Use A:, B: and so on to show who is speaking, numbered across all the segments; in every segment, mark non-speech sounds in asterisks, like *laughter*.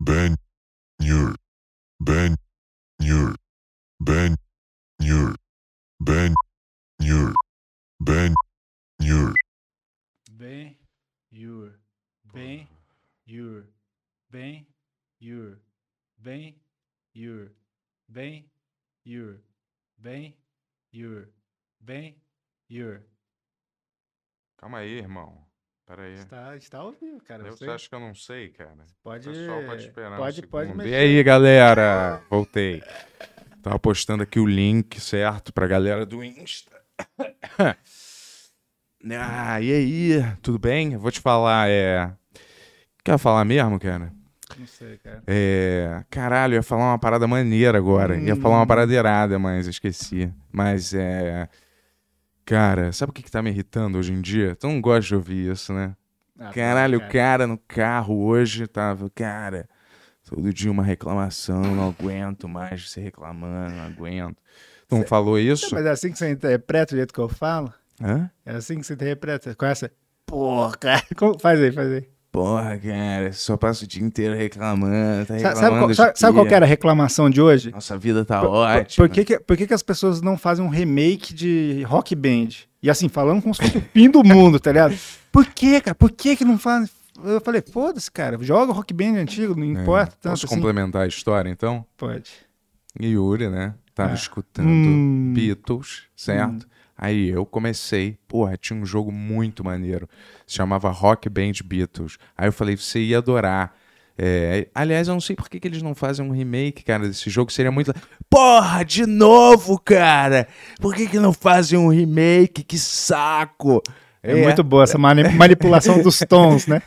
A: Ben Nur. Ben Nur. Ben Nur. Ben Nur. Ben Nur.
B: Ben Yur. Ben Yur. Ben Yur. Ben Yur. Ben Yur. Ben Yur. Ben Yur.
C: Calma aí, irmão. Pera aí.
B: Está, está ao vivo, cara.
C: Eu-
B: Você
C: Você acha que eu não sei, cara? O
B: pode.
C: pessoal pode esperar um
B: pode, pode
C: segundo.
B: mexer.
C: E aí, galera? Voltei. Tava postando aqui o link, certo? Pra galera do Insta. *coughs* Ah, e aí? Tudo bem? Eu Vou te falar, é... Quer falar mesmo, cara?
B: Não sei, cara.
C: É... Caralho, eu ia falar uma parada maneira agora. Ia falar uma
B: Hum.
C: parada errada, mas esqueci. Mas é... Cara, sabe o que que tá me irritando hoje em dia? Tu não gosta de ouvir isso, né?
B: Ah,
C: Caralho,
B: cara.
C: o cara no carro hoje tava, cara, todo dia uma reclamação, não aguento mais você reclamando, não aguento. Tu não falou
B: É,
C: isso?
B: Mas é assim que você interpreta o jeito que eu falo?
C: Hã?
B: É assim que você interpreta? Com essa. Porra, cara. *laughs* Como- Faz aí, faz aí.
C: Porra, cara, só passa o dia inteiro reclamando, tá
B: Sa-
C: reclamando.
B: Sabe, qual,
C: hoje
B: sa-
C: em
B: sabe qual
C: dia.
B: que era a reclamação de hoje?
C: Nossa vida tá
B: Por- por-
C: ótima.
B: Por, que, que, por que, que as pessoas não fazem um remake de Rock Band? E assim, falando como se fosse o fim do mundo, tá ligado? Por que, cara? Por que que não fazem? Eu falei, foda-se, cara. Joga o Rock Band antigo, não
C: É,
B: importa tanto
C: Posso
B: assim.
C: complementar a história, então?
B: Pode.
C: Yuri, né, tava
B: Ah.
C: escutando
B: Hum.
C: Beatles, certo? Aí eu comecei, porra, tinha um jogo muito maneiro, se chamava Rock Band Beatles. Aí eu falei, você ia adorar. É, aliás, eu não sei por que, que eles não fazem um remake, cara, desse jogo, seria muito... le- Porra, de novo, cara! Por que, que não fazem um remake? Que saco!
B: É, muito boa essa *laughs* mani- manipulação dos tons, né?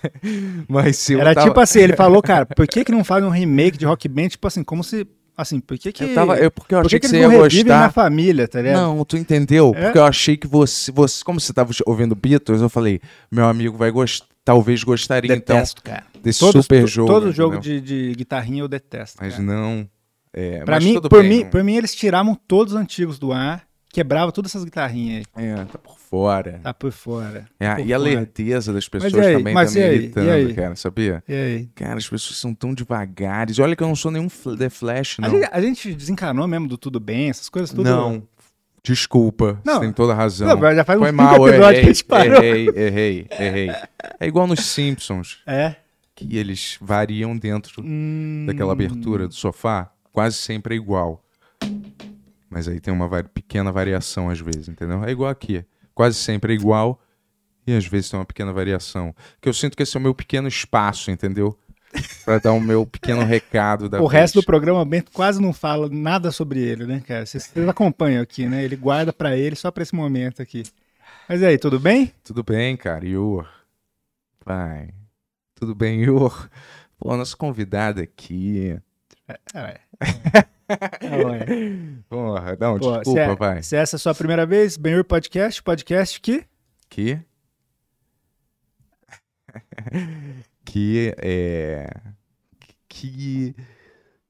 C: Mas se eu
B: Era
C: tava-
B: tipo assim, ele falou, cara, por que que não fazem um remake de Rock Band? Tipo assim, como se... Assim, por que que...
C: Eu tava... eu- porque eu
B: por
C: achei
B: que,
C: que,
B: que
C: você
B: eles
C: ia
B: não revivem
C: gostar.
B: na família, tá ligado?
C: Não, tu entendeu?
B: É.
C: Porque eu achei que você, você. Como você tava ouvindo Beatles, eu falei, meu amigo vai gostar. Talvez gostaria,
B: cara.
C: então, desse
B: Todos-
C: super
B: to-
C: jogo.
B: Todo jogo
C: entendeu?
B: de, de guitarrinha eu detesto.
C: Mas
B: cara.
C: não. É,
B: Pra
C: mas
B: mim,
C: tudo
B: por,
C: bem,
B: mim, por mim, eles tiravam todos os antigos do ar, quebravam todas essas guitarrinhas aí.
C: não- É, tá por fora.
B: Tá por fora.
C: É,
B: por
C: e a
B: fora.
C: lerdeza das pessoas
B: e aí?
C: também
B: Mas
C: tá me
B: e aí? E
C: irritando,
B: aí?
C: cara, sabia?
B: E aí?
C: Cara, as pessoas são tão devagares. E Olha que eu não sou nenhum fl- The Flash,
B: A
C: não.
B: gente, a gente desencanou mesmo do Tudo Bem, essas coisas tudo.
C: Não. Desculpa,
B: Não.
C: você tem toda a razão.
B: Não, mas já faz
C: Foi
B: uns
C: mal, é,
B: cinco
C: eu
B: episódios
C: errei,
B: que a gente parou.
C: errei, errei, errei. É igual nos Simpsons.
B: É.
C: que eles variam dentro
B: Hum,
C: daquela abertura do sofá, quase sempre é igual. Mas aí tem uma vari- pequena variação às vezes, entendeu? É igual aqui. Quase sempre é igual e às vezes tem uma pequena variação. Que eu sinto que esse é o meu pequeno espaço, entendeu? Pra dar o
B: *laughs*
C: meu pequeno recado da
B: O
C: vez.
B: resto do programa, o Bento quase não fala nada sobre ele, né, cara? Vocês, vocês acompanham aqui, né? Ele guarda pra ele só pra esse momento aqui. Mas e aí, tudo bem?
C: Tudo bem, cara. Ior. Vai. Tudo bem, Ior. Pô, nosso convidado aqui.
B: Ah,
C: *laughs*
B: ué. Ah, ué.
C: Porra, não,
B: Pô, se,
C: desculpa,
B: é-
C: vai.
B: se essa é a sua primeira vez, Benhur Podcast, podcast que
C: que que é que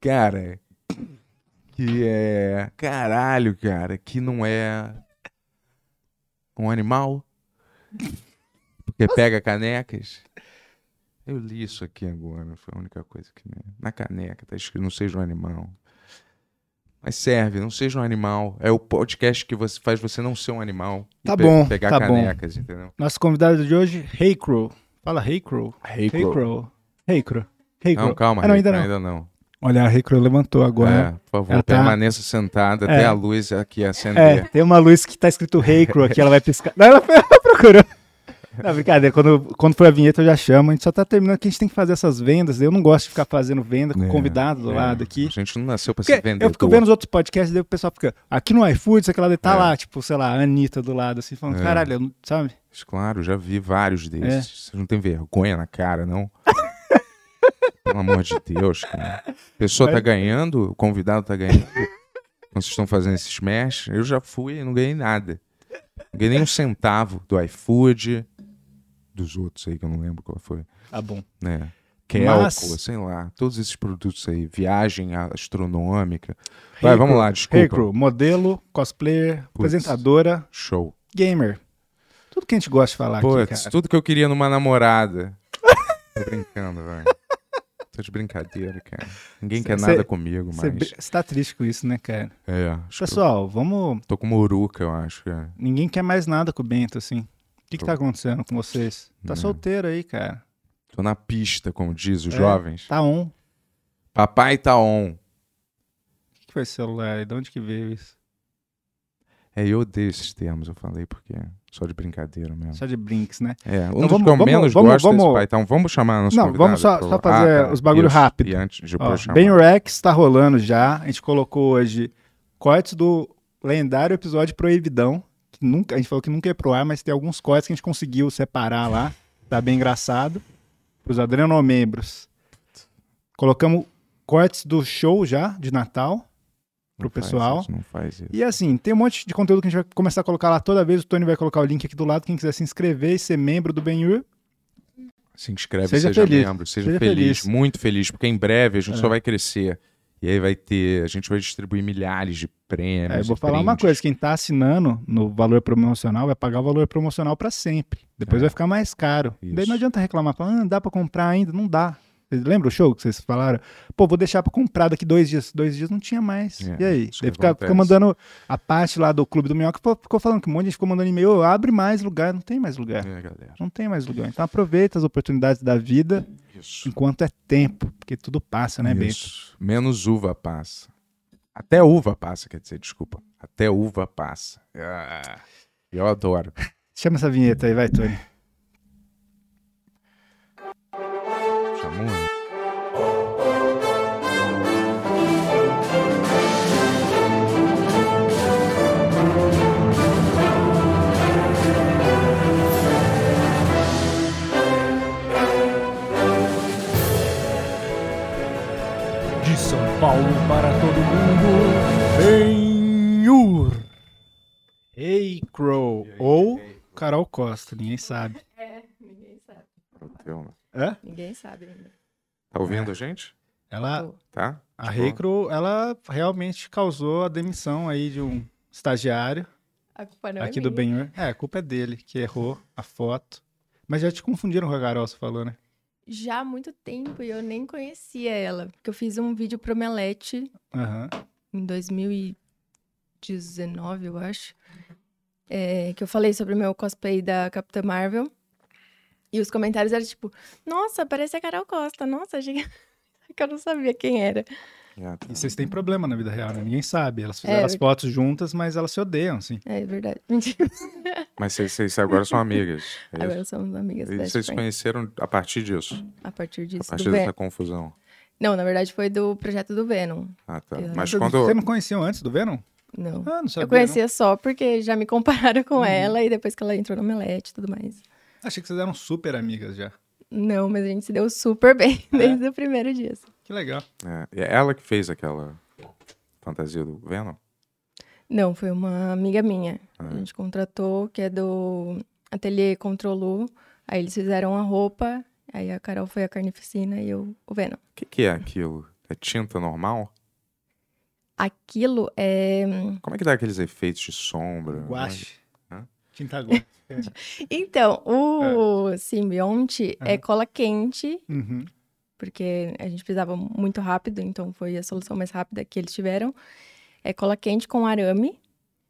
C: cara que é caralho cara que não é um animal porque pega canecas eu li isso aqui agora foi a única coisa que me... na caneca tá escrito não seja um animal mas serve, não seja um animal. É o podcast que você faz você não ser um animal. e
B: Tá bom,
C: Pegar
B: tá bom.
C: canecas, entendeu?
B: nosso convidado de hoje, Hey Crow. Fala Hey Crow.
C: Hey,
B: Hey Crow. Hey Crow. Hey Crow.
C: Não, calma,
B: Ah, não,
C: Rico,
B: ainda não.
C: ainda não.
B: Olha, a Hey Crow levantou agora.
C: É, por favor,
B: Ela tá-
C: permaneça sentada
B: É.
C: até a luz aqui
B: É,
C: acender.
B: tem uma luz que tá escrito Hey Crow aqui, ela vai piscar. Não, ela, ela procurou. Não, brincadeira, quando, quando for a vinheta eu já chamo. A gente só tá terminando que a gente tem que fazer essas vendas. Eu não gosto de ficar fazendo venda com
C: É,
B: convidado do
C: é.
B: lado aqui.
C: A gente não nasceu pra
B: Porque
C: ser vendedor.
B: eu fico vendo os outros podcasts, daí o pessoal fica aqui no iFood, sei que lá, daí tá
C: É.
B: lá, tipo, sei lá, a Anitta do lado, assim, falando,
C: É.
B: caralho, eu não- sabe?
C: Mas, Claro, já vi vários
B: É.
C: desses. Você não tem vergonha na cara,
B: *laughs*
C: não? Pelo amor de Deus, cara. A pessoa tá ganhando, o convidado tá ganhando. Quando vocês estão fazendo esses mesh, eu já fui e não ganhei nada. Não ganhei nem um centavo do iFood, dos outros aí que eu não lembro qual foi.
B: Tá bom.
C: né? Kelco,
B: Mas-
C: sei lá, todos esses produtos aí, viagem astronômica. Vai, vamos lá, desculpa.
B: Hey Crew, modelo, cosplayer,
C: Putz.
B: apresentadora,
C: Show.
B: gamer. Tudo que a gente gosta de falar
C: Putz,
B: aqui, cara.
C: tudo que eu queria numa namorada. Tô brincando, velho. Tá de brincadeira, cara. Ninguém
B: Cê-
C: quer
B: cê-
C: nada comigo, mas.
B: Você você tá triste com isso, né, cara?
C: É. acho que eu
B: Pessoal, vamos.
C: Tô com uruca, eu acho, é. cara.
B: Ninguém quer mais nada com o Bento, assim. O que, que tá acontecendo com vocês? Tá
C: É.
B: solteiro aí, cara.
C: Tô na pista, como diz os
B: É.
C: jovens.
B: Tá on. O
C: Papai tá on.
B: que foi esse celular? aí? De onde que veio isso?
C: É, eu odeio esses termos, eu falei, porque é só de brincadeira mesmo.
B: Só de brinks, né?
C: É, um
B: Não,
C: dos
B: vamos-
C: que eu
B: vamos-
C: menos
B: vamos-
C: gosto
B: vamos-
C: desse pai. Então vamos chamar nosso
B: Não,
C: convidado,
B: vamos só-
C: por
B: só
C: favor.
B: fazer
C: Ah, tá.
B: os bagulho
C: Isso.
B: rápido.
C: E antes de eu
B: Ó,
C: chamar.
B: ben Rex tá rolando já. A gente colocou hoje cortes do lendário episódio Proibidão. Que nunca, a gente falou que nunca ia pro ar, mas tem alguns cortes que a gente conseguiu separar lá. Tá bem engraçado. Pros adrenomembros. Colocamos cortes do show já, de Natal. pro
C: Não faz
B: pessoal.
C: isso, não faz isso.
B: E assim, tem um monte de conteúdo que a gente vai começar a colocar lá toda vez. O Tony vai colocar o link aqui do lado. Quem quiser se inscrever e ser membro do Benhur.
C: Se inscreve,
B: Seja
C: seja,
B: feliz.
C: membro, seja,
B: Seja
C: feliz,
B: feliz. É.
C: muito feliz, porque em breve a gente só vai crescer. E aí vai ter, a gente vai distribuir milhares de prêmios.
B: É, eu vou
C: e
B: falar uma
C: brindes.
B: coisa: quem tá assinando no valor promocional vai pagar o valor promocional pra sempre. Depois
C: É.
B: vai ficar mais caro.
C: Isso.
B: Daí não adianta reclamar, falar, ah, não dá pra comprar ainda. Não dá. Vocês lembram o show que vocês falaram? Pô, vou deixar pra comprar daqui dois dias. Dois dias não tinha mais.
C: É,
B: e aí?
C: isso
B: Daí
C: que
B: fica, fica
C: acontece.
B: mandando a parte lá do Clube do Minhoca. pô, Ficou falando que um monte de gente ficou mandando e-mail. "Ô, Abre mais lugar. Não tem mais lugar.
C: É, galera.
B: Não tem mais lugar. Então aproveita as oportunidades da vida
C: Isso.
B: enquanto é tempo, porque tudo passa, né, Bento?
C: Isso. Menos uva passa. Até uva passa, quer dizer, desculpa. Até uva passa. Ah, eu adoro.
B: Chama essa vinheta aí, vai, Tony.
C: Chamou? né?
B: De São Paulo para todo mundo, Benhur. Hey Crow ou Carol Costa, ninguém sabe.
D: É, *laughs* ninguém sabe.
C: Deu, né?
B: Hã?
D: Ninguém sabe ainda.
C: Tá ouvindo a gente?
B: Ela,
C: Tá?
B: a
C: Tipo,
B: Hey Crow, ela realmente causou a demissão aí de um estagiário
D: A culpa não
B: aqui
D: é
B: do
D: minha.
B: Benhur. É, a culpa é dele que errou a foto. Mas já te confundiram com a Carol, você falou, né?
D: Já há muito tempo e eu nem conhecia ela. Porque eu fiz um vídeo pro Melete
B: Aham.
D: em 2019, eu acho. é, que eu falei sobre o meu cosplay da Capitã Marvel. E os comentários eram tipo, nossa, parece a Carol Costa, nossa, achei *laughs* que que eu não sabia quem era.
C: já tá.
B: E vocês têm problema na vida real, né? Ninguém sabe. Elas
D: É,
B: fizeram as
D: eu-
B: fotos juntas, mas elas se odeiam, assim.
D: É verdade. *laughs* Mentira.
C: Mas vocês, vocês agora são amigas. é isso?
D: Agora somos amigas
C: E
D: best
C: vocês se
D: friends.
C: conheceram a partir disso?
D: A partir
C: A
D: disso. do
C: partir
D: Ven-
C: dessa confusão.
D: Não, na verdade foi do projeto do Venom.
C: Ah, tá.
D: Eu-
C: Mas
B: Vocês-
C: quando.
B: Vocês não conheciam antes do Venom?
D: Não.
B: Ah, não Uhum. sabia.
D: Eu conhecia só porque já me compararam com ela e depois que ela entrou no Melete e tudo mais.
B: não. Achei que vocês eram super amigas já.
D: Não, mas a gente se deu super bem *laughs*
B: É?
D: desde o primeiro dia. assim.
B: Que legal.
C: É, é ela que fez aquela fantasia do Venom?
D: Não, foi uma amiga minha. A
B: Ah.
D: gente contratou, que é do Ateliê Controlu. Aí eles fizeram a roupa, aí a Carol foi a carnificina e eu o Venom.
C: O que, que é aquilo? É tinta normal?
D: Aquilo é.
C: Como é que dá aqueles efeitos de sombra?
B: Guache.
C: Hã?
B: Tinta
C: *laughs*
B: guache.
D: Então, o simbionte é
B: É. Aham.
D: cola quente,
B: Uhum.
D: porque a gente precisava muito rápido, então foi a solução mais rápida que eles tiveram. É cola quente com arame.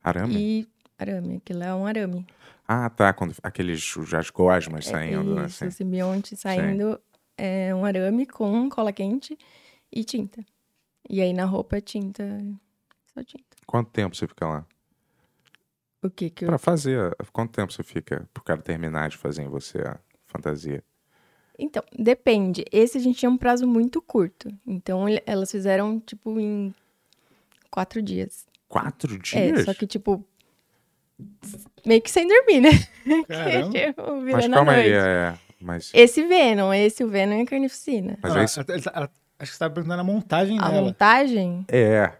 C: Arame?
D: E arame, aquilo é um arame. É
C: Ah, tá. Quando aqueles as gosmas saindo, né?
D: Isso,
C: assim.
D: o simbionte saindo é um arame com cola quente e tinta. E aí na roupa é tinta, só tinta.
C: Quanto tempo você fica lá?
D: O que que eu...
C: Pra fazer. Quanto tempo você fica pro cara terminar de fazer em você a fantasia?
D: Então, depende. Esse a gente tinha um prazo muito curto. Então ele- elas fizeram, tipo, em quatro dias.
C: Quatro
D: É,
C: dias?
D: só que, tipo, meio que sem dormir, né? *laughs*
B: Caramba.
D: Tipo,
C: Mas
D: virando a
C: calma aí,
D: noite.
C: é. é, Mas,
D: Esse Venom, esse o Venom é carnificina.
C: mas
B: Ah,
C: é isso.
B: ela- ela- ela- acho que você tava perguntando a montagem
D: A
B: dela.
D: montagem?
C: É.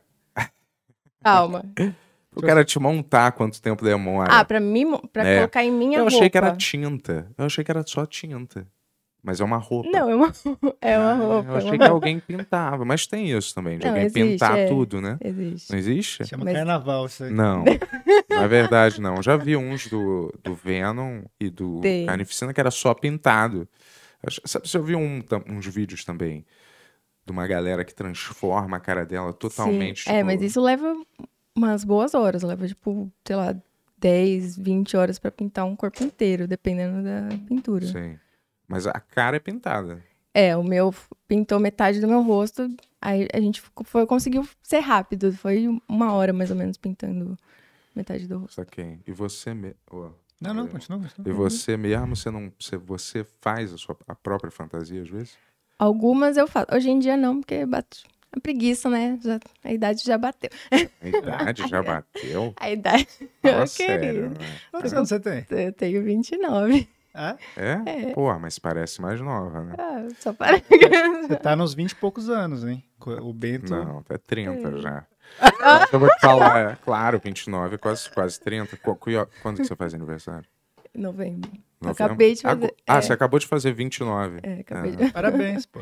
D: Calma.
C: O cara te montar quanto tempo demora.
D: Ah, pra mim, pra
C: É.
D: colocar em minha
C: Eu
D: roupa.
C: achei que era tipo. tinta. Eu achei que era só tinta. Mas é uma roupa.
D: Não, é uma, é uma roupa.
C: Ah, Eu
D: é
C: achei
D: uma
C: que
D: roupa.
C: alguém pintava, mas tem isso também, de
D: Não,
C: alguém
D: existe,
C: pintar
D: é.
C: tudo, né?
D: Existe.
C: Não existe?
B: Chama
D: Mas-
B: carnaval isso aí.
C: Não, na verdade não. Já vi uns do, do Venom e do
D: Tem.
C: Carnificina que era só pintado. Eu ach- Sabe se eu vi um tam- uns vídeos também de uma galera que transforma a cara dela totalmente.
D: Sim. É,
C: tipo,
D: mas isso leva umas boas horas. Leva, tipo, sei lá, 10, 20 horas pra pintar um corpo inteiro, dependendo da pintura.
C: Sim. Mas a cara é pintada.
D: É, o meu f- pintou metade do meu rosto. Aí a gente ficou- foi, conseguiu ser rápido. Foi uma hora mais ou menos pintando metade do rosto.
C: Só que e você mesmo.
B: Não, não, continua,
C: E
B: continua.
D: Uhum.
C: você mesmo, você não, você, você faz a sua a própria fantasia às vezes?
D: Algumas eu faço. Hoje em dia não, porque bate. A preguiça, né? Já- a idade já bateu.
C: A idade
D: *laughs*
C: já bateu?
D: A idade. *laughs*
C: Fala
D: Eu
C: sério,
D: queria.
C: né?
B: Quantos anos você tem?
D: Eu tenho 29.
B: Ah,
C: É?
D: É.
C: Pô, mas parece mais nova, né?
D: Ah, só para.
B: você tá nos 20 e poucos anos, hein? Co- O Bento.
C: Não, até
D: É.
C: 30
D: *laughs*
C: já. Mas eu vou te falar, é claro, 29, quase, quase 30. Qu- cu- Quando que você faz aniversário?
D: *laughs* Novembro. Eu
C: Novembro?
D: acabei de fazer.
C: Agu- Ah,
D: é,
C: você acabou de fazer 29.
D: é, acabei de. *laughs*
B: Parabéns, pô.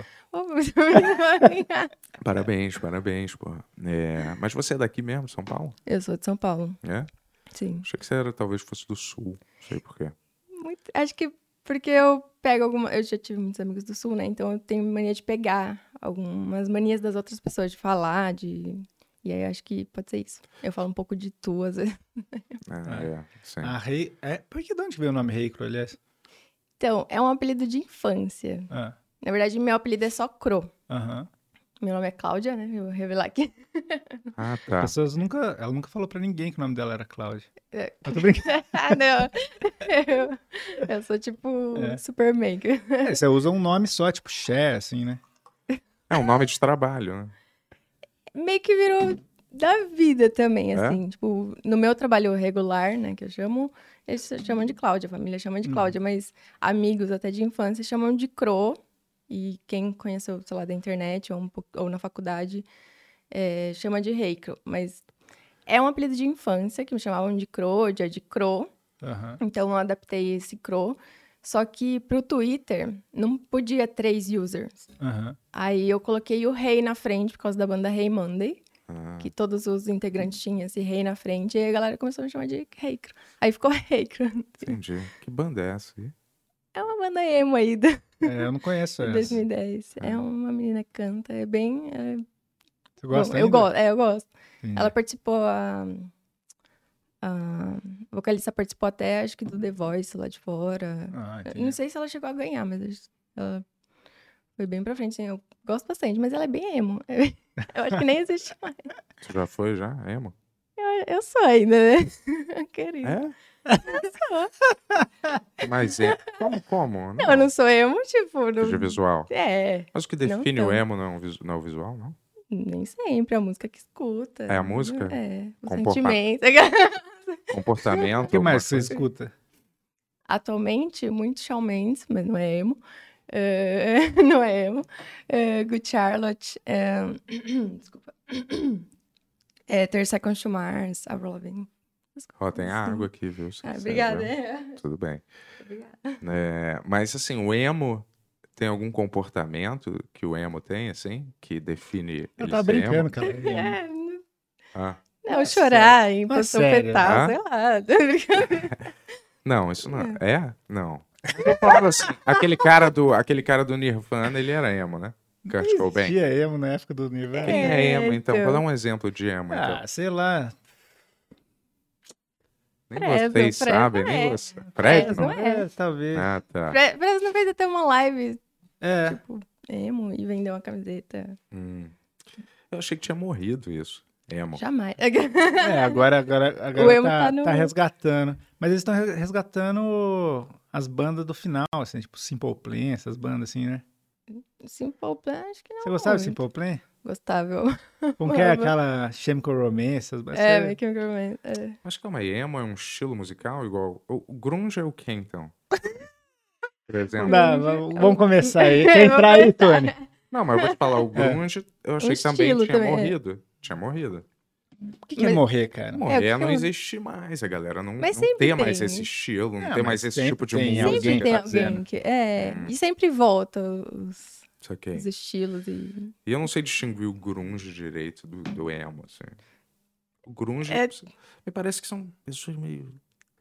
C: Parabéns, parabéns, pô. É, mas você é daqui mesmo, São Paulo?
D: Eu sou de São Paulo,
C: É?
D: sim.
C: Achei que você era, talvez fosse do Sul. Não sei por quê.
D: Muito- acho que porque eu pego alguma. Eu já tive muitos amigos do Sul, né? Então eu tenho mania de pegar algumas manias das outras pessoas, de falar, de. E aí acho que pode ser isso. Eu falo um pouco de tu, às vezes. *laughs*
C: Ah,
B: É.
C: é, sim.
B: A Rei. É, por que de onde veio o nome Reikro, aliás?
D: Então, é um apelido de infância.
B: Ah,
D: Na verdade, meu apelido é só Cro.
B: Aham.
C: Tá.
D: Meu nome é Cláudia, né? Eu vou revelar aqui. *laughs*
C: Ah, tá.
B: As pessoas nunca. Ela nunca falou pra ninguém que o nome dela era Cláudia.
D: É.
B: Eu tô brincando.
D: ah, não. *laughs* Eu, eu sou tipo
B: É.
D: Superman.
B: É, você usa um nome só, tipo Cher, assim, né?
C: É um nome de trabalho, né?
D: meio que virou da vida também,
C: É?
D: assim. Tipo, no meu trabalho regular, né, que eu chamo, eles chamam de Cláudia, a família chama de Cláudia, mas amigos até de infância chamam de Cro. E quem conheceu, sei lá, da internet ou, um po- ou na faculdade, é, chama de Reikro. Mas é um apelido de infância que me chamavam de Cro, de de Cro.
B: Aham.
D: Então eu adaptei esse Cro. Só que pro Twitter não podia três users.
B: Aham.
D: Aí eu coloquei o Rei na frente por causa da banda Rei Monday
C: Ah,
D: que todos os integrantes tinham esse rei na frente, e aí a galera começou a me chamar de Reikro. Aí ficou *laughs* Reikro.
C: entendi. Que banda é essa aí?
D: É uma banda emo aí da-
B: É, eu não conheço
D: de
B: essa.
D: 2010. É uma menina que canta, é bem... é,
B: Você gosta
D: bom, eu
B: ainda?
D: gosto, é, eu gosto.
B: Entendi.
D: Ela participou, a, a vocalista participou até, acho que do The Voice lá de fora.
B: Ah,
D: Eu
B: entendi.
D: É, Não sei se ela chegou a ganhar, mas acho- ela foi bem pra frente. assim, Eu gosto bastante, mas ela é bem emo. *laughs* Eu acho que nem existe mais.
C: Você já foi, já? Emo?
D: Eu sou ainda, né? *laughs* Querida.
C: É? Mas é. Como, como?
D: Não, eu não sou emo, tipo. Não...
C: Seja visual.
D: É,
C: Mas o que
D: Não
C: define o
D: tanto.
C: emo não é o visu- não é o visual, não?
D: nem sempre. É a música que escuta.
C: É a música?
D: É, o
C: Comporta-
D: sentimento.
C: Comportamento.
B: O que
C: alguma
B: mais você
C: coisa?
B: escuta?
D: *laughs* Atualmente, muito Shawn Mendes, mas não é emo. É, *laughs* não é emo. É, Good Charlotte. É, *clears throat* desculpa. *clears throat* É, Thirty Seconds to Mars, a Robin.
C: Ó, tem água aqui, viu? Se
D: Ah,
C: quiser,
D: obrigada.
C: viu?
D: é.
C: Tudo bem.
D: Obrigada.
C: É, mas assim, o emo tem algum comportamento que o emo tem, assim, que define.
B: Eu
C: ele
B: tava
C: ser
B: brincando,
C: emo?
B: cara. *laughs*
D: É, não,
C: Ah,
D: não, chorar em
B: Tá
D: posição
B: sério,
D: fetal,
C: né?
D: sei lá. Tô brincando.
C: *laughs* não, isso não. É? Não. Eu falava assim, aquele cara do, aquele cara do Nirvana, ele era emo, né? Kurt Cobain.
B: Existia emo na né? época do Nirvana.
C: Quem é emo,
D: É,
C: então?
D: então.
C: Vou dar um exemplo de emo, então.
B: Ah, sei lá.
C: Nem
D: Fresno,
C: vocês
D: Fresno
C: sabem, nem
D: é.
C: você. Fresno?
D: Fresno Não é.
B: talvez.
C: Ah, tá.
D: Pre- Parece que fez até uma live
B: É.
D: tipo, emo e vendeu uma camiseta.
C: Hum. Eu achei que tinha morrido isso. Emo.
D: Jamais.
B: *laughs* É, agora, agora,
D: *laughs* O
B: agora
D: emo
B: tá,
D: tá no-
B: tá resgatando. Mas eles estão resgatando as bandas do final, assim, tipo Simple Plan, essas bandas assim, né?
D: Simple Plan, acho que não.
B: Você gostava de
D: muito.
B: Simple Plan?
D: *laughs* Gostava. eu
B: Como que é
D: Amava.
B: aquela Chemical Romance? Essas... bandas?
D: É, meio que um grunge, é.
C: Mas calma aí, emo é um estilo musical igual. O o grunge é o quê, então? Por exemplo. Não,
B: Dá, vamos vamos começar aí.
D: *laughs*
B: Quer
D: Vamos
B: entrar aí, Tony?
C: mas eu vou te falar,
D: *laughs*
C: o grunge, eu achei que também
D: É. estilo
C: tinha
D: também, é.
C: morrido. Tinha morrido.
B: O que, que é
D: Mas-
B: morrer, cara?
C: Morrer
D: É, o que
C: não
D: que eu-
C: existe mais, a galera não,
D: Mas
C: não
D: sempre
C: tem mais
D: tem.
C: esse estilo, não
B: É,
C: tem
B: mas
C: mais esse
B: sempre
C: tipo de
B: tem
C: música.
B: alguém
D: Sempre
B: que
D: tem
B: tá
D: alguém
B: dizendo.
D: que. É,
B: Hum.
D: e sempre volta os,
C: Isso aqui.
D: os estilos. E...
C: E eu não sei distinguir o grunge direito do, do emo, assim. O grunge,
D: É-
C: me parece que são pessoas meio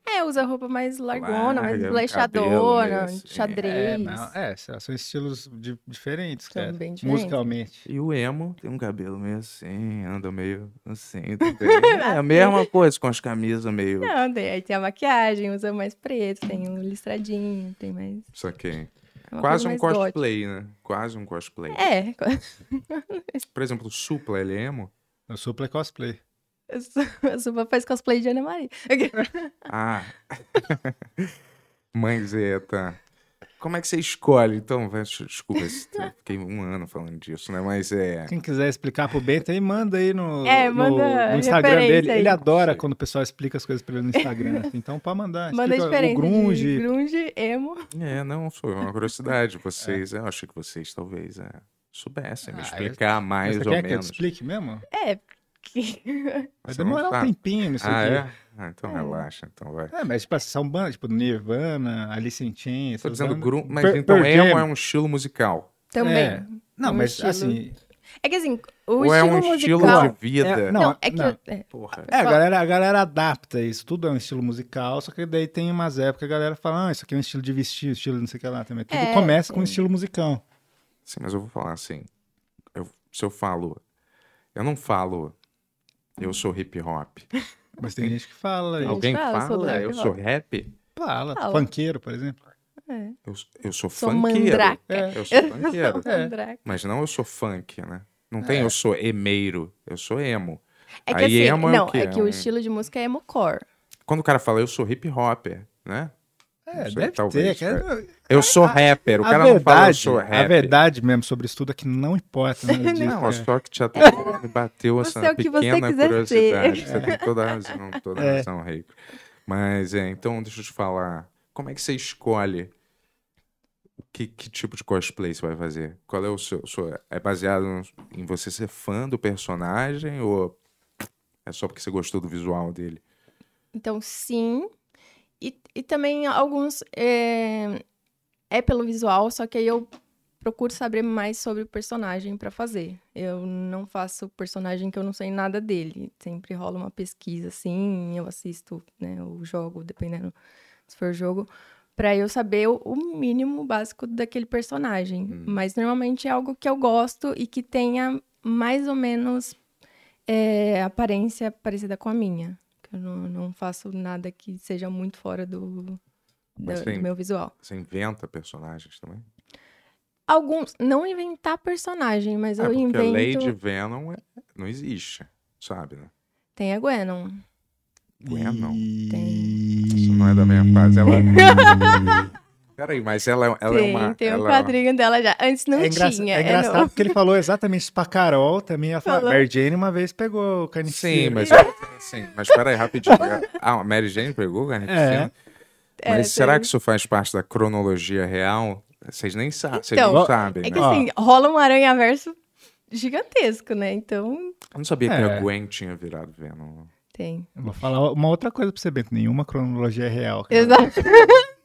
D: É, usa roupa mais largona, mais
C: Larga,
D: blechadona,
C: cabelo, isso.
B: É,
D: xadrez.
B: não, é, são estilos di- diferentes,
D: São
B: cara.
D: bem diferentes.
B: Musicalmente.
C: E o emo tem um cabelo meio assim, anda meio assim
D: *laughs*
C: também. É a mesma coisa com as camisas meio.
D: Ah, Não, tem, aí tem a maquiagem, usa mais preto, tem um listradinho, tem mais.
C: Saquei.
D: é uma
C: Quase
D: coisa
C: um
D: mais gótica.
C: cosplay, né? Quase um cosplay.
D: É, *laughs* co-
C: Por exemplo, o Supla, ele é emo?
B: Eu sou play cosplay.
D: eu sou- eu sou faz cosplay de Ana Maria.
C: Ah. *laughs* Mãezeta. Como é que você escolhe? Então, vai- desculpa, esse- eu fiquei um ano falando disso, né? Mas é.
B: Quem quiser explicar pro Bento aí, manda aí no,
D: É,
B: no-
D: manda
B: no Instagram
D: referência
B: dele.
D: aí.
B: Ele adora
C: Sei.
B: quando o pessoal explica as coisas pra ele no Instagram.
D: *laughs*
B: assim, Então, pode mandar.
D: Manda a
B: Explica
D: diferença.
B: o grunge.
D: De grunge, emo.
C: É, não, foi uma curiosidade. Vocês, eu acho que vocês talvez é, soubessem me
B: Ah,
C: explicar mais
B: Mas você
C: ou
B: quer que eu te
C: menos.
B: explique mesmo?
D: É. que-
B: Vai
C: Você não
B: demorar um
C: sabe.
B: tempinho isso
C: Ah,
B: aqui.
C: é? Ah, então
D: É.
C: relaxa, então vai.
B: É, mas tipo, são bandas, tipo Nirvana, Alice in Chains.
C: Tô
B: essas
C: dizendo
B: bandas-
C: gru, mas
B: Per-
C: então
B: Pearl
C: emo
B: Jam.
C: é um estilo musical.
D: Também.
B: É. Não,
D: um
B: mas
D: estilo.
B: assim...
D: É que assim, o
C: Ou
D: estilo
C: é um estilo
D: musical.
C: de vida.
B: É,
D: Não,
B: não,
D: é que.
B: não.
D: eu- é.
C: Porra.
B: É, a
D: Fala.
B: galera, a galera adapta isso, tudo é um estilo musical, só que daí tem umas épocas que a galera fala, ah, isso aqui é um estilo de vestir, estilo não sei o que lá também. Tudo
D: É,
B: começa com um
D: é.
B: estilo musical.
C: Sim, mas eu vou falar assim. Eu- se eu falo. Eu não falo. Eu sou hip hop.
B: Mas tem gente que fala,
D: gente
B: e
C: Alguém
D: fala, eu sou
C: fala,
D: do
C: eu
D: hip hop.
C: sou rap?
B: fala,
D: Fala.
B: funkeiro, por exemplo.
D: é.
C: Eu, eu sou,
D: Sou
C: funkeiro.
D: mandrake.
B: É.
C: Eu sou funkeiro.
D: Sou mandrake.
C: Mas não eu sou funk, né? Não
B: É.
C: tem eu sou emeiro, eu sou emo.
D: É
C: Aí
D: que assim,
C: emo é o
D: não,
C: quê?
D: é que
C: É um-
D: o estilo de música é emocore.
C: Quando o cara fala eu sou hip hopper, né?
B: É,
C: sei,
B: deve
C: talvez,
B: ter. Cara.
C: Eu sou rapper, o
B: É, a
C: cara não fala eu
B: verdade,
C: sou
B: a
C: rapper.
B: verdade mesmo sobre isso tudo é que não importa. Né, disso,
C: *laughs* Não,
B: é.
C: só que te até me bateu
D: Você
C: essa
D: é o que você
C: pequena
D: quiser ser.
C: curiosidade. Você tem toda
D: *laughs*
C: a razão, toda a
B: É.
C: razão, Rico. Mas é, então deixa eu te falar. Como é que você escolhe o que, que tipo de cosplay você vai fazer? Qual é o seu. seu- é baseado no- em você ser fã do personagem ou é só porque você gostou do visual dele?
D: Então, sim. E, e também alguns é, é pelo visual, só que aí eu procuro saber mais sobre o personagem pra fazer. Eu não faço personagem que eu não sei nada dele. Sempre rola uma pesquisa assim, eu assisto, né, o jogo, dependendo se for jogo, pra eu saber o, o mínimo básico daquele personagem. Mas normalmente é algo que eu gosto e que tenha mais ou menos é, aparência parecida com a minha. Que Eu não, não faço nada que seja muito fora do,
C: Mas
D: da-
C: tem-
D: do meu visual.
C: Você inventa personagens também?
D: Alguns. Não inventar personagem, mas
C: é,
D: eu
C: porque
D: invento.
C: Lady Venom é- não existe, sabe, né?
D: Tem a Gwenon.
C: Ué, não.
B: Tem.
C: Isso não é da minha fase. Ela.
D: *laughs*
C: Peraí, mas ela, ela
D: tem,
C: é uma.
D: tem um
C: ela é uma-
D: quadrinho dela já. Antes não
B: é, engra-
D: tinha.
B: é
D: é novo.
B: engraçado porque ele falou exatamente isso pra Carol também. Ela falou,
D: Falou.
B: Mary Jane uma vez pegou o carnificina.
C: Sim, mas. Sim, mas peraí,
D: *laughs*
C: rapidinho. Ah, a Mary Jane pegou, cara?
B: É.
D: É,
C: Mas
D: tem-
C: será que isso faz parte da cronologia real? Vocês nem sabem. Vocês
D: Então,
C: não sabem,
D: É
C: né?
D: que
B: Ó.
D: assim, rola um aranhaverso gigantesco, né? Então,
C: Eu não sabia que a
B: É.
C: Gwen tinha virado Venom. né?
D: tem.
B: Eu Vou falar uma outra coisa pra você, Bento. Nenhuma cronologia é real. cara.
D: Exato.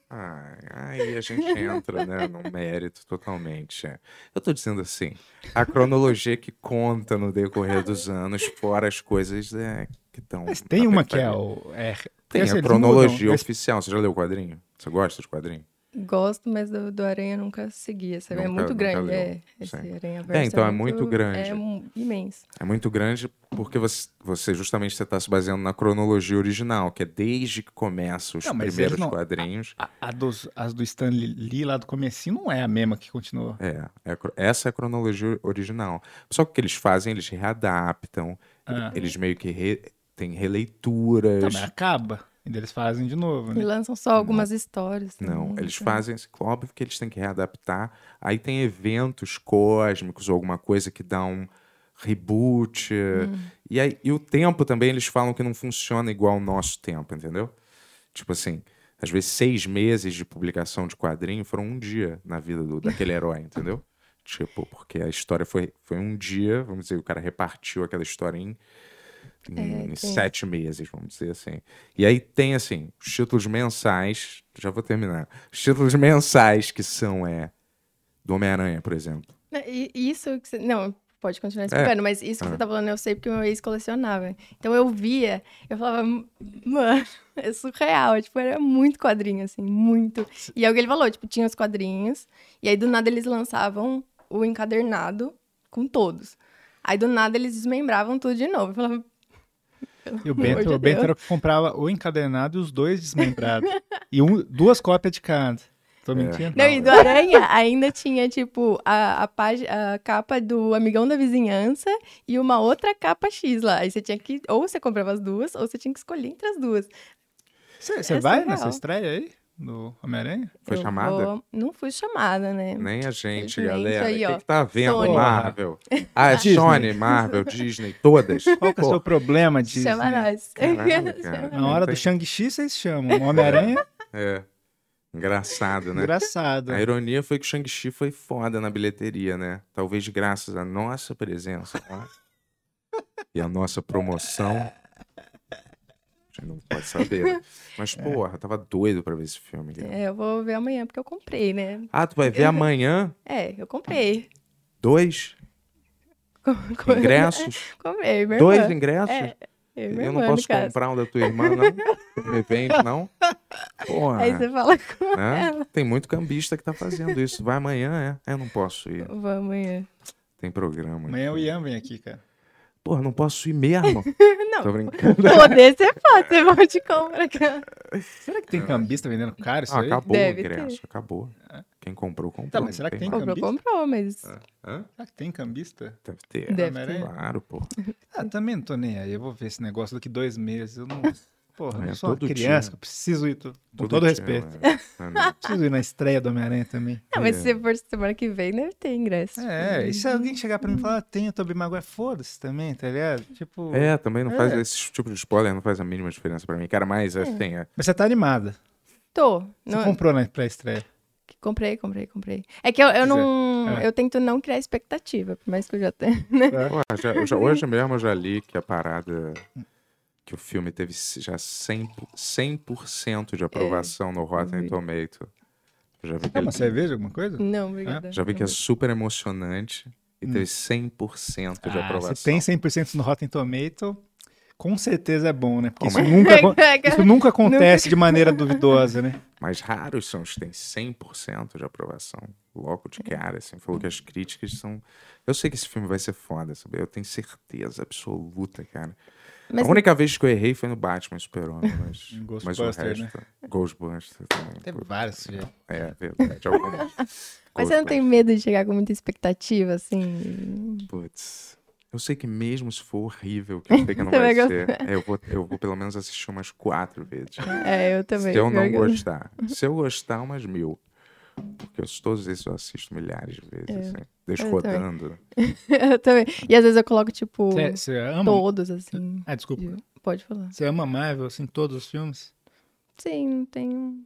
C: Ah, aí a gente entra, né, no mérito totalmente. é. Eu tô dizendo assim, a cronologia que conta no decorrer dos anos, fora as coisas é, que estão...
B: Mas tem uma que é o. É,
C: Tá, Tem
B: assim,
C: a
B: eles
C: cronologia
B: mudam, mas-
C: oficial. Você já leu o quadrinho? Você gosta de quadrinho?
D: Gosto, mas do, do aranha eu nunca segui, sabe? é
C: Nunca-
D: muito
C: nunca
D: grande,
C: leu.
D: é. Esse
C: Sim.
D: aranhaverso.
C: É, então é muito grande.
D: É um- imenso.
C: É muito grande porque você, você justamente você está se baseando na cronologia original, que é desde que começa os
B: Não, mas eles
C: primeiros
B: não-
C: quadrinhos.
B: A, a dos, as do Stan Lee lá do comecinho não é a mesma que continuou.
C: É, é a cro- essa é a cronologia original. Só que o que eles fazem, eles readaptam,
B: Ah.
C: eles meio que re, têm releituras.
B: Tá, mas acaba. E daí eles fazem de novo,
D: E
B: né?
D: lançam só algumas histórias.
C: Não,
D: também,
C: eles
D: então.
C: fazem, óbvio que eles têm que readaptar. Aí tem eventos cósmicos ou alguma coisa que dá um reboot. E, aí, e o tempo também, eles falam que não funciona igual o nosso tempo, entendeu? Tipo assim, às vezes seis meses de publicação de quadrinho foram um dia na vida do- daquele herói, entendeu? Tipo, porque a história foi, foi um dia, vamos dizer, o cara repartiu aquela história em, em
D: É, tem
C: sete meses, vamos dizer assim. E aí tem, assim, os títulos mensais, já vou terminar. Os títulos mensais que são, é, do Homem-Aranha, por exemplo.
D: Né, E e isso que você- não, Pode continuar explicando, mas isso que
C: Ah.
D: você tá falando eu sei porque meu ex colecionava. Então eu via, eu falava, mano, *laughs* é surreal. Tipo, era muito quadrinho, assim, muito. E é o que ele falou, tipo, tinha os quadrinhos, e aí do nada eles lançavam o encadernado com todos. Aí do nada eles desmembravam tudo de novo. Eu falava,
B: E o
D: Pelo amor
B: Bento,
D: de
B: o Bento
D: Deus.
B: era o que comprava o encadenado e os dois desmembrados. e um- duas cópias de cada.
C: É.
B: Tô mentindo?
D: Não,
C: né?
D: e do Aranha ainda tinha, tipo, a, a, pag- a capa do Amigão da Vizinhança e uma outra capa X lá. Aí você tinha que, ou você comprava as duas, ou você tinha que escolher entre as duas.
B: Você você
D: é
B: vai
D: surreal.
B: nessa estreia aí? No Homem-Aranha?
C: Foi
D: Eu
C: chamada?
D: vou- Não fui chamada, né?
C: Nem a gente,
D: Infelizmente,
C: galera.
D: aí,
C: O que,
D: ó.
C: que tá vendo,
D: Sony. *laughs*
C: Marvel? Ah,
B: Disney.
C: Sony, Marvel, Disney, todas.
B: *laughs* Qual que é o
C: Pô,
B: seu problema de.
D: *laughs* Chama nós.
C: Caralho, cara.
B: Na hora do Shang-Chi, vocês chamam. O
C: *laughs*
B: Homem-Aranha
C: É. Engraçado, né?
B: engraçado.
C: A ironia foi que o Shang-Chi foi foda na bilheteria, né? Talvez graças à nossa presença lá e à nossa promoção. A gente não pode saber. né? Mas, porra, eu tava doido pra ver esse filme. cara.
D: É, eu vou ver amanhã, porque eu comprei, né?
C: Ah, tu vai ver amanhã
D: É, eu comprei. *laughs*
C: dois
D: Com- com-
C: ingressos?
D: *laughs* comprei, meu
C: Dois
D: irmão.
C: ingressos?
D: É, Eu, e minha
C: eu não
D: irmã, no
C: posso
D: caso.
C: comprar um da tua irmã,
D: *laughs*
C: não? Tu Me vende, não? Porra.
D: Aí você fala com
C: né?
D: ela.
C: Tem muito cambista que tá fazendo isso. Vai amanhã, é? É, não posso ir. *laughs*
D: Vou amanhã.
C: Tem programa.
B: Amanhã
C: né?
B: é o
C: aqui.
B: Ian vem aqui, cara.
C: Porra, não posso ir mesmo.
D: Não,
C: Tô brincando.
D: poder você pode, é você pode comprar, cara.
B: Será que tem cambista vendendo caro isso
C: Ah,
B: aí?
C: acabou
D: Deve
C: o ingresso, acabou. Quem comprou, comprou.
B: É. Tá, mas
C: não
B: será que tem
C: mais.
D: Comprou,
B: cambista?
D: comprou, mas
C: Ah. Hã?
B: Será que tem cambista?
C: Deve ter.
D: Deve
B: ter.
C: Claro, pô.
B: Ah, também não tô nem aí. Eu vou ver esse negócio daqui dois meses. Eu
C: *laughs*
B: não. Porra,
C: É,
B: eu sou uma
C: todo dia.
B: criança, eu preciso ir. tô- Com
C: Todo
B: todo
C: dia,
B: respeito.
C: né? Ah, não.
B: *laughs* Preciso ir na estreia do Homem-Aranha também.
D: Não, Ah, mas se você for semana que vem, deve ter ingresso.
B: É, e se
D: Uhum.
B: alguém chegar pra mim e falar, "Ah, tem o Tobey Maguire, foda-se também, tá ligado? Tipo.
C: É, também não faz
B: É.
C: esse tipo de spoiler, não faz a mínima diferença pra mim. Cara, mas é. tem. é.
B: Mas você tá animada.
D: Tô.
B: Você
D: Não,
B: comprou na pré-estreia.
D: que- Comprei, comprei, comprei. É que eu, eu
B: Pois é.
D: não.
B: É.
D: Eu tento não criar expectativa, por mais que eu
B: *laughs*
D: já tenha.
C: Pô, já- eu já- hoje mesmo eu já li que a parada. Que o filme teve já 100%, 100 de aprovação no Rotten Tomato. Eu Já vi que
B: Quer uma
C: ele-
B: cerveja, alguma coisa?
D: Não, obrigada.
C: Já vi que é super emocionante e teve 100% de
B: Hum. Ah,
C: aprovação.
B: se tem 100% no Rotten Tomato, com certeza é bom, né? Porque
C: Bom,
B: isso
D: *laughs*
B: nunca, acon-
D: é,
B: isso nunca acontece de maneira duvidosa, né?
C: Mas raros são os que têm 100% de aprovação. Logo
D: Hum.
C: de cara, assim. Falou que as críticas são... Eu sei que esse filme vai ser foda, sabe? Eu tenho certeza absoluta, cara.
D: Mas
C: A única vez que eu errei foi no Batman e Super-Homem,
D: *laughs*
C: mas...
B: Em
C: mas o
D: né?
B: Ghostbuster,
C: resto... Ghostbusters também.
B: Teve vários, filho.
C: É, verdade. algumas.
D: *laughs* Mas você não tem medo de chegar com muita expectativa, assim?
C: Putz. Eu sei que mesmo se for horrível, que eu sei que não
D: *laughs* Você
C: vai
D: vai
C: ser, é, eu, vou, eu vou pelo menos assistir umas quatro vezes.
D: É, eu também.
C: Se
B: um
C: eu não
D: pior que
C: gostar. Se eu gostar, umas mil. Porque eu- todos esses eu assisto milhares de vezes,
D: É.
C: assim.
D: então.
C: Deixo
D: Eu também.
C: rodando.
D: *laughs* Eu também. E às vezes eu coloco, tipo,
B: Você, é, você ama.
D: todos, assim.
B: Ah, desculpa.
D: de- Pode falar.
B: Você ama Marvel, assim, todos os filmes?
D: Sim, não tem.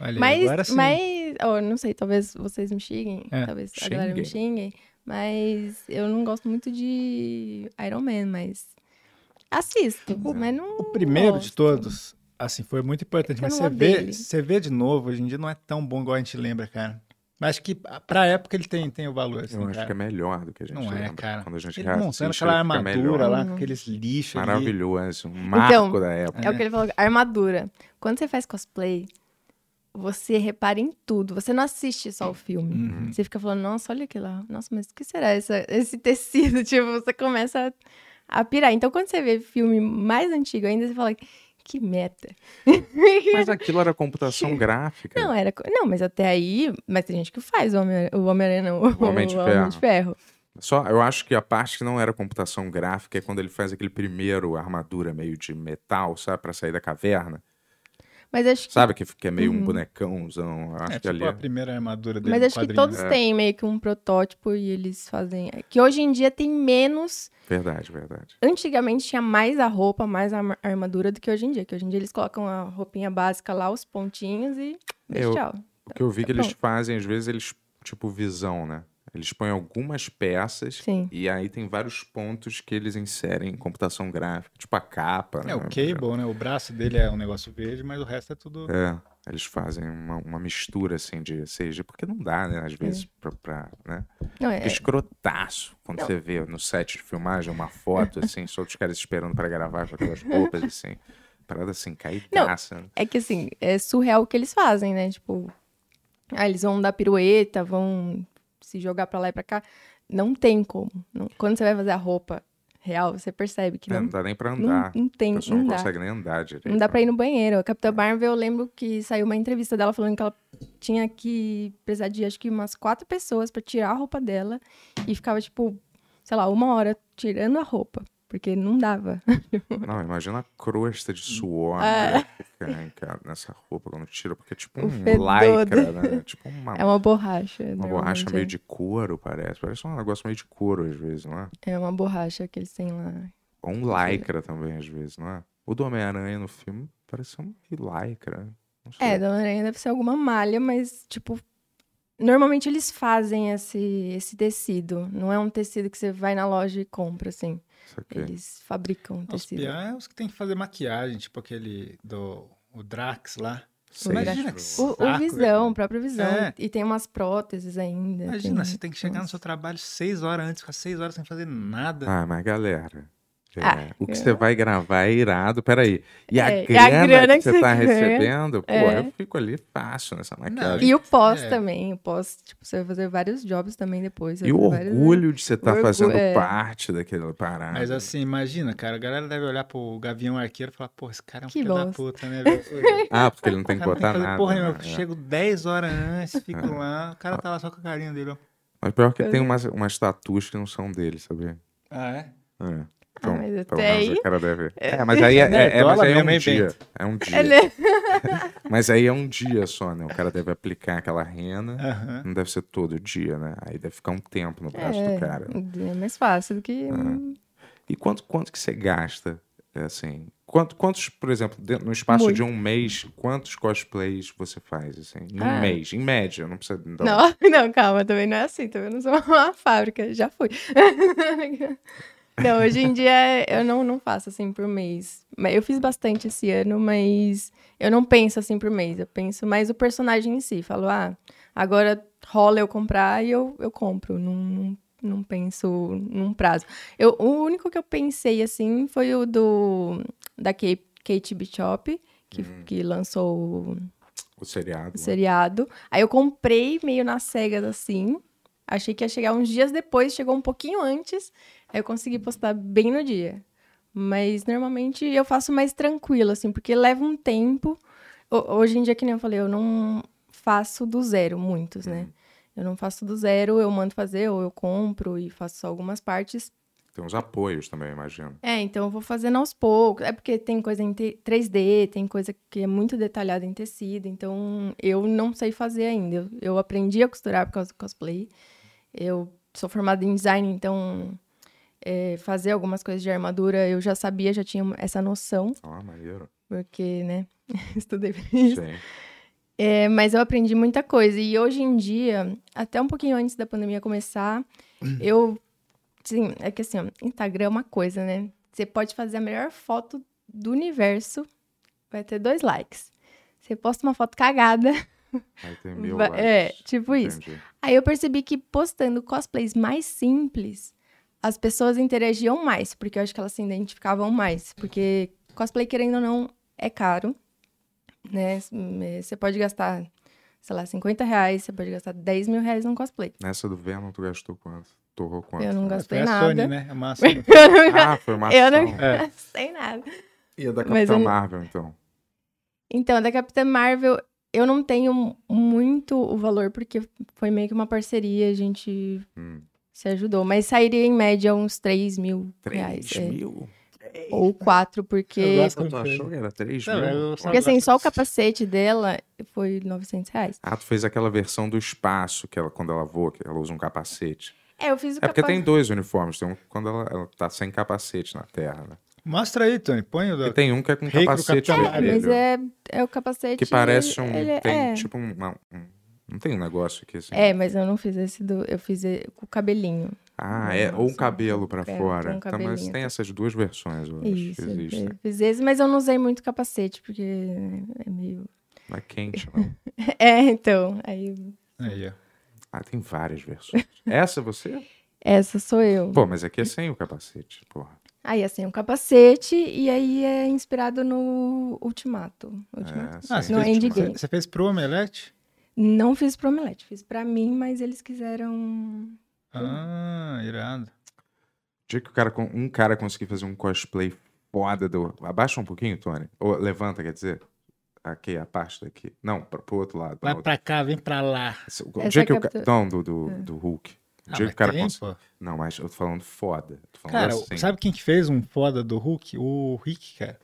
B: Olha,
D: Mas,
B: agora sim.
D: mas, oh, não sei, talvez vocês me xinguem,
B: É,
D: talvez a galera me xinguem, mas eu não gosto muito de Iron Man, mas assisto, mas não
B: O primeiro de
D: gosto.
B: todos, assim, foi muito importante.
D: Eu
B: Mas
D: não
B: você
D: gosto
B: vê,
D: dele.
B: você vê de novo, hoje em dia não é tão bom igual a gente lembra, cara. Mas acho que pra época ele tem, tem o valor, assim,
C: Eu acho que é
B: cara.
C: melhor do que a gente
B: Não é,
C: lembra.
B: cara.
C: Quando a gente
B: Ele
C: reassiste,
B: montando
C: ele
B: aquela
C: fica
B: armadura
C: melhor.
D: Uhum.
B: lá, com aqueles lixos ali.
C: Maravilhoso.
D: Então,
C: Um marco da época.
D: É o que ele falou, armadura. Quando você faz cosplay, você repara em tudo. Você não assiste só o filme.
B: Uhum.
D: Você fica falando, nossa, olha aquilo lá. Nossa, mas o que será essa- esse tecido? *laughs* Tipo, você começa a, a pirar. Então, quando você vê filme mais antigo ainda, você fala, que *laughs* meta.
C: Mas aquilo era computação gráfica.
D: Não, é era. co- Não, mas até aí. Mas tem gente que faz o Homem- o Homem-Aranha, não. *laughs* O,
C: Homem de
D: o
C: Ferro.
D: Homem de Ferro.
C: Só, eu acho que a parte que não era computação gráfica é quando ele faz aquele primeiro armadura meio de metal, sabe? Pra sair da caverna.
D: Mas acho que.
C: Sabe? Que, que é meio
D: Uhum.
C: um bonecãozão. Eu acho
B: É,
C: que
B: tipo
C: ali...
B: a primeira armadura dele
D: Mas
B: no
D: acho que
B: quadrinho,
D: todos
C: É.
B: né?
D: têm meio que um protótipo e eles fazem. é Que hoje em dia tem menos.
C: Verdade, verdade.
D: Antigamente tinha mais a roupa, mais a ma- armadura do que hoje em dia. Que hoje em dia eles colocam a roupinha básica lá, os pontinhos e. beijo,
C: Eu-
D: Tchau.
C: O que eu vi que
D: Tá
C: eles
D: bom.
C: fazem, às vezes, eles... Tipo, visão, né? Eles põem algumas peças...
D: Sim.
C: E aí tem vários pontos que eles inserem em computação gráfica, tipo a capa.
B: É o
C: né?
B: Cable, né? O braço dele é um negócio verde, mas o resto é tudo.
C: É. Eles fazem uma, uma mistura assim de CG, porque não dá, né? Às vezes, pra, pra, né?
D: Não, é,
C: Fica escrotaço quando você vê no set de filmagem uma foto
D: *laughs*
C: assim, só os caras esperando pra gravar com aquelas roupas assim. Parada assim, caidaça.
D: é que assim, é surreal o que eles fazem, né? Tipo, ah, eles vão dar pirueta, vão se jogar pra lá e pra cá. Não tem como. Não- quando você vai fazer a roupa real, você percebe que
C: É, Não,
D: não,
C: dá nem pra
D: não,
C: andar.
D: não
C: a
D: tem,
C: pessoa
D: não,
C: não,
D: dá.
C: consegue nem andar direito.
D: Não dá pra ir no banheiro. A Capitã Marvel, eu lembro que saiu uma entrevista dela falando que ela tinha que precisar de acho que umas quatro pessoas pra tirar a roupa dela e ficava, tipo, sei lá, uma hora tirando a roupa. Porque não dava.
C: Não, imagina a crosta de suor
D: É.
C: né, que fica em ca- nessa roupa quando tira, porque é tipo
D: O
C: um
D: fedor.
C: lycra,
D: *laughs*
C: né? Tipo uma,
D: É uma borracha.
C: uma borracha meio de couro, parece. Parece um negócio meio de couro às vezes, não é?
D: É uma borracha que eles têm lá.
C: Ou um lycra também às vezes, não é? O do Homem-Aranha no filme parece um lycra. Não sei.
D: É, da Homem-Aranha deve ser alguma malha, mas, tipo, normalmente eles fazem esse, esse tecido. Não é um tecido que você vai na loja e compra, assim.
C: Isso aqui.
D: Eles fabricam o
B: Os
D: tecido.
B: piá é os que tem que fazer maquiagem, tipo aquele do o Drax lá.
C: Sei,
B: Imagina que
C: tipo,
D: O, o
B: Saco,
D: visão,
B: velho.
D: o próprio visão.
B: né? É.
D: E tem umas próteses ainda.
B: Imagina,
D: tem-
B: você tem que chegar no seu trabalho seis horas antes, ficar seis horas sem fazer nada.
C: Ah, mas galera. é,
D: Ah,
C: o que
D: é.
C: você vai gravar é irado, peraí. E a,
D: É, e
C: grana,
D: a grana
C: que
D: que
C: você
D: você
C: tá
D: ganha,
C: recebendo, pô,
D: é.
C: eu fico ali fácil nessa maquiagem.
D: E o pós
B: É.
D: também. O pós, tipo, você vai fazer vários jobs também depois. vai
C: E o
D: fazer vários-
C: orgulho de você estar
D: orgulho,
C: fazendo
D: é.
C: parte daquela parada.
B: Mas assim, imagina, cara, a galera deve olhar pro Gavião Arqueiro e falar, pô, esse cara é um
D: Que
B: filho da
D: bosta.
B: puta,
D: *laughs*
B: né? velho?
C: Ah, porque ele não tem que
B: O cara
C: botar
B: fazer
C: nada.
B: Porra,
C: né?
B: nenhuma. eu
C: É.
B: chego 10 horas antes,
C: *laughs*
B: fico lá, o cara tá lá só com a carinha dele, ó.
C: Mas pior que tem umas, umas tatuas que não são dele, sabia?
B: Ah, é?
C: É. Então,
D: Ah, mas
C: pelo
D: até
C: menos
D: aí-
C: o cara deve. É, mas aí é, é- é- mas
B: Nerdola
C: aí é
B: mesmo,
C: um
B: hein,
C: dia. É um dia.
D: Ele é
C: Mas aí é um dia só, né? O cara deve aplicar aquela rena.
B: Aham.
C: Não deve ser todo dia, né? Aí deve ficar um tempo no braço do cara. né?
D: *laughs* é mais fácil do que.
C: Ah. E quanto, quanto que você gasta? é, Assim, quanto, quantos, por exemplo, dentro, no espaço
D: Muito.
C: de um mês, quantos cosplays você faz? Assim, num
D: Ah.
C: mês, em média, não precisa. dar-
D: Não, *laughs* não, calma, também não é assim, também não sou *laughs* uma fábrica, já fui. *laughs* não, hoje em dia eu não, não faço assim por mês. Mas Eu fiz bastante esse ano, mas eu não penso assim por mês, eu penso mais o personagem em si. Falo, ah, agora rola eu comprar e eu, eu compro, não, não, não penso num prazo. Eu, o único que eu pensei assim foi o do da Kate, Kate Bishop, que, que lançou o
C: O seriado.
D: o
C: né?
D: seriado. Aí eu comprei meio nas cegas assim. Achei que ia chegar uns dias depois, chegou um pouquinho antes. Aí eu consegui postar bem no dia. Mas normalmente eu faço mais tranquilo, assim, porque leva um tempo. Ho- Hoje em dia, que nem eu falei, eu não faço do zero muitos, né? Eu não faço do zero, eu mando fazer, ou eu compro e faço só algumas partes.
C: Tem uns apoios também, eu imagino.
D: É, então eu vou fazendo aos poucos. É porque tem coisa em te- 3D, tem coisa que é muito detalhada em tecido. Então eu não sei fazer ainda. Eu, eu aprendi a costurar por causa do cosplay. Eu sou formada em design, então é, fazer algumas coisas de armadura eu já sabia, já tinha essa noção,
C: Ah,
D: *laughs*
C: maneiro.
D: porque, né, estudei pra isso.
C: Sim.
D: É, mas eu aprendi muita coisa. E hoje em dia, até um pouquinho antes da pandemia começar, eu. Sim, é que assim, ó, Instagram é uma coisa, né? Você pode fazer a melhor foto do universo, vai ter dois likes. Você posta uma foto cagada.
C: Aí tem mil
D: vai- é,
C: likes.
D: tipo isso.
C: Entendi.
D: Aí eu percebi que postando cosplays mais simples, as pessoas interagiam mais, porque eu acho que elas se identificavam mais. Porque cosplay, querendo ou não, é caro, né? Eh, Você pode gastar, sei lá, 50 reais, você pode gastar 10 mil reais num cosplay.
C: Nessa do Venom, tu gastou quanto? Torrou quanto?
D: Eu não
B: Mas
D: gastei
B: foi a
D: nada.
B: Sony, né? A
D: *laughs*
B: massa.
D: Eu não
C: *laughs*
D: ga-
C: Ah, foi uma ação.
D: *laughs* eu não
B: É.
D: gastei nada.
C: E a da
D: Mas
C: Capitã
D: eu não-
C: Marvel, então.
D: Então, da Capitã Marvel, eu não tenho muito o valor, porque foi meio que uma parceria, a gente
C: Hum.
D: se ajudou. Mas sairia em média uns 3 mil
C: 3
D: reais. é.
C: mil?
D: Ou quatro,
B: Eu
D: porque.
B: gosto
C: Nossa, tu
B: muito
C: achou
B: dele.
C: que era 3
B: Não,
C: mil?
B: eu só-
D: Porque assim, só o capacete dela foi 900 reais.
C: Ah, tu fez aquela versão do espaço, que ela, quando ela voa, que ela usa um capacete.
D: É, eu fiz o
C: É porque
D: capacete.
C: tem dois uniformes. Tem um quando ela, ela tá sem capacete na Terra, né?
B: Mostra aí, Tony, põe o
C: E
B: do...
C: tem um que é com
B: Recro
C: capacete
B: Capitão
D: É, mas
C: vermelho.
D: é, é o capacete.
C: Que parece um...
D: ele-
C: tem
D: é.
C: tipo um... uma- um- não tem um negócio aqui assim?
D: É, mas eu não fiz esse do. Eu fiz e- com o cabelinho.
C: Ah, é. Ou um
D: Nossa,
C: cabelo pra
D: é, tem
C: fora.
D: um
C: então, mas
D: cabelinho,
C: tem
D: tá.
C: essas duas versões, eu acho,
D: Isso.
C: que né? existem.
D: Eu fiz esse, mas eu não usei muito capacete, porque é meio. *laughs*
C: Não é quente, não.
D: É, então. Aí,
B: Aí, ó.
C: Ah, tem várias versões. Essa é você?
D: essa sou eu.
C: Pô, mas aqui é sem o capacete, porra.
D: Aí, assim, um capacete, e aí é inspirado no Ultimato. Ultimato.
C: É,
B: Ah,
C: sem.
D: Não é
B: fez,
D: indie
B: você,
D: game.
B: você fez pro omelete?
D: Não fiz pro Omelete, fiz pra mim, mas eles quiseram.
B: Ah, irado.
C: O dia que o cara, con- um cara conseguir fazer um cosplay foda do. Abaixa um pouquinho, Tony. Ou levanta, quer dizer. Aqui, a parte daqui. Não, pro, pro outro lado. pra
B: Vai
C: outra.
B: pra cá, vem pra lá.
C: Assim, O
D: Essa
C: dia que
D: é a
C: o ca-
D: captura-
C: Não, do, do, do Hulk. O
B: Ah,
C: dia
B: mas
C: que o cara
B: tem,
C: conseguir.
B: pô.
C: Não, mas eu tô falando foda. Tô falando
B: Cara,
C: assim.
B: sabe quem que fez um foda do Hulk? O Rick, cara.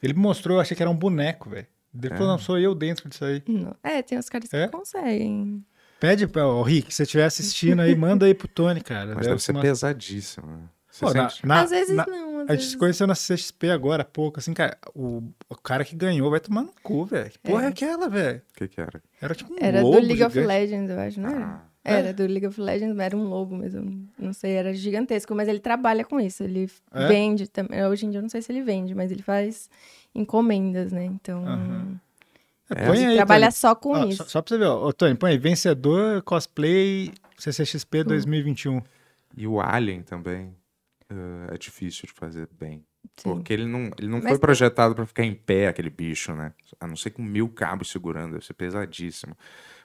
B: Ele me mostrou, eu achei que era um boneco, velho. Ele
C: É.
B: falou, não, sou eu dentro disso aí.
D: Não. É, tem os caras que
B: É?
D: conseguem.
B: Pede pra o Rick, se você estiver assistindo aí, manda aí pro Tony, cara.
C: Mas deve ser
B: uma-
C: pesadíssimo, né? Você
B: Pô, na-
C: sente?
B: na-
D: às vezes
B: na-
D: não, às
B: A gente
D: vezes.
B: se conheceu na CXP agora há pouco, assim, cara. O, o cara que ganhou vai tomar no cu, velho. Que porra é, aquela, velho?
C: O que que era?
B: Era tipo um
D: Era do
B: lobo
D: League of
B: gigante.
D: Legends, eu acho, não era?
C: Ah,
D: Era do League of Legends, mas era um lobo mesmo. Não sei, era gigantesco, mas ele trabalha com isso. Ele
B: É?
D: vende também. Hoje em dia eu não sei se ele vende, mas ele faz encomendas, né? Então.
B: Aham.
C: É,
B: Põe aí,
D: trabalha
B: Tony.
D: só com
B: Ó,
D: isso.
B: Só, só pra você ver, ó. Ô, Tony, põe aí, vencedor cosplay
D: Hum.
B: CCXP 2021.
C: E o Alien também eh, é difícil de fazer bem.
D: Sim.
C: Porque ele não, ele não
D: Mas
C: foi
D: tem-
C: projetado pra ficar em pé, aquele bicho, né? A não ser com mil cabos segurando, deve ser pesadíssimo.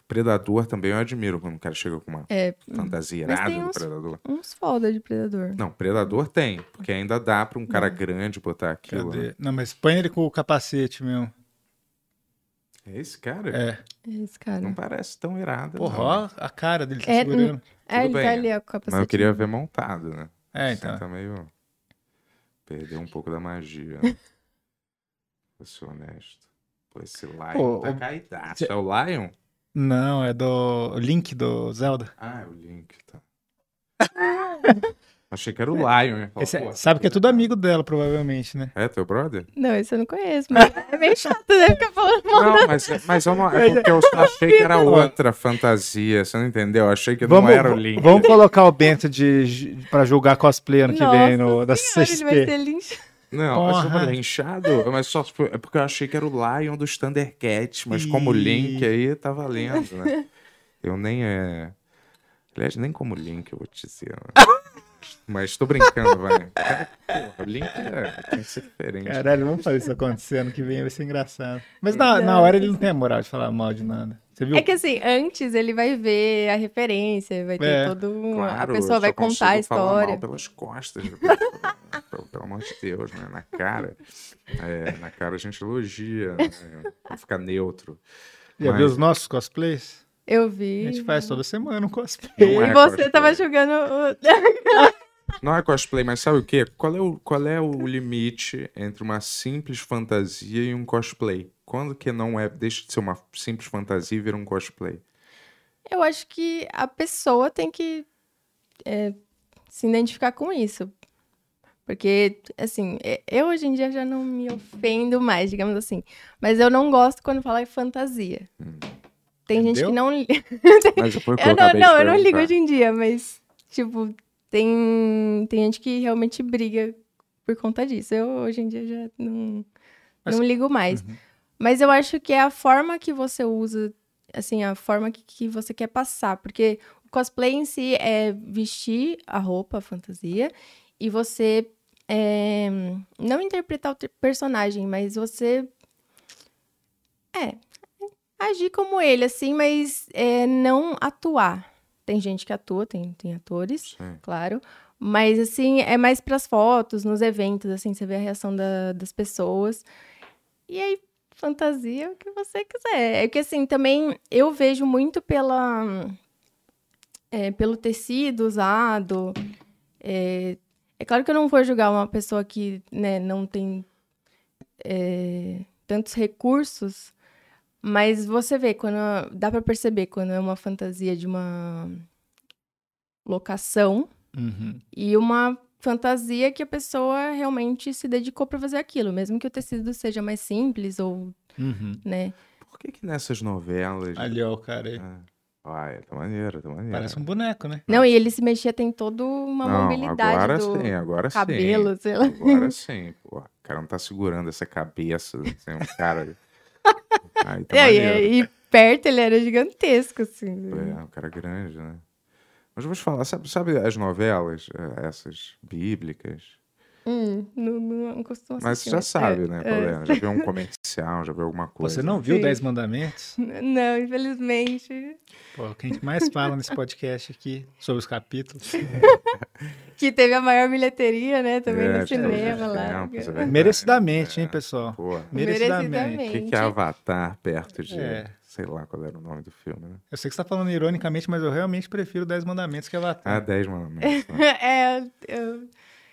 C: Predador também eu admiro quando o cara chega com uma
D: É,
C: fantasia
D: Mas
C: irada
D: tem
C: do
D: uns-
C: Predador.
D: uns foda de predador.
C: Não, Predador tem, porque ainda dá pra um cara grande botar aquilo.
B: Cadê?
C: Né?
B: Não, mas põe ele com o capacete mesmo.
C: É esse cara?
B: É.
D: É Esse cara.
C: Não parece tão irado.
B: Porra,
C: não.
B: ó a cara dele tá
D: É,
B: segurando.
D: é, ele
C: bem,
D: tá
C: né?
D: ali, ó, com o
C: Mas
D: capacete.
C: eu queria ver montado, né?
B: É,
C: Assim
B: então.
C: Tá meio. Perdeu um pouco da magia.
B: *laughs*
C: Né? Vou ser honesto. Pô, esse Lion
B: Pô,
C: tá
B: o-
C: caidaço. É o Lion?
B: Não, é do Link do Zelda.
C: Ah, é o Link,
B: *laughs*
C: tá. Achei que era o Lion. eu ia falar,
B: Esse é-
C: pô,
B: sabe que é tudo amigo dela, provavelmente, né?
C: É teu brother?
B: *laughs*
D: Não, esse eu não conheço, mas é meio chato, né? Ficar falando mal.
C: Não, mas, mas eu não, é porque eu só achei que era outra fantasia. Você não entendeu? Eu achei que não era o Link.
B: vamos colocar o Bento de, ju- pra julgar cosplay ano que vem no, da
D: senhora, ele vai
B: CXP.
D: ser lixo.
C: Não, mas eu
B: Porra.
C: falei inchado. Mas só foi, é porque eu achei que era o Lion dos Thundercats, mas como
B: Ih.
C: Link aí tá valendo, né? Eu nem é. Aliás, nem como Link eu vou te dizer. né? mas tô brincando, vai. Cara, porra, Link é, tem que ser diferente.
B: Caralho, vamos fazer isso acontecer ano que vem, vai ser engraçado. Mas na, na hora ele não tem a moral de falar mal de nada. Você viu?
D: É que assim, antes ele vai ver a referência, vai ter
B: É,
D: todo um...
C: Claro,
D: a
C: eu
D: pessoa vai
C: só
D: contar a
C: consigo falar
D: história.
C: Mal pelas costas. né? Pelo- pelo, pelo amor de Deus, né? Na cara. É, na cara a gente elogia, né? Pra ficar neutro.
B: Já
C: Mas-
B: viu os nossos cosplays?
D: Eu
B: A
D: vi.
B: gente faz toda semana um cosplay.
C: Não é
D: E você
C: cosplay.
D: tava jogando o...
C: Não é cosplay, mas sabe o quê? Qual é o, qual é o limite entre uma simples fantasia e um cosplay? Quando que não é, deixa de ser uma simples fantasia e vira um
D: *laughs*
C: cosplay?
D: *laughs* Eu acho que a pessoa tem que é, se identificar com isso. Porque, assim, é- eu hoje em dia já não me ofendo mais, digamos assim. Mas eu não gosto quando fala em fantasia. Tem gente
B: Hum. Entendeu?
D: que não. li-
C: Mas foi o que eu
D: Eu É, não,
C: acabei de
D: não, eu não ligo
C: perguntar.
D: hoje em dia, mas, tipo, tem, tem gente que realmente briga por conta disso. Eu hoje em dia já não,
B: Mas-
D: não ligo mais.
C: Uhum.
D: Mas eu acho que é a forma que você usa, assim, a forma que, que você quer passar. Porque o cosplay em si é vestir a roupa, a fantasia, e você é, não interpretar o te- personagem, mas você. É. Agir como ele, assim, mas é, não atuar. Tem gente que atua, tem, tem atores,
C: Sim.
D: claro. Mas, assim, é mais pras fotos, nos eventos, assim, você vê a reação da- das pessoas. E aí, fantasia é o que você quiser. É que, assim, também eu vejo muito pela. é, pelo tecido usado. É, é claro que eu não vou julgar uma pessoa que né, não tem é, tantos recursos, mas você vê, quando dá pra perceber quando é uma fantasia de uma locação
B: Uhum.
D: e uma fantasia que a pessoa realmente se dedicou pra fazer aquilo, mesmo que o tecido seja mais simples ou,
B: Uhum.
D: né?
C: Por que que nessas novelas...
B: Ali, ó, o cara aí.
C: Ah, Ai, tá maneiro, tá maneiro.
B: Parece um boneco, né?
D: Não, e ele se mexia tem toda uma
C: não,
D: mobilidade
C: agora
D: do
C: sim, é assim. agora
D: cabelo, sei
C: sim.
D: lá. *laughs*
C: Agora sim, pô. O cara não tá segurando essa cabeça, assim, um cara... Aí *laughs* tá
D: É, E, aí,
C: maneiro.
D: e perto ele era gigantesco, assim.
C: É, um cara grande, né? Mas eu vou te falar, sabe, sabe as novelas, eh, essas bíblicas?
D: Hum, não, não, não costumo
C: Mas você
D: assistir,
C: já sabe,
D: é,
C: né,
D: é.
C: Paulina? Já viu um comercial, já viu alguma coisa.
B: Você não viu
D: Sim.
B: Dez Mandamentos?
D: É. *laughs* Não, infelizmente.
B: Pô, quem que mais fala nesse podcast aqui sobre os
C: *laughs*
B: capítulos?
D: Que teve a maior bilheteria, né? Também
C: É,
D: no
C: de todos os
D: cinema lá.
C: tempos, é verdade.
B: Merecidamente, hein,
C: É.
B: pessoal?
C: Pô, o
B: Merecidamente.
D: Merecidamente.
C: que, que é Avatar perto de,
B: É.
C: sei lá qual era o nome do filme, né?
B: Eu sei que você tá falando ironicamente, mas eu realmente prefiro Dez Mandamentos que
C: Ah,
B: Avatar.
C: 10 mandamentos. né?
D: *laughs* *laughs* É, eu,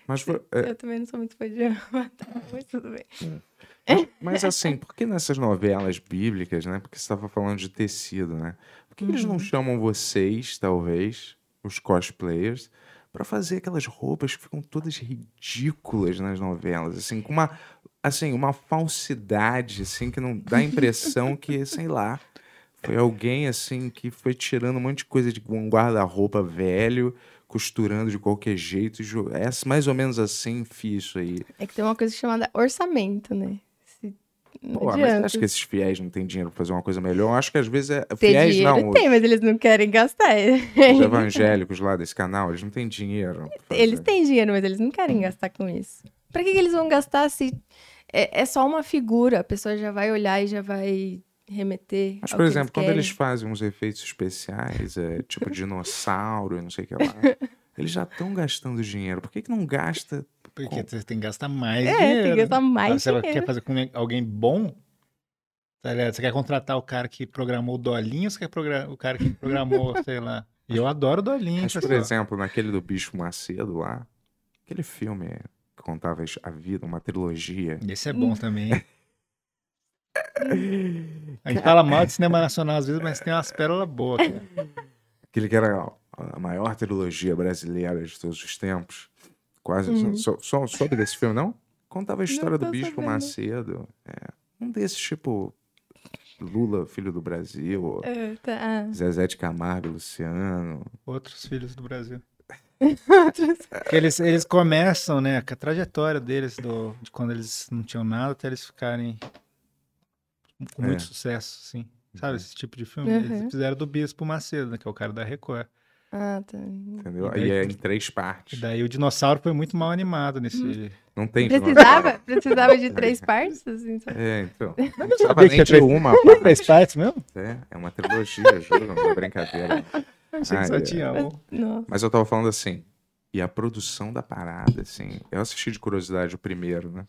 C: Mas, foi- é,
D: eu também não sou muito fã de *laughs* Avatar, mas tudo bem.
C: mas, mas assim, por que nessas novelas bíblicas, né? Porque você estava falando de tecido, né? Por que eles não chamam vocês, talvez, os cosplayers, pra fazer aquelas roupas que ficam todas ridículas nas novelas, assim, com uma, assim, uma falsidade, assim, que não dá a impressão que, sei lá, foi alguém, assim, que foi tirando um monte de coisa de um guarda-roupa velho, costurando de qualquer jeito, e jo- é mais ou menos assim, enfia isso aí.
D: É que tem uma coisa chamada orçamento, né? Se, não
C: Pô, mas
D: adianta.
C: acho que esses fiéis não têm dinheiro pra fazer uma coisa melhor. Eu Acho que às vezes é.
D: Ter
C: fiéis
D: dinheiro
C: não.
D: tem, mas eles não querem gastar. *laughs*
C: Os evangélicos lá desse canal, eles não têm dinheiro. pra fazer.
D: *laughs* Eles têm dinheiro, mas eles não querem gastar com isso. Pra que, que eles vão gastar se é, é só uma figura? A pessoa já vai olhar e já vai remeter.
C: Mas,
D: ao
C: por
D: que
C: exemplo, quando
D: querem.
C: eles fazem uns efeitos especiais,
D: *laughs*
C: é, tipo dinossauro e não sei o que lá, eles já estão gastando dinheiro. Por que, que não gasta?
B: Porque você tem que gastar mais
D: Ah, É,
B: dinheiro. né?
D: tem que
C: né?
D: gastar
C: Ah,
D: mais
B: Se ela
D: dinheiro.
B: quer fazer com alguém bom, tá ligado? você quer contratar o cara que programou o Dolinho ou você quer progra- o cara que
D: *laughs*
B: programou, sei lá. E eu adoro o Dolinho,
C: Mas, por
B: pessoal.
C: exemplo, naquele do Bicho Macedo lá, aquele filme que contava a vida, uma trilogia.
B: Esse é bom
D: *laughs*
B: também. hein? A gente fala mal de cinema nacional às vezes, mas tem umas pérolas boas. cara.
C: Aquele que era a maior trilogia brasileira de todos os tempos. Quase.
D: Uhum.
C: Só, só, soube desse filme, não? Contava a história do
D: tô
C: Bispo
D: sabendo.
C: Macedo. É, um desses, tipo. Lula, filho do Brasil.
D: Ah, tá. Ah.
C: Zezé de Camargo, e Luciano.
B: Outros filhos do
D: *laughs*
B: Brasil. Porque eles, eles começam, né? Com a trajetória deles, do, de quando eles não tinham nada até eles ficarem com muito
C: É.
B: sucesso, assim. Sabe esse tipo de filme?
D: Uhum.
B: Eles fizeram do Bispo Macedo, né, que é o cara da Record.
D: Ah, tá.
C: Entendeu?
B: E
C: E
B: daí-
C: é em três
B: E
C: partes.
B: daí o dinossauro foi muito mal animado nesse.
D: Uhum.
C: Não tem.
D: Precisava, precisava de
C: *laughs*
D: três partes? Assim, só-
C: É, então. Não precisava nem
B: que
C: de
B: é
C: uma
B: Três
C: parte.
B: partes mesmo?
C: É, é uma trilogia, juro, não é brincadeira.
B: Achei que só
C: Ah, é.
B: tinha um.
D: Nossa.
C: Mas eu tava falando assim, e a produção da parada, assim. Eu assisti de curiosidade o primeiro, né?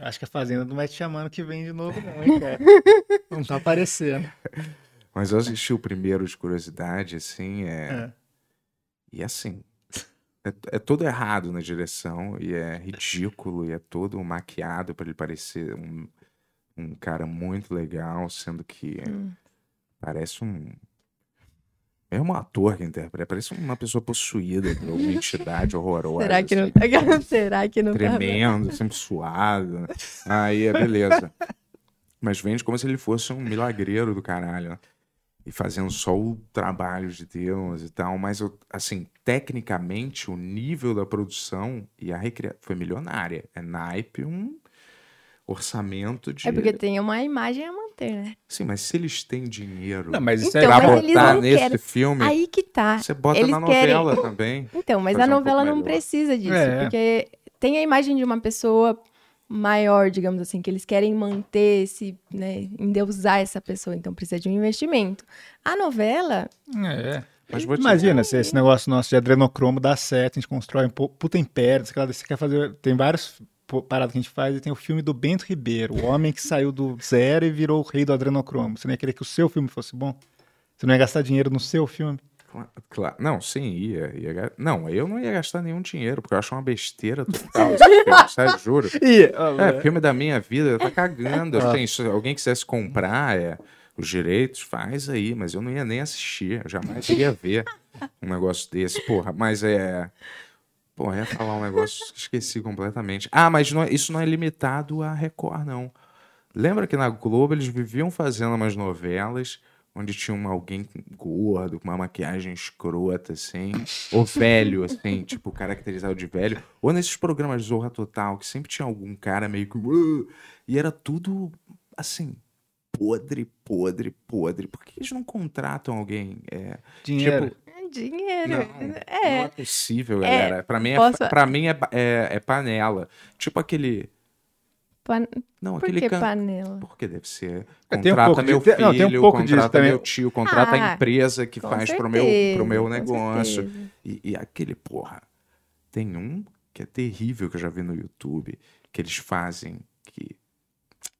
B: Acho que a Fazenda não vai te chamando que vem de novo, não, hein,
D: *laughs*
B: cara? não tá aparecendo.
C: Mas eu assisti o primeiro de curiosidade, assim, é...
B: É.
C: e assim. É, é todo errado na direção, e é ridículo, e é todo maquiado pra ele parecer um, um cara muito legal, sendo que
D: Hum.
C: parece um. É um ator que interpreta, parece uma pessoa possuída por
D: *laughs*
C: alguma entidade horrorosa.
D: Será que
C: assim.
D: não tá *laughs* Será que não tá-
C: tremendo, sempre suado. Aí é beleza. Mas vende como se ele fosse um milagreiro do caralho. né? E fazendo só o trabalho de Deus e tal. Mas, eu- assim, tecnicamente, o nível da produção e a recria... foi milionária. É naipe um orçamento de...
D: É porque tem uma imagem a manter, né?
C: Sim, mas se eles têm dinheiro
B: Não, mas isso
D: Então,
C: pra
B: é.
D: mas eles
C: botar
D: não
C: nesse
D: querem.
C: filme,
D: Aí que tá.
C: você bota
D: eles
C: na
D: querem-
C: novela também.
D: Então, mas
C: Fazer
D: a
C: um pouco
D: novela não
C: melhor.
D: precisa disso,
B: É.
D: porque tem a imagem de uma pessoa maior, digamos assim, que eles querem manter esse, né, endeusar essa pessoa, então precisa de um investimento. A novela,
B: É.
C: Mas vou te
B: Imagina se esse negócio nosso de adrenocromo dá certo, a gente constrói um pu- puta império, sei lá, você quer fazer. Tem várias po- paradas que a gente faz e tem o filme do Bento Ribeiro, o homem que saiu do *laughs* zero e virou o rei do adrenocromo. Você não ia querer que o seu filme fosse bom? Você não ia gastar dinheiro no seu filme?
C: Cla- Claro. Não, sim, ia, ia. ga- Não, eu não ia gastar nenhum dinheiro, porque eu acho uma besteira total esse filme, sabe? Juro.
B: *laughs* Ih, né?
C: É, filme da minha vida, eu tô cagando. Eu tenho- se alguém quisesse comprar é, os direitos, faz aí, mas eu não ia nem assistir, eu jamais iria ver um negócio desse, porra. Mas é. Porra, eu ia falar um negócio, que esqueci completamente. Ah, mas não é- isso não é limitado a Record, não. Lembra que na Globo eles viviam fazendo umas novelas onde tinha um alguém gordo, com uma maquiagem escrota, assim, ou velho, assim, tipo, caracterizado de velho. Ou nesses programas Zorra Total, que sempre tinha algum cara meio que. "Uh", E era tudo assim. podre, podre, podre. Por que eles não contratam alguém? É,
B: Dinheiro.
C: Tipo,
D: é Dinheiro.
C: Não,
D: é.
C: Não é possível, galera. pra mim, é,
D: posso-
C: pra mim é, é- é panela. Tipo aquele.
D: Pan-
C: Não,
D: Por
C: aquele
D: que
C: can- né,
D: panela?
C: Porque deve ser.
B: É, tem um
C: Contrata
B: pouco de-
C: meu
B: tem-
C: filho,
B: não, tem um pouco disso
C: contrata
B: também.
C: meu tio, contrata
D: Ah,
C: a empresa que
D: Com
C: faz pro meu,
D: certeza,
C: pro meu
D: com
C: negócio.
D: certeza.
C: E, e aquele, porra, tem um que é terrível que eu já vi no YouTube, que eles fazem que.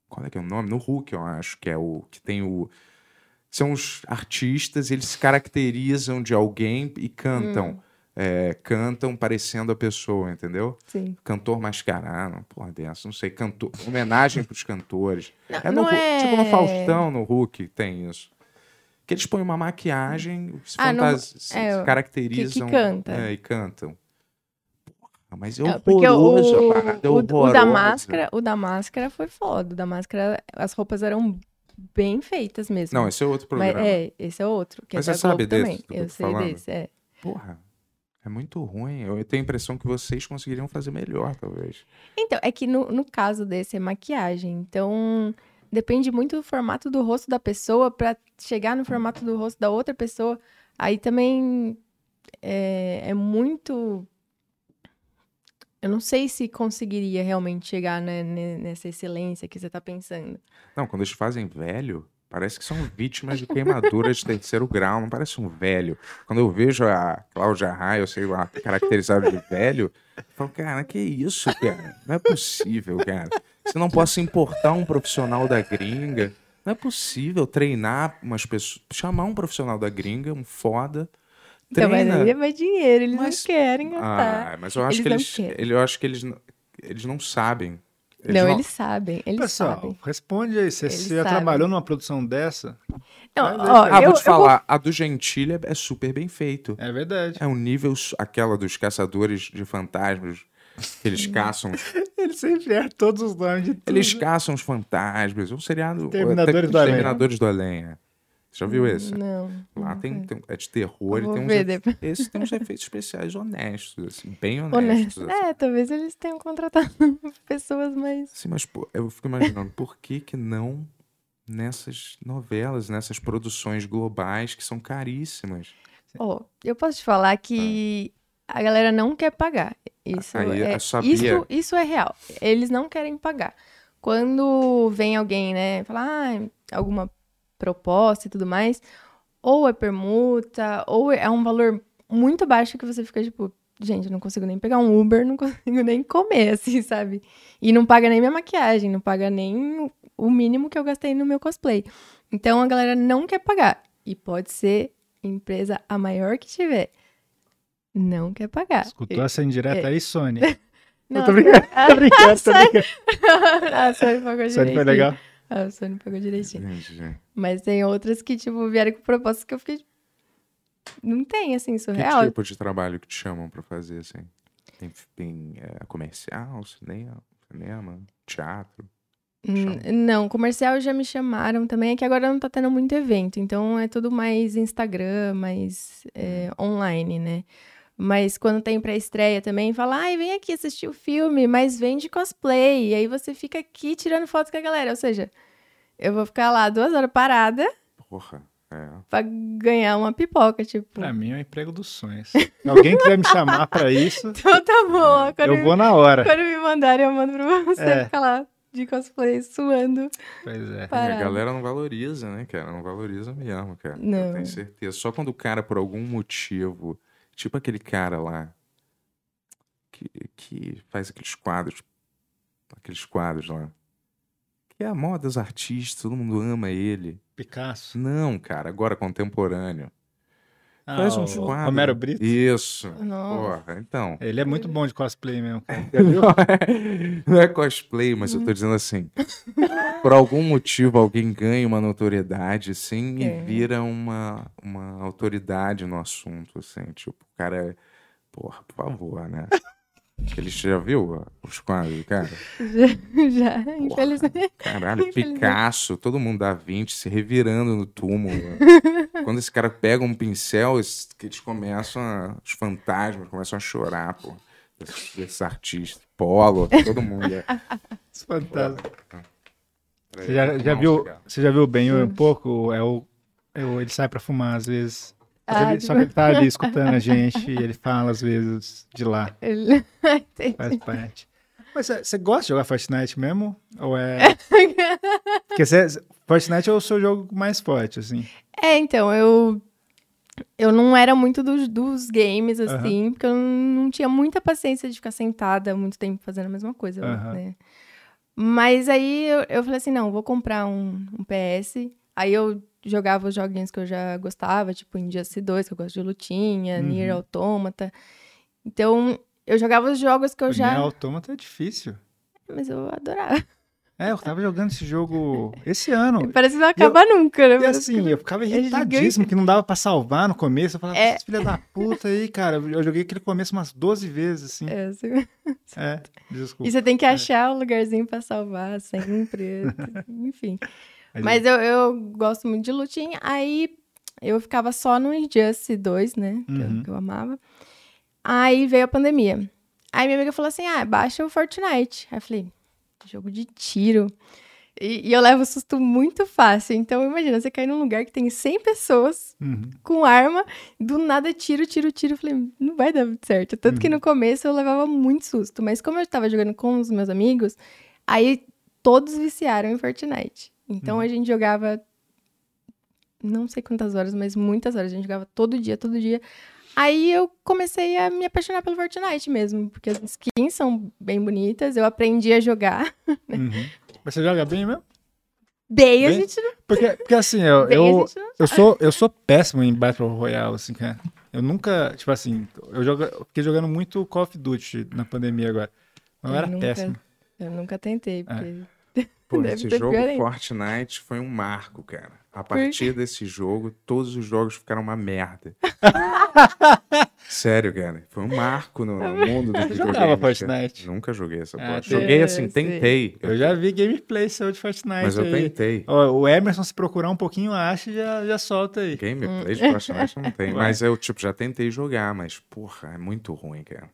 C: Qual é que é o nome? No Hulk, eu acho, que é o. que tem o. São os artistas, eles se caracterizam de alguém e cantam. É, cantam parecendo a pessoa, entendeu?
D: Sim.
C: Cantor mascarado, porra dessa, não sei, cantor, homenagem pros cantores.
D: Não,
C: É no
D: não
C: Hu-
D: é...
C: Tipo no Faustão, no Hulk, tem isso. Que eles põem uma maquiagem, se,
D: Ah, não-
C: fantasi- se-
D: é,
C: se
D: que-
C: caracterizam.
D: canta.
C: é, e cantam. Porra, mas é
D: É, porque
C: horroroso
D: o,
C: a parada, é
D: o- o
C: horroroso.
D: da máscara, o da máscara foi foda. O da máscara, as roupas eram bem feitas mesmo.
C: Não, esse é outro
D: Mas
C: programa.
D: é, esse é outro, que
C: Mas
D: é da
C: você sabe
D: Globo
C: desse
D: também.
C: do que eu
D: Eu
C: tô
D: sei
C: falando?
D: desse, é.
C: Porra, é muito ruim. Eu tenho a impressão que vocês conseguiriam fazer melhor, talvez.
D: Então, é que no, no caso desse é maquiagem. Então, depende muito do formato do rosto da pessoa pra chegar no formato do rosto da outra pessoa. Aí também é, é muito. Eu não sei se conseguiria realmente chegar né, ne- nessa excelência que você tá pensando.
C: Não, quando eles fazem velho, parece que são vítimas de queimaduras de terceiro grau, não parece um velho. Quando eu vejo a Cláudia Raia, eu sei lá, caracterizada de velho, eu falo, cara, que isso, cara? Não é possível, cara. Você não possa importar um profissional da gringa. Não é possível treinar umas pessoas, chamar um profissional da gringa, um foda.
D: Então, mas
C: treina-
D: aí é mais dinheiro, eles
C: Mas-
D: não querem tá? gastar.
C: Ah, mas eu acho
D: Eles
C: que
D: não
C: eles,
D: querem.
C: ele- eu acho que eles, n- eles não sabem.
D: não, eles sabem, eles
B: Pessoal,
D: sabem.
B: responde aí. Você,
D: Eles
B: você já
D: sabem.
B: trabalhou numa produção dessa?
D: Não,
B: mas
D: ó,
B: eles-
C: Ah,
D: eu,
C: vou te
D: eu vou-
C: falar, a do Gentili é super bem feito.
B: É *laughs* verdade.
C: É um nível s- aquela dos caçadores de fantasmas. Que eles caçam.
B: Ele sempre erra todos os nomes de tudo.
C: Eles caçam os fantasmas. É um seriado.
B: Exterminadores
C: até-
B: do Além.
C: Exterminadores do Além. é. Você já viu esse?
D: Não.
C: Lá
D: não
C: tem,
D: sei.
C: tem- É de terror. Ele
D: Hum, Vou
C: tem uns
D: ver
C: efe-
D: depois.
C: Esse tem uns efeitos especiais honestos, assim, bem honestos.
D: Honesto.
C: assim.
D: É, talvez eles tenham contratado *laughs* pessoas mais.
C: Assim, mas pô, eu fico imaginando, por que que não nessas novelas, nessas produções globais que são caríssimas?
D: Ó, eu posso te falar que a galera não quer pagar. Isso
C: Ah. Aí,
D: é,
C: eu sabia.
D: isso, isso é real. Eles não querem pagar. Quando vem alguém, né, falar ah, alguma proposta e tudo mais, ou é permuta, ou é um valor muito baixo que você fica tipo, gente, eu não consigo nem pegar um Uber, não *laughs* consigo nem comer, assim, sabe? E não paga nem minha maquiagem, não paga nem o- o mínimo que eu gastei no meu cosplay. Então a galera não quer pagar. E pode ser empresa a maior que tiver. Não quer pagar.
B: Escutou essa indireta aí, Sônia?
D: Não,
B: Eu tô brincando, tô brincando, tô brincando.
D: *laughs* Ah, a Sony pagou
B: Sônia
D: direitinho.
B: foi legal.
D: Ah, a Sony pagou direitinho.
C: Gente,
D: Mas tem outras que, tipo, vieram com propostas que eu fiquei. Não tem, assim,
C: que
D: surreal.
C: tipo de trabalho que te chamam pra fazer, assim? Tem, tem, é, comercial, cinema, cinema, teatro?
D: Hum, Não, comercial já me chamaram também. É que agora não tá tendo muito evento, então é tudo mais Instagram, mais é,
B: Uhum.
D: online, né? Mas quando tem pré-estreia também, fala, ai, vem aqui assistir o filme, mas vem de cosplay. E aí você fica aqui tirando fotos com a galera. Ou seja, eu vou ficar lá duas horas parada
C: Porra, é.
D: pra ganhar uma pipoca, tipo.
B: Pra mim é o emprego dos sonhos. Se alguém quiser me chamar pra isso,
D: *laughs* Então tá bom, *laughs* quando,
B: eu vou na hora.
D: quando me mandarem, eu mando pra você
B: É.
D: ficar lá de cosplay suando.
B: Pois é.
C: A
D: Parado.
C: galera não valoriza, né, cara? Não valoriza mesmo, cara.
D: Não.
C: Eu tenho certeza. Só quando o cara, por algum motivo, tipo aquele cara lá que, que faz aqueles quadros, aqueles quadros lá, que é a moda dos artistas, todo mundo ama ele.
B: Picasso.
C: Não, cara, agora contemporâneo.
B: Ah,
C: faz uns
B: o
C: quadros.
B: Romero Brito.
C: Isso.
D: Nossa.
C: Porra, então.
B: Ele é muito bom de cosplay mesmo, cara.
C: *laughs* Não é cosplay, mas eu tô dizendo assim. Por algum motivo, alguém ganha uma notoriedade, assim,
D: É.
C: e vira uma, uma autoridade no assunto, assim. Tipo, o cara... Porra, por favor, né? Ele já viu ó, os quadros, do cara?
D: *laughs* Já, infelizmente.
B: *laughs*
C: Caralho,
D: Infelizmente.
C: Picasso, todo mundo dá 20 se revirando
B: *laughs*
C: no túmulo. Quando esse cara pega um pincel, es- que eles começam a, os fantasmas começam a chorar, pô.
B: *laughs*
C: Esses, esses artistas, Polo, todo mundo. é.
B: Fantástico. Você já, já viu, você já viu bem um pouco? É o, é o- ele sai pra fumar às vezes. Só que
D: Ah,
B: ele- só que ele tá ali
D: *laughs*
B: escutando a gente e ele fala às vezes de lá.
D: Ele-
B: Faz
D: Entendi.
B: parte. Mas você- você gosta de jogar Fortnite mesmo? Ou
D: *laughs*
B: é. Porque você, Fortnite é o seu jogo mais forte, assim.
D: É, então, eu. Eu não era muito dos, dos games,
B: Aham.
D: assim, porque eu não tinha muita paciência de ficar sentada muito tempo fazendo a mesma coisa,
B: Aham.
D: né? Mas aí eu, eu falei assim, não, vou comprar um, um PS. Aí eu jogava os joguinhos que eu já gostava, tipo Injustice 2, que eu gosto de lutinha,
B: Uhum.
D: Nier Automata. Então, eu jogava os jogos que eu já...
B: Nier Automata é difícil.
D: Mas eu adorava.
B: É, eu tava jogando esse jogo esse ano.
D: *laughs* Parece que não acaba nunca, né?
B: E
D: Parece que
B: assim, eu ficava
D: gigante.
B: irritadíssimo que não dava pra salvar no começo. Eu falava,
D: É.
B: "Esses filha da puta aí, cara. Eu joguei aquele começo umas 12 vezes, assim. É,
D: É, assim.
B: desculpa.
D: E você tem que achar o lugarzinho pra salvar sempre. assim, *laughs* Enfim.
B: Mas-
D: Mas eu, eu gosto muito de lutinha. Aí eu ficava só no Injustice 2, né? Que,
B: Uhum.
D: eu, que eu amava. Aí veio a pandemia. Aí minha amiga falou assim: ah, baixa o Fortnite. Aí eu falei: jogo de tiro. E, e eu levo susto muito fácil. Então imagina, você cair num lugar que tem 100 pessoas *laughs*
B: Uhum.
D: com arma, do nada tiro, tiro, tiro. Eu Falei, não vai dar muito certo. Tanto que no começo eu levava muito susto, mas como eu tava jogando com os meus amigos, aí todos viciaram em Fortnite. Então a gente jogava não sei quantas horas, mas muitas horas. A gente jogava todo dia, todo dia. Aí eu comecei a me apaixonar pelo Fortnite mesmo, porque as skins são bem bonitas, eu aprendi a jogar. *laughs*
B: Uhum. Mas você joga bem mesmo?
D: Bem, a
B: Bem?
D: gente não.
B: Porque, porque assim, eu,
D: Bem,
B: eu,
D: a gente não.
B: eu, sou, eu sou péssimo em Battle Royale, assim, cara. Eu nunca, tipo assim, eu, jogo, eu fiquei jogando muito Call of Duty na pandemia agora. Mas Eu
D: Eu
B: era
D: nunca-
B: péssimo.
D: Eu nunca tentei, porque.
C: Pô,
D: *laughs* Deve
C: esse
D: ter
C: jogo
D: pior ainda.
C: Fortnite foi um marco, cara. A
D: Por quê?
C: partir desse jogo, todos os jogos ficaram uma
B: *laughs*
C: merda. Sério, cara. Foi um
B: *laughs*
C: marco no, no mundo dos videogames.
B: jogava
C: cara.
B: Fortnite?
C: Nunca joguei essa
B: Ah,
C: porra.
B: tem-
C: Joguei assim,
D: Eu sei.
C: tentei.
B: Eu já vi gameplay seu de Fortnite
C: Mas eu
B: aí.
C: tentei.
B: Ó, o Emerson, se procurar um pouquinho, acha e já, já solta aí. Hum.
C: Gameplay de Fortnite
B: *laughs*
C: não tem.
B: Ué.
C: Mas eu, tipo, já tentei jogar, mas, porra, é muito ruim, cara.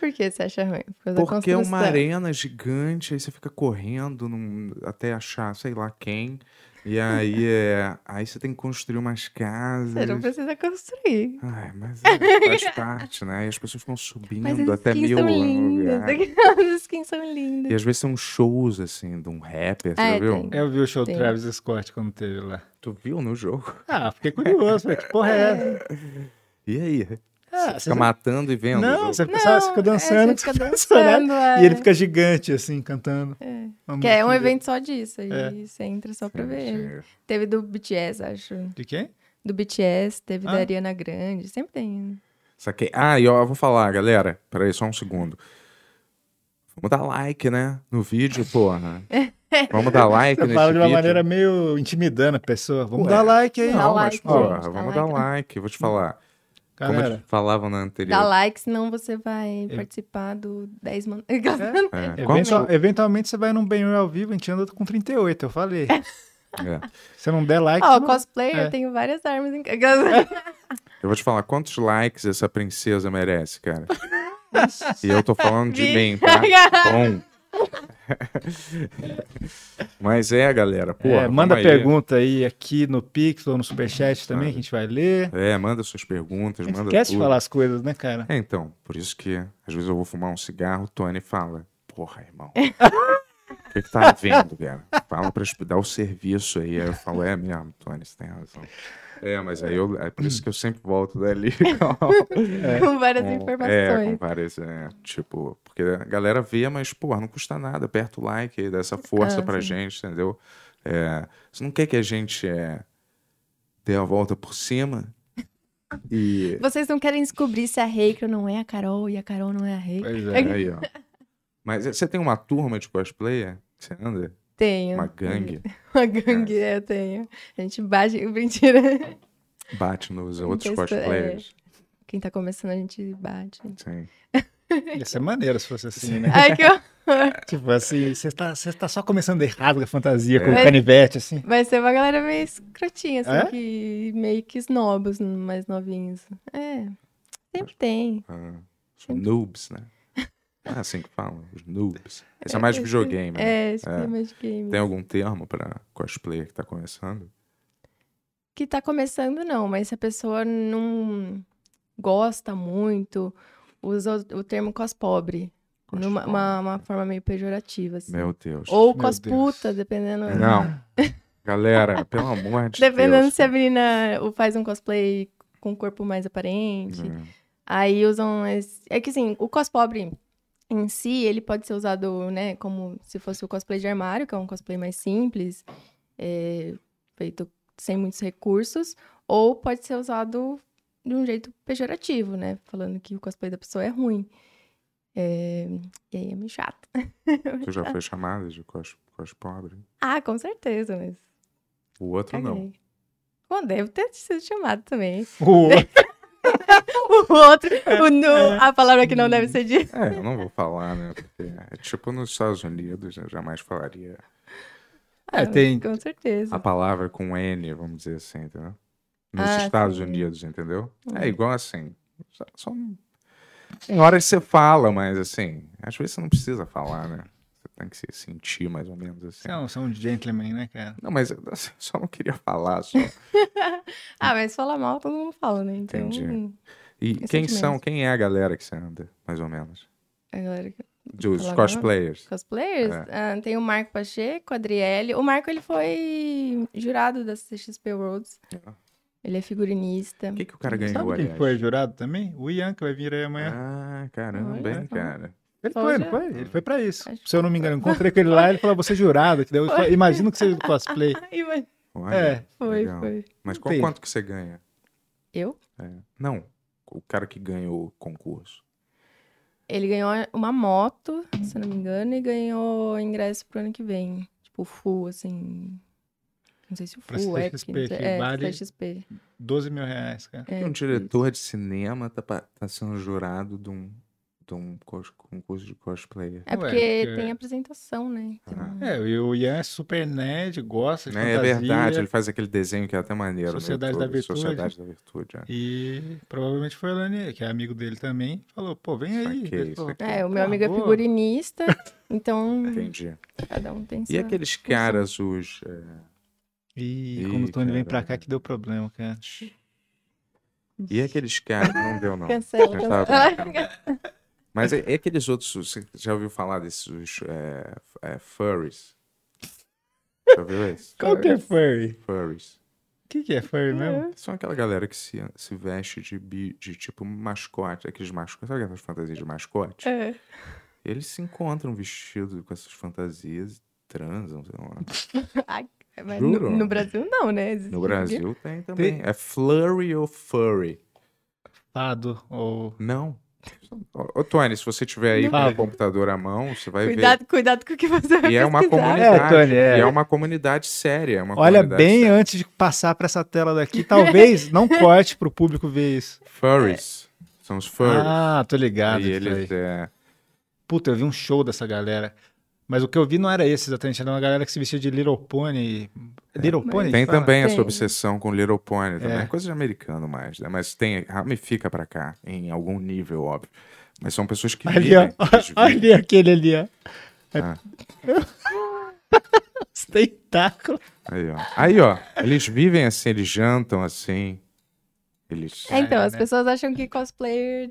D: Por que você acha ruim? Por causa
C: Porque é
D: da
C: uma
B: tá
D: construção.
C: arena gigante, aí você fica correndo num- até achar, sei lá quem. E aí, é, aí você tem que construir umas casas.
D: Você
B: um
D: não precisa construir.
C: Ai, mas é,
D: *laughs*
C: faz parte, né? E as pessoas ficam subindo
D: Mas as
C: até
D: skins
C: mil
D: são lindas.
C: lugares.
D: *laughs* As skins são
C: E
D: lindas.
C: às vezes são shows, assim, de um rapper, você
D: É,
C: já viu?
D: tem.
B: Eu vi o show do
D: Tem.
B: Travis Scott quando teve lá.
C: Tu viu no jogo?
B: Ah, fiquei curioso. falei, que porra é essa?
C: E aí?
B: Ah,
C: Fica matando e vendo. o
B: Não,
C: jogo.
B: você fica, sabe, você fica dançando. né? *laughs*
D: É, você
B: com
D: fica
B: os personagens,
D: dançando é.
B: E ele fica gigante, assim, cantando. Uma
D: Que é um
B: música
D: evento só disso. Aí
B: É.
D: você entra só pra
C: Sim,
D: ver ele.
C: sim.
D: Teve do BTS, acho.
B: De quem?
D: Do BTS, teve
B: Ah.
D: da Ariana Grande. Sempre tem. né?
C: Saquei. Ah, e ó, eu vou falar, galera. Peraí, só um segundo. Vamos dar like, né? No vídeo,
D: *laughs*
C: porra. Vamos dar like
B: Você
C: nesse
B: fala de uma
C: vídeo.
B: maneira meio intimidando a pessoa. Vamos
C: Ué.
B: dar like aí.
C: Não,
D: Dá
C: mas,
D: like,
C: porra,
D: gente, dá
C: vamos
D: like. né?
C: dar like. Vou te falar. Como é
B: Galera,
C: eles falavam na
D: Dá
C: anterior.
D: like, senão você vai participar do 10 man... *laughs*
C: É, quantos-
B: eventual- eventualmente você vai num bem ao vivo, a gente anda com 38, eu falei.
C: É.
B: Se você não der like,
D: Ó,
B: você não-
D: cosplayer,
B: É.
D: eu tenho várias armas *laughs* em
C: É. Eu vou te falar quantos likes essa princesa merece, cara. e eu tô falando de mim,
D: *laughs*
C: tá? Bom. Mas é, galera. Porra,
B: É, manda
C: vamos aí.
B: pergunta aí aqui no Pix ou no Superchat também, que a gente vai ler.
C: É, manda suas perguntas,
B: A gente
C: manda
B: esquece
C: tudo.
B: de falar as coisas, né, cara?
C: É, então, por isso que às vezes eu vou fumar um cigarro, o Tony fala, porra, irmão. O que, que tá vendo, cara? Fala pra eu dar o serviço aí. Aí eu falo, é mesmo, Tony, você tem razão. É, mas aí eu, é por isso que eu sempre volto dali. *laughs*
D: com várias
C: com, é, com
D: informações.
C: várias, é, tipo, porque a galera vê, mas, porra, não custa nada, aperta o like aí, dá essa força
D: Ah,
C: pra
D: sim.
C: gente, entendeu? É, você não quer que a gente é, dê a volta por cima e...
D: *laughs* Vocês não querem descobrir se a Reiko não é a Carol e a Carol não é a Reiko?
B: Pois
C: É, aí, ó. Mas você tem uma turma de cosplayer? que Você anda?
D: Tenho.
C: Uma gangue?
D: Uma gangue, é, eu tenho. A gente bate. *laughs* Mentira.
C: Bate nos outros
D: Então, isso é-
C: cosplayers.
D: Quem tá começando, a gente bate.
C: Sim.
B: Ia ser maneiro se fosse assim, né?
D: Ai, que horror.
B: *laughs* tipo assim, você tá, você tá só começando errado com a fantasia, com o
D: É.
B: canivete, assim.
D: Vai ser uma galera meio escrotinha, assim,
B: É?
D: que meio que snobos, mais novinhos. É. Sempre tem.
C: Ah, são noobs, né? É assim que falam, os noobs. Esse é mais videogame, né?
D: É, esse
C: É.
D: é. mais de game.
C: Tem algum termo pra cosplayer que tá começando?
D: que tá começando, não, mas se a pessoa não gosta muito, usa o, o termo cospobre.
C: Cos-
D: Numa uma, uma forma meio pejorativa, assim.
C: Meu Deus.
D: Ou
B: Meu Deus.
D: cosputa, dependendo.
C: Não. tipo Galera, pelo amor de
D: Dependendo
C: Deus.
D: se é a menina o- faz um cosplay com um corpo mais aparente.
C: Hum,
D: Aí usam. esse- É que assim, o cospobre em si, ele pode ser usado, né, como se fosse o cosplay de armário, que é um cosplay mais simples, é, feito sem muitos recursos, ou pode ser usado de um jeito pejorativo, né? Falando que o cosplay da pessoa é ruim. É, E aí é meio chato. *laughs*
C: É, Tu já foi chamada de cos, cospobre?
D: Ah, com certeza, mas
C: O outro não.
D: caguei. Bom, deve ter sido chamado também.
B: *laughs* O-
D: O outro, o nu, a palavra que não deve ser dita.
C: *laughs* É, eu não vou falar, né? Porque é tipo nos Estados Unidos, eu jamais falaria
B: É,
D: Ah,
B: tem-
D: Com certeza.
C: a palavra com N, vamos dizer assim, entendeu? Nos
D: Ah,
C: Estados
D: sim.
C: Unidos, entendeu?
D: Hum.
C: É igual assim. só- só um- Tem horas que você fala, mas assim, às vezes você não precisa falar, né? Você tem que se sentir mais ou menos assim.
B: São, são gentlemen, né, cara?
C: Não, mas eu assim, só não queria falar. Só.
D: Ah, mas falar mal todo mundo fala, né? Então,
C: Entendi. E
D: É
C: quem são,
D: sentimento.
C: quem é a galera que você anda, mais ou menos?
D: a galera que...
C: Dos
D: Falar agora?
C: cosplayers.
D: Cosplayers, ah, tem o Marco Pacheco, Adriele. O Marco, ele foi jurado da CXP Worlds.
C: Ah.
D: Ele é figurinista.
C: O que, que o cara ganhou,
B: Sabe quem
C: aliás?
B: foi É. jurado também? O Ian, que vai vir aí amanhã.
C: Ah, caramba,
D: Olha então.
C: hein,
D: só.
C: cara.
B: ele
D: foi,
B: foi, ele
D: já?
B: foi, ele foi pra isso.
D: Acho
B: Se eu não me engano, eu encontrei com ele lá, ele falou, você é jurado. Que daí eu
D: Foi.
B: falei, imagino que seja do cosplay.
D: Ai, mas-
C: Olha,
B: É,
D: Foi,
C: Legal.
D: foi.
C: Mas qual,
B: Sim.
C: quanto que você ganha?
D: Eu?
C: É, Não, o cara que ganhou o concurso.
D: Ele ganhou uma moto, se eu não me engano, e ganhou ingresso pro ano que vem. Tipo, full, assim... Não sei se o
B: Pra
D: full, é,
B: CXP,
D: porque não sei-
B: que
D: é,
B: vale-
D: CXP.
B: 12 mil reais, cara.
D: É,
C: um diretor de cinema tá, pa- tá sendo jurado de um, de um cos- concurso de cosplayer.
D: É
B: Ué,
D: porque
B: porque-
D: tem apresentação, né? Tem
C: Ah.
D: uma-
B: É, e o Ian é super nerd, gosta de
C: Né, É
B: fantasia.
C: verdade, ele faz aquele desenho que é até maneiro. no
B: Sociedade da
C: YouTube,
B: Virtude.
C: Sociedade da Virtude,
D: Hum,
C: é.
B: E provavelmente foi o Lani, que é amigo dele também, falou, pô, vem
C: Isso
B: aí.
C: aqui,
B: Ele
C: isso
B: falou,
C: aqui.
D: É, o meu
B: Pô,
D: amigo é
B: Então, tá boa. *laughs*
D: figurinista, então
C: Entendi.
D: cada um tem
C: E
D: sua...
C: aqueles caras, os. é,
B: Ih,
C: Ih,
B: como o Tony vem pra
C: caralho.
B: cá que deu problema, cara.
C: E aqueles caras. Não deu, não.
D: Cancela,
C: Já tava
D: cancela. *laughs*
C: brincando. Mas é, é aqueles outros. Você já ouviu falar desses os, é, f- é, furries? Já ouviu esse?
B: Qual que é furry?
C: Furries.
B: O que, que é furry mesmo?
C: São aquela galera que se, se veste de, bi- de tipo mascote, aqueles mascotes, sabe aquelas fantasias de mascote?
D: É.
C: Eles se encontram vestidos com essas fantasias e transam, sei lá.
D: Ai, mas
C: Juro?
D: no, no Brasil não, né? Existe
C: No Brasil tem também. É flurry ou furry?
B: Fado ou...
C: Não. Ô, ô, Tony, se você tiver aí
B: Não.
C: com o
B: Fala.
C: computador à mão, você vai
D: Cuidado, cuidado com o que você vai
C: ver. E é uma
D: pesquisar.
C: comunidade.
B: É, Tony, é.
C: E é uma comunidade séria. é uma
B: Olha
C: comunidade
B: bem
C: séria.
B: antes de passar pra essa tela daqui, talvez *laughs* não corte pro público ver isso.
C: Furries. São os furries.
B: Ah, tô ligado.
C: e
B: que foi.
C: eles é,
B: Puta, eu vi um show dessa galera. Mas o que eu vi não era esse exatamente, era uma galera que se vestia de Little Pony. Little
D: Mas-
B: Pony?
C: É, Tem
B: Fala. *laughs*
C: também essa
D: Tem.
C: obsessão com Little Pony, também.
B: É.
C: É coisa de americano mais, né? Mas tem, ramifica pra cá, em algum nível, óbvio. Mas são pessoas que
B: Ali, ó.
C: vivem, eles vivem.
B: Olha aquele ali, ó.
C: Ah.
B: *laughs* Os tentáculos.
C: Aí, ó. Aí, ó. Eles vivem assim, eles jantam assim. Eles,
D: É, então,
B: É,
D: as
B: né?
D: pessoas acham que cosplayer...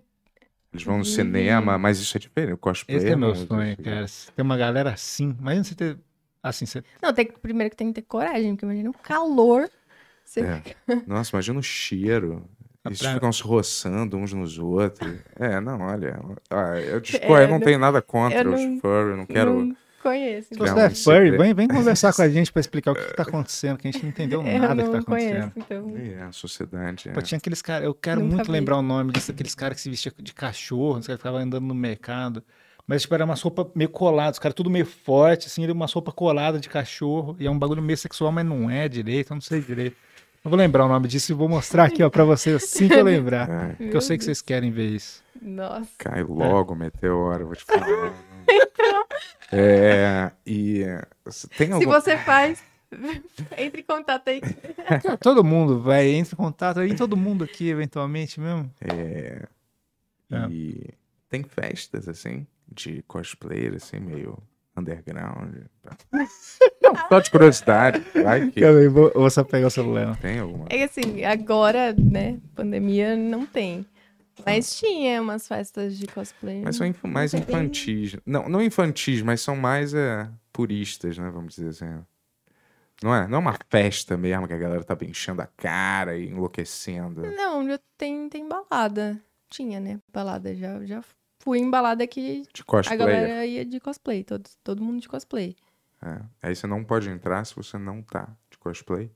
C: eles vão no cinema, mas isso é diferente. O cosplay
B: Esse é meu
C: não
B: sonho,
C: existe.
B: cara. Tem uma galera assim. Imagina você ter. Assim, você.
D: Não, tem, que- primeiro que tem que ter coragem, porque imagina o calor. Você...
C: É. Nossa, imagina o cheiro. Eles
B: pra-
C: ficam se roçando uns nos outros. É, não, olha. ó, eu, discordo, eu não,
D: É, não-
C: tenho nada contra
D: eu
C: os
D: não-
C: furry, eu não quero.
D: Não conheço.
B: Se
C: Não,
D: então.
B: você é
C: isso
B: furry,
C: é-
B: vem, *laughs* vem conversar com a gente pra explicar o que, que tá acontecendo, que a gente não entendeu
D: *laughs* Eu
B: nada que tá
D: não
B: acontecendo.
D: conheço, então...
C: É, a sociedade. é.
B: Pô, tinha aqueles caras. Eu quero
D: Nunca
B: muito
D: vi.
B: lembrar o nome disso, aqueles caras que se vestia de cachorro, os caras ficavam andando no mercado. Mas, tipo, era uma roupa meio colada, os caras tudo meio forte, assim, era uma roupa colada de cachorro. E é um bagulho meio sexual, mas não é direito, eu não sei direito. Eu vou lembrar o nome disso e vou mostrar aqui, ó, pra vocês assim que eu lembrar.
C: É.
B: Porque eu sei que vocês querem ver isso.
D: Nossa.
B: É.
C: Cai logo, meteoro, vou te
D: *laughs*
C: falar. é, e se tem
D: Então. Se
C: algum...
D: você faz, *laughs* entre em contato aí.
B: Cara, todo mundo vai, entra em contato, vem todo mundo aqui, eventualmente mesmo.
C: é,
B: É.
C: E Tem festas, assim, de cosplayer, assim, meio
D: *laughs*
C: underground. pá. Não, só de curiosidade. Vai que
B: Eu vou, eu vou só pegar o celular.
C: tem alguma.
D: É que assim, agora, né, pandemia não tem.
B: Ah.
D: Mas tinha umas festas de cosplay.
C: Mas são inf- mais
D: Bem-
C: infantis. Não, não infantis, mas são mais é, puristas, né? Vamos dizer assim. Não é? Não é uma festa mesmo que a galera tá bem enchendo a cara e enlouquecendo.
D: Não, já tem, tem balada. Tinha, né? Balada. Já, já fui em balada que
C: De
D: a
C: cosplayer.
D: galera ia de cosplay. Todo, todo mundo de cosplay.
C: É. Aí você não pode entrar se você não tá de cosplay.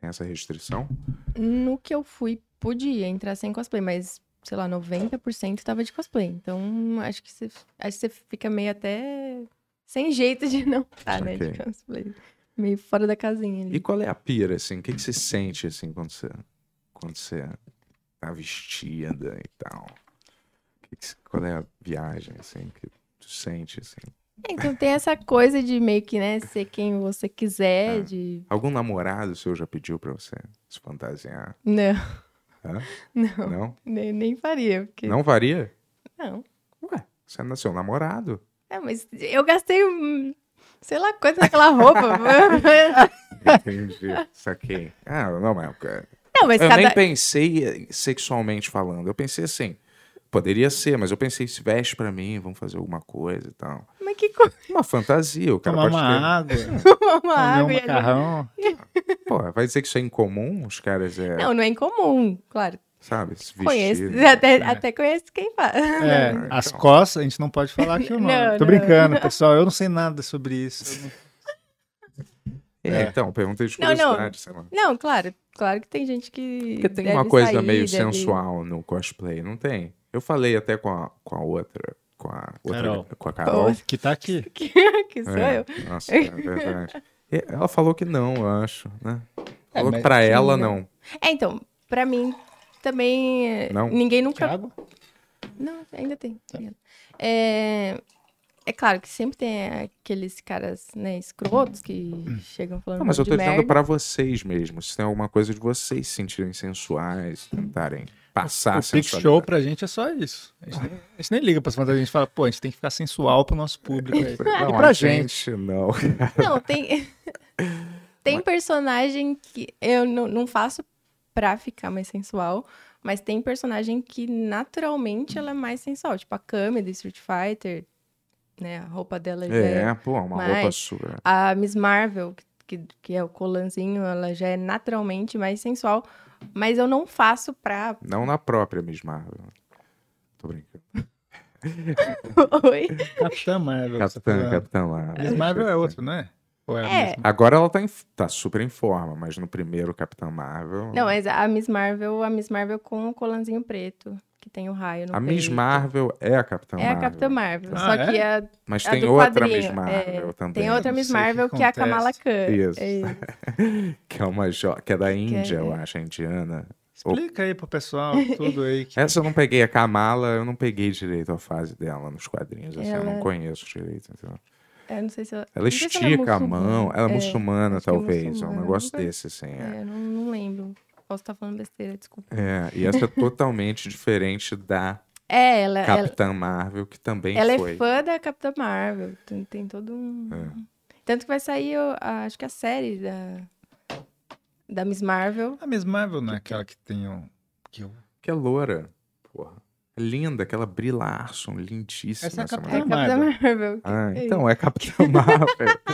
C: Tem essa restrição.
D: No que eu fui, podia entrar sem cosplay, mas, sei lá, 90% tava de cosplay. Então, acho que você, acho que você fica meio até sem jeito
C: *laughs*
D: de não estar, né? De
C: Saquei.
D: cosplay. Meio fora da casinha ali.
C: E qual é a pira, assim? O que, que você sente, assim, quando você, quando você tá vestida e tal? Que que você- qual é a viagem, assim, que tu sente, assim?
D: É, Então tem essa coisa de meio que, né, ser quem você
C: Ah.
D: quiser, de.
C: Algum namorado seu já pediu pra você se fantasiar?
D: Não, *laughs*
C: Hã?
D: não,
C: Não?
D: nem, nem faria, porque.
C: Não varia?
D: Não.
C: Ué, você é seu
D: *laughs*
C: namorado.
D: É, mas eu gastei, hum, sei lá, quanto naquela roupa. *laughs*
C: Entendi. Saquei. Ah, não, mas.
D: não, mas
C: Eu
D: cada.
C: nem pensei sexualmente falando. Eu pensei assim. Poderia ser, mas eu pensei, se veste pra mim, vamos fazer alguma coisa e tal.
D: Mas que *laughs* coisa,
C: Uma fantasia, o cara
B: Tomar uma
C: pode ter.
B: água,
D: *laughs* uma
B: comer um
D: água. e ali.
B: macarrão.
C: Porra, vai dizer que isso é incomum? Os caras, é,
D: Não, não é incomum, claro.
C: sabe, se né?
D: Conheço,
C: vestir.
D: até,
B: É.
D: até conheço quem faz.
B: É,
C: Não,
B: as
C: então.
B: costas, a gente não pode falar que o nome.
D: Não,
B: Tô
D: não.
B: brincando, pessoal. Eu não sei nada sobre isso. Eu
C: É, então, pergunta de
D: Não, não.
C: curiosidade, sei lá.
D: *laughs* Não, claro, claro que tem gente que.
C: Porque tem
D: deve
C: uma coisa
D: sair,
C: meio
D: deve-
C: sensual no cosplay, não tem? Eu falei até com a, com a outra, com a outra,
B: Carol.
C: com a Carol.
B: não- Que tá aqui.
D: Que, *laughs* que sou
C: É,
D: eu.
C: Nossa, é verdade. E Ela falou que não, eu acho, né?
B: É,
C: Falou que
B: mas-
C: pra ela,
D: não.
C: não.
D: É, então, pra mim também. é,
C: Não?
D: Ninguém nunca.
B: Quer água?
D: Não, ainda tem. obrigada. É... é claro que sempre tem aqueles caras, né, escrotos que chegam
C: Hum.
D: falando
C: Não, mas eu
D: de
C: tô
D: merda.
C: dizendo pra vocês mesmos. Se tem alguma coisa de vocês se sentirem sensuais, tentarem passar
B: o
C: a
B: Pix
C: Ah, sensualidade.
B: Show pra gente é só isso. A gente, nem, a gente nem liga pra fantasia, a gente fala, pô, a gente tem que ficar sensual pro nosso público. aí.
C: *laughs* Não,
B: e pra
C: a
B: gente.
C: gente, não.
D: Não,
C: *laughs*
D: tem. tem personagem que eu não, não faço pra ficar mais sensual, mas tem personagem que naturalmente ela é mais sensual. Tipo a Kami do Street Fighter, né? A roupa dela já é.
C: É, pô, uma
D: Mas-
C: roupa sua.
D: A Miss Marvel, que, que é o colanzinho, ela já é naturalmente mais sensual. Mas eu não faço pra. *laughs*
C: Não na própria Miss Marvel. Tô brincando.
D: Oi?
B: Capitã Marvel. você tá
C: Capitã,
B: falando.
C: Capitã lá.
B: Miss Marvel é outro, não é? Ou é, a
D: É.
B: mesma?
C: Agora ela tá, em- tá super em forma, mas no primeiro Capitã Marvel.
D: Não, é, mas a Miss Marvel, a Miss Marvel com o colanzinho preto, que tem o raio no
C: a Miss
D: peito.
C: Marvel é a Capitã
D: É
C: Marvel.
D: a Capitã Marvel.
B: Ah,
D: só
B: é?
D: que a-
C: Mas
D: a
C: tem
D: do
C: outra
D: quadrinho, é,
C: Miss Marvel também.
D: tem outra
B: não
D: Miss
B: sei o que
D: Marvel que, é a
B: acontece.
D: Kamala Khan.
C: Isso.
D: É isso.
C: *laughs* Que é uma jo... que é da Índia,
D: é.
C: eu acho, a indiana.
B: Explica aí pro pessoal tudo aí. Que...
C: Essa eu não peguei, a Kamala, eu não peguei direito a fase dela nos quadrinhos, assim, eu não
D: Ela-
C: conheço direito. entendeu?
D: Eu não sei se ela,
C: Ela
D: não sei se ela é
C: estica a
D: muçulmana.
C: mão, ela é,
D: É,
C: muçulmana,
D: acho que é
C: talvez, é um
D: muçulmana,
C: negócio
D: nunca-
C: desse, assim. é.
D: É, não, não lembro. Posso estar falando besteira, desculpa.
C: É, e essa é totalmente *laughs* diferente da
D: É, ela, ela,
C: Capitã Marvel, que também
D: ela
C: foi. É.
D: é fã da Capitã Marvel. Tem, tem todo um. Tanto que vai sair, eu, a- acho que a série da, da Miss Marvel.
B: A Miss Marvel não é aquela que tem um. Que eu...
C: Que é loura, porra. É linda, aquela Brie Larson, lindíssima.
B: Essa é a
D: É a
B: Capitã
C: mulher.
D: Capitã
B: Marvel.
D: Marvel.
C: Ah,
D: É
C: então é Capitã Marvel.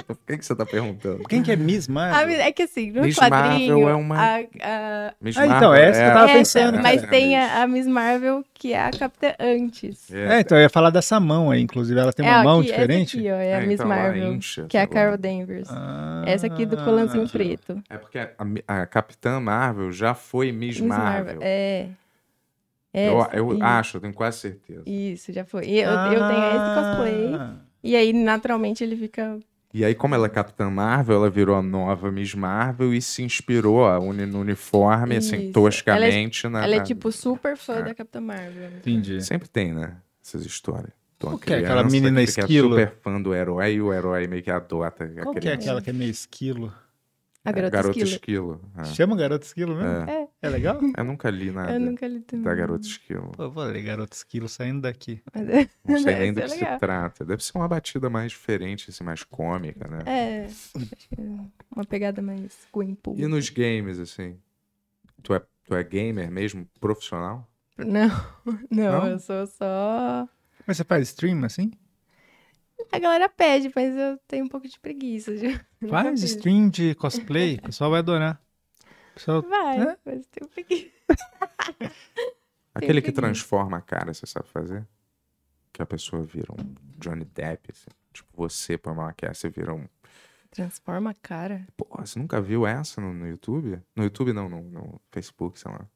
C: Por que, que você tá perguntando?
B: Quem que é Miss
D: Ah,
B: Marvel?
D: é que assim, no
C: Miss
D: quadrinho.
C: Marvel é uma-
D: a- a-
C: Miss
B: Ah, então, é essa que eu tava
D: Tá. é,
B: pensando,
D: mas
C: é,
D: tem
C: Miss-
D: a, a Miss Marvel, que é a Capitã antes.
B: É, então, eu ia falar dessa mão aí, inclusive. Ela tem
D: É,
B: uma mão
D: aqui, essa
B: diferente?
D: aqui, ó, é
C: É,
D: a Miss
C: então, ela
D: Marvel,
C: incha,
D: que é a
C: sei lá.
D: Carol Danvers.
B: Ah,
D: Essa aqui do colanzinho preto.
C: É porque a, a Capitã Marvel já foi Miss,
D: Miss
C: Marvel.
D: Marvel. É. É,
C: Eu,
D: essa-
C: eu ah.
D: i-
C: acho, eu tenho quase certeza.
D: Isso, já foi. E eu, eu tenho esse cosplay.
B: Ah,
D: E aí, naturalmente, ele fica.
C: E aí, como ela é Capitã Marvel, ela virou a nova Miss Marvel e se inspirou a uni, no uniforme, assim,
D: Isso.
C: toscamente. na,
D: Ela é
C: na-
D: tipo super fã
C: Ah.
D: da Capitã Marvel.
B: Entendi.
C: Sempre tem, né? Essas histórias. Então,
B: Qual
C: a
B: que é aquela
C: criança
B: menina
C: que fica
B: esquilo?
C: super fã do herói e o herói meio que adota a
B: Qual que é
C: criança.
B: aquela que é meio esquilo?
D: A
C: É,
D: Garota,
C: Garota
D: Esquilo.
C: Esquilo. é.
B: Chama Garota Esquilo mesmo?
C: É.
D: É,
B: Ah. É, legal?
C: Eu nunca li nada
D: eu nunca li também.
C: da Garota Esquilo.
B: Pô, vou ler Garota Esquilo saindo daqui.
D: Mas- *laughs*
C: Não sei nem
D: Essa
C: do
D: é
C: que se
D: legal.
C: trata. Deve ser uma batida mais diferente, assim, mais cômica, né?
D: É, acho que é uma pegada mais Gwenpool.
C: E nos games, assim? Tu é, tu é gamer mesmo? Profissional?
D: Não, *laughs* não,
C: Não?
D: eu sou só...
B: Mas você faz stream assim?
D: A galera pede, mas eu tenho um pouco de preguiça. *laughs* De... nunca
B: Faz
D: fiz.
B: stream de cosplay, o pessoal vai adorar. O pessoal
D: Vai,
B: É?
D: mas eu tenho preguiça.
C: Aquele que
D: preguiça.
C: transforma a cara, você sabe fazer? Que a pessoa vira um Johnny Depp, assim. Tipo, você põe uma maquiagem, você vira um...
D: Transforma a cara.
C: Pô, você nunca viu essa no, no YouTube? No YouTube não, no, no Facebook, sei lá.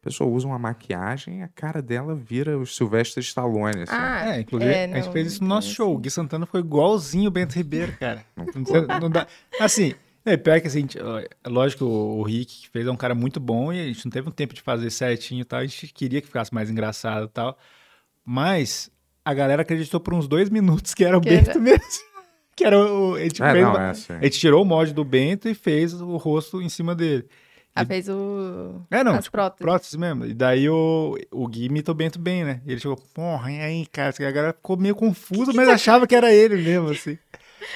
C: A pessoa usa uma maquiagem e a cara dela vira o Sylvester Stallone, assim.
D: Ah,
B: É, inclusive,
D: é,
B: a gente
D: não,
B: fez isso
D: não
B: no nosso
D: tem
B: show. O
D: assim.
B: Gui Santana ficou igualzinho o Bento Ribeiro, cara.
C: Não
B: Não precisa- não dá- Assim, é pior que assim, t- ó, é lógico que o o Rick que fez é um cara muito bom e a gente não teve um tempo de fazer certinho e tal. A gente queria que ficasse mais engraçado e tal. Mas a galera acreditou por uns dois minutos que era o
D: Que
B: Bento
D: era-
B: mesmo. *laughs* Que era o. A
D: tipo,
B: gente,
C: É,
B: fez-
C: não, é
D: *laughs*
C: assim.
B: a gente tirou o mod do Bento e fez o rosto em cima dele.
D: Ah, fez o...
B: É, não,
D: As
B: tipo,
D: próteses.
B: prótese mesmo. E daí o, o Gui imita o Bento bem, né? E ele chegou, porra, e aí, cara? A galera ficou meio confusa, mas achava que era ele mesmo, assim.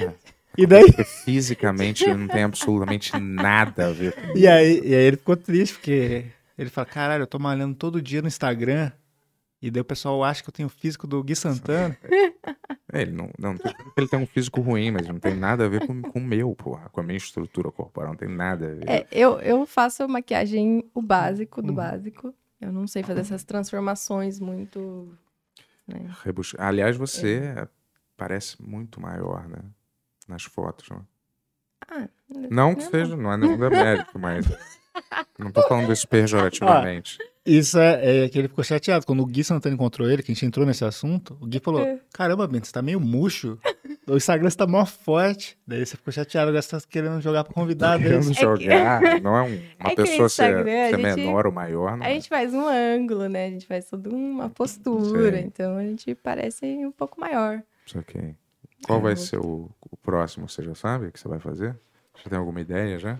C: É.
B: E daí,
C: Fisicamente ele não tem absolutamente nada a ver
D: *laughs*
C: com
B: e aí, e aí ele ficou triste, porque ele fala, caralho, eu tô malhando todo dia no Instagram, e daí o pessoal acha que eu tenho o físico do Gui Santana.
C: É, Ele não, não, não tô dizendo que ele tem um físico ruim, mas não tem nada a ver com, com o meu, porra. Com a minha estrutura corporal, não tem nada a ver.
D: É, eu, eu faço maquiagem, o básico do
B: Uhum.
D: básico. Eu não sei fazer essas transformações muito.
C: Rebus- Aliás, você
D: É.
C: parece muito maior, né? Nas fotos, né?
D: Ah,
C: Não que seja, não é nenhum demérito, mas. Não tô falando isso pejorativamente.
B: Isso é, é que ele ficou chateado. Quando o Gui Santana encontrou ele, que a gente entrou nesse assunto, o Gui falou:
D: É.
B: Caramba, Bento, você tá meio murcho. O Instagram você tá mó forte. Daí você ficou chateado, agora você tá querendo jogar pro convidado. aí.
C: Querendo jogar, não é um-
D: tá é
C: uma
D: que o
C: pessoa ser,
D: Instagram, a
C: ser
D: gente-
C: menor ou maior, não
D: A
C: é?
D: gente faz um ângulo, né? A gente faz toda uma postura.
C: Sim.
D: Então a gente parece um pouco maior.
C: Isso aqui. Qual
D: É,
C: vai ser o, o próximo? Você já sabe o que você vai fazer? Você tem alguma ideia já?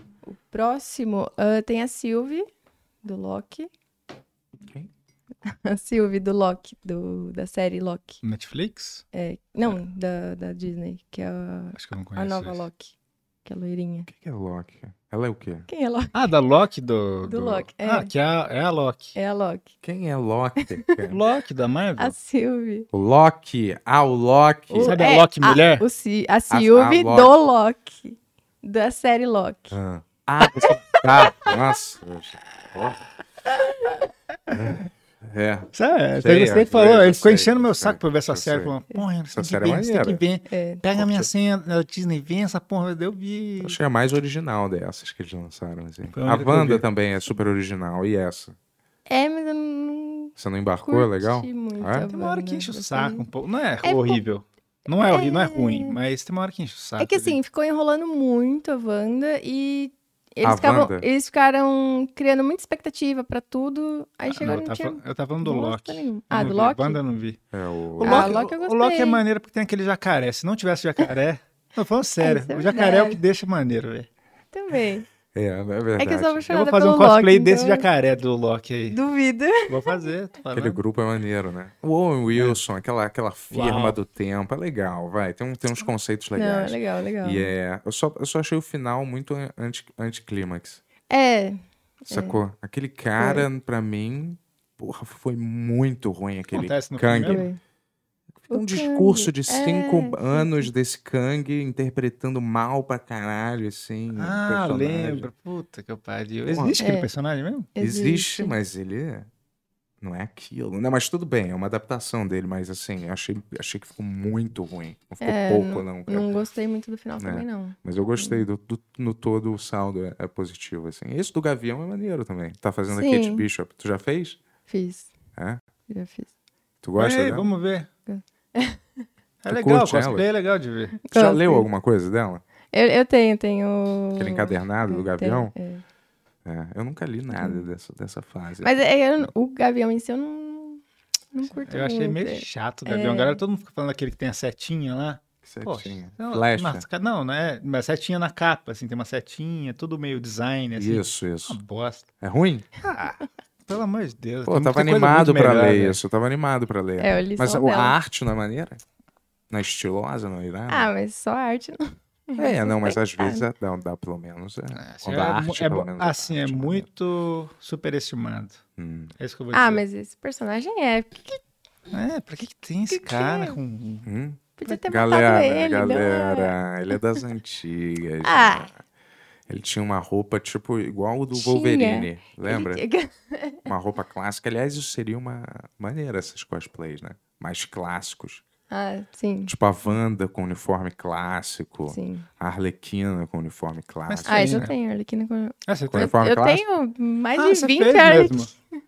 D: Próximo, ah, tem a Sylvie, do Loki.
C: Quem?
D: A Sylvie do Loki, do, da série Loki.
B: Netflix?
D: É, não, da, da Disney, que é a,
B: Acho que eu não
D: a
B: conheço.
D: nova
B: esse.
D: Loki. Que é a loirinha.
C: O que que é Loki? Ela é o quê?
D: Quem é Loki?
B: Ah, da Loki do.
D: Do Loki, é.
B: Ah, que é a, é a Loki.
D: É a Loki.
C: Quem é Loki?
B: Loki da Marvel?
D: A Sylvie.
C: o Loki. Ah, o Loki.
D: O- é,
B: Sabe a Loki mulher?
D: o Si- a Sylvie
C: a Loki.
D: do Loki. Da série Loki.
C: Ah, ah você tá. Nossa. É.
B: Sério,
C: Sei,
B: você que
C: eu
B: falou,
C: sei,
B: ele ficou
C: eu
B: enchendo
C: sei,
B: meu
C: eu
B: saco
C: sei,
B: pra eu ver essa
C: eu
B: série.
C: sei.
B: Falando, porra, você tem que
C: série é
B: ver, você tem que ver.
D: É.
B: Pega a minha senha da Disney, vem essa porra, eu vi.
C: Eu achei a mais original dessas que eles lançaram. Assim.
B: Foi a
C: A
B: única que eu
C: Wanda
B: vi.
C: também é super original. E essa?
D: É, mas eu não
C: Você não embarcou?
D: curti
C: legal?
D: muito.
C: É?
D: a
B: Tem uma hora que
D: banda,
B: enche o
D: gostei.
B: saco um pouco. Não é,
D: É,
B: horrível. Não é horrível, não é
D: é.
B: ruim, mas tem uma hora que enche o saco.
D: É que
B: ali.
D: assim, ficou enrolando muito a Wanda e... Eles,
C: A
D: ficavam-
C: Wanda?
D: eles ficaram criando muita expectativa pra tudo.
B: Ah,
D: Aí
B: Não,
D: chegaram
B: eu,
D: e
B: tava,
D: não tinha...
B: falando- eu tava falando do
D: bosta
B: Loki.
D: nenhuma.
B: Eu
D: Ah,
B: não
D: do
B: vi,
D: Loki?
B: Wanda eu não vi.
C: É o...
B: O
D: Ah,
B: Loki,
D: Loki eu
B: o Loki é
D: gostei.
B: maneiro porque tem aquele jacaré. Se não tivesse o
D: *laughs*
B: jacaré. Não, falando sério.
D: isso é
B: o jacaré é o
D: verdade.
B: que deixa maneiro, velho.
C: *laughs*
D: Também.
C: É, é verdade.
D: É que
B: Eu
D: eu sou
B: vou
D: apaixonada
B: fazer
D: pelo
B: um cosplay
D: Loki,
B: desse
D: então
B: jacaré do Loki
D: *laughs*
B: aí.
D: Duvido.
B: Vou fazer, tô falando.
C: Aquele grupo é maneiro, né? O Owen Wilson, aquela, aquela firma
B: É. Uau.
C: do tempo. É legal, vai. Tem, um- tem uns conceitos
D: Não, é
C: legais.
D: legal, legal.
C: E é... Eu só, eu só achei o final muito anti, anticlímax.
D: É,
C: Sacou? Aquele cara, pra mim, porra, foi muito ruim aquele
B: Acontece no
C: Kang.
B: primeiro.
D: foi.
C: Um
D: O
C: discurso
D: Kang,
C: de
D: é,
C: cinco
D: sim,
C: anos desse Kang interpretando mal pra caralho, assim. o
B: Ah,
C: personagem.
B: lembro. Puta que eu pariu.
C: Porra.
B: Existe aquele
D: É.
B: personagem mesmo?
C: Existe, mas ele não é aquilo. Não, mas tudo bem, é uma adaptação dele, mas assim, eu achei, achei que ficou muito ruim. Não ficou
D: É,
C: pouco, não, cara.
D: Não gostei muito do
C: É.
D: final também, não.
C: Mas eu gostei do, do- no todo o saldo é, é positivo, assim. Esse do Gavião é maneiro também. Tá fazendo a Kate
D: Sim.
C: Bishop. Tu já fez?
D: Fiz.
C: É?
D: Já fiz.
C: Tu gosta
B: Ei,
C: dela?
B: vamos
D: *laughs*
B: ver. É
C: Tu
B: legal,
C: curte ela?
B: cosplay é legal de ver.
C: Tu Já
D: Gosto.
C: leu alguma coisa dela?
D: Eu, eu tenho, um tenho.
C: Aquele encadernado do
D: Tem,
C: Gavião?
D: é.
C: É, eu nunca li nada dessa, dessa fase.
D: Mas é, eu- o Gavião em si eu não, não curto
B: Eu achei
D: muito. É.
B: meio chato o Gavião. A galera, todo mundo fica falando daquele que tem a setinha lá.
C: Que setinha.
B: Poxa, então,
C: Flecha.
B: mas, ca- não, não é. Mas setinha na capa, assim, tem uma setinha, tudo meio design, assim.
C: Isso, isso.
B: Uma bosta.
C: É ruim?
B: Pelo amor de Deus.
C: Pô,
B: tem
C: eu tava
B: muita coisa
C: animado
B: muito
C: pra
B: melhor,
C: ler
B: né?
C: isso. Eu tava animado pra ler.
D: *laughs* É, eu li
C: Mas
D: só
C: a, a
D: dela.
C: arte não é maneira? Não é estilosa, não é irada?
D: Ah, mas só arte. não.
C: *laughs* é, não, mas às
D: Tem
C: vezes é- dá, dá pelo menos. É.
B: Ah, assim,
C: Quando
B: é,
C: a arte,
B: é,
C: pelo
B: bo-
C: menos, a
B: assim, é
C: arte, né?
B: muito superestimado.
C: Hum.
B: É isso que eu vou dizer.
D: Ah, mas esse personagem é. Que
B: É, pra que, que tem esse
D: Que que
B: cara
D: é?
B: com.
C: Hum?
D: podia ter matado
C: Galera,
D: ele, não é?
C: galera, ele é das antigas.
D: Ah.
C: né? Ele tinha uma roupa, tipo, igual o do
D: Tinha.
C: Wolverine. Lembra?
D: Ele-
C: Uma roupa clássica. Aliás, isso seria uma maneira, esses cosplays, né? Mais clássicos.
D: *laughs* Ah, sim,
C: Tipo a Wanda com uniforme clássico.
D: sim.
C: A Arlequina com uniforme clássico.
D: Ah,
B: Sim,
D: isso
B: né?
D: eu tenho, Arlequina. com-
B: Ah, você
C: Com
B: tem.
C: uniforme
D: Eu
C: clássico.
D: tenho mais
B: Ah,
D: de
B: você
D: 20
B: fez mesmo.
D: Arlequina.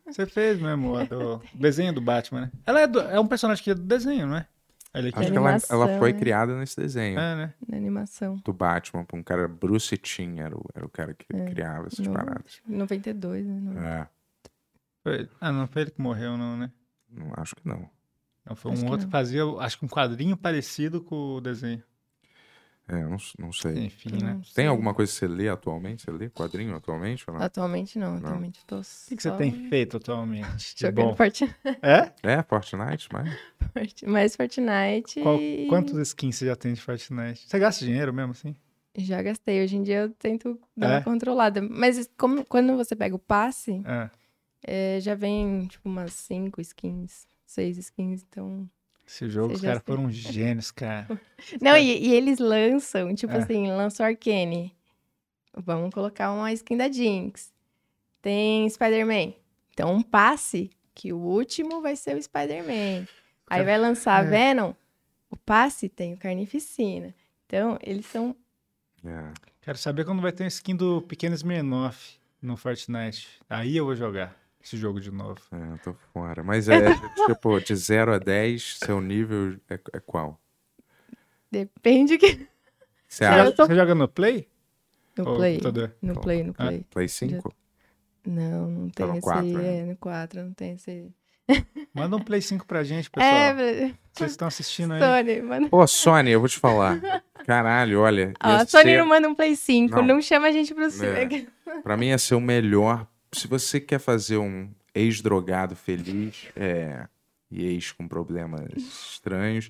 B: Você fez mesmo a do- o desenho do Batman, né? Ela é, do- é um personagem que é do desenho, não é? Ele
C: Acho
D: de
C: que ela,
D: animação,
C: ela foi
D: né?
C: criada nesse desenho
B: É, né?
D: Na animação.
C: do Batman, por um cara Bruce Timm, era o, era o cara que criava essas
D: É. Não,
C: paradas.
D: acho que 92, né? Não-
C: É,
B: Foi- Ah, não foi ele que morreu, não, né?
C: não, acho que não.
B: Não, foi
D: Acho
B: um
D: que
B: outro
D: não.
B: que fazia, acho que um quadrinho parecido com o desenho.
C: É, eu não, s- não sei.
B: Enfim, né?
D: não
C: Tem
D: sei.
C: alguma coisa que você lê atualmente? Você lê quadrinho atualmente? Ou não?
D: Atualmente não,
C: Não.
D: atualmente eu tô
B: O que, que você tem feito atualmente? De
D: um Jogando *laughs*
B: bom.
D: Fortnite,
B: É?
C: É, Fortnite, mas...
D: mais Fortnite.
B: Qual-
D: e-
B: quantos skins você já tem de Fortnite? Você gasta dinheiro mesmo, assim?
D: Já gastei. Hoje em dia eu tento dar
B: É?
D: uma controlada. Mas como- quando você pega o passe,
B: Ah,
D: é, já vem tipo umas 5 skins, 6 skins, então.
B: esse jogo, os
D: Você já
B: caras
D: tem.
B: foram gênios, cara.
D: Não, e, e eles lançam, tipo
B: É.
D: assim, lançou Arcane. Vamos colocar uma skin da Jinx. Tem Spider-Man. Então, um passe, que o último vai ser o Spider-Man. Aí vai lançar a
B: É.
D: Venom. O passe tem o Carnificina. Então, eles são
C: É.
B: Quero saber quando vai ter um skin do Pequeno Smirnoff no Fortnite. Aí eu vou jogar esse jogo de novo.
C: É, eu tô fora. Mas
D: *laughs*
C: é, tipo, de 0 a 10, seu nível é, é qual?
D: Depende que.
C: Você
D: Eu
C: acha
D: tô-
B: Você joga no Play?
D: No
B: Ou
D: Play.
B: computador?
D: No Play, no Play.
C: Play 5?
D: Não, não tem
C: É. no
D: esse.
C: quatro, né?
D: é, no 4, não tem esse.
B: Manda um Play 5 pra gente, pessoal.
D: É,
B: Vocês estão assistindo
C: Né?
B: aí.
D: Sony, mano.
C: Pô, Sony, eu vou te falar. Caralho, olha.
D: *laughs* Ó,
C: ia
D: a Sony
C: ser-
D: não manda um Play 5,
C: Não.
D: não, chama a gente pro
C: É.
D: é.
C: Pra mim ia ser o melhor. Se você quer fazer um ex-drogado feliz é, e ex com problemas estranhos,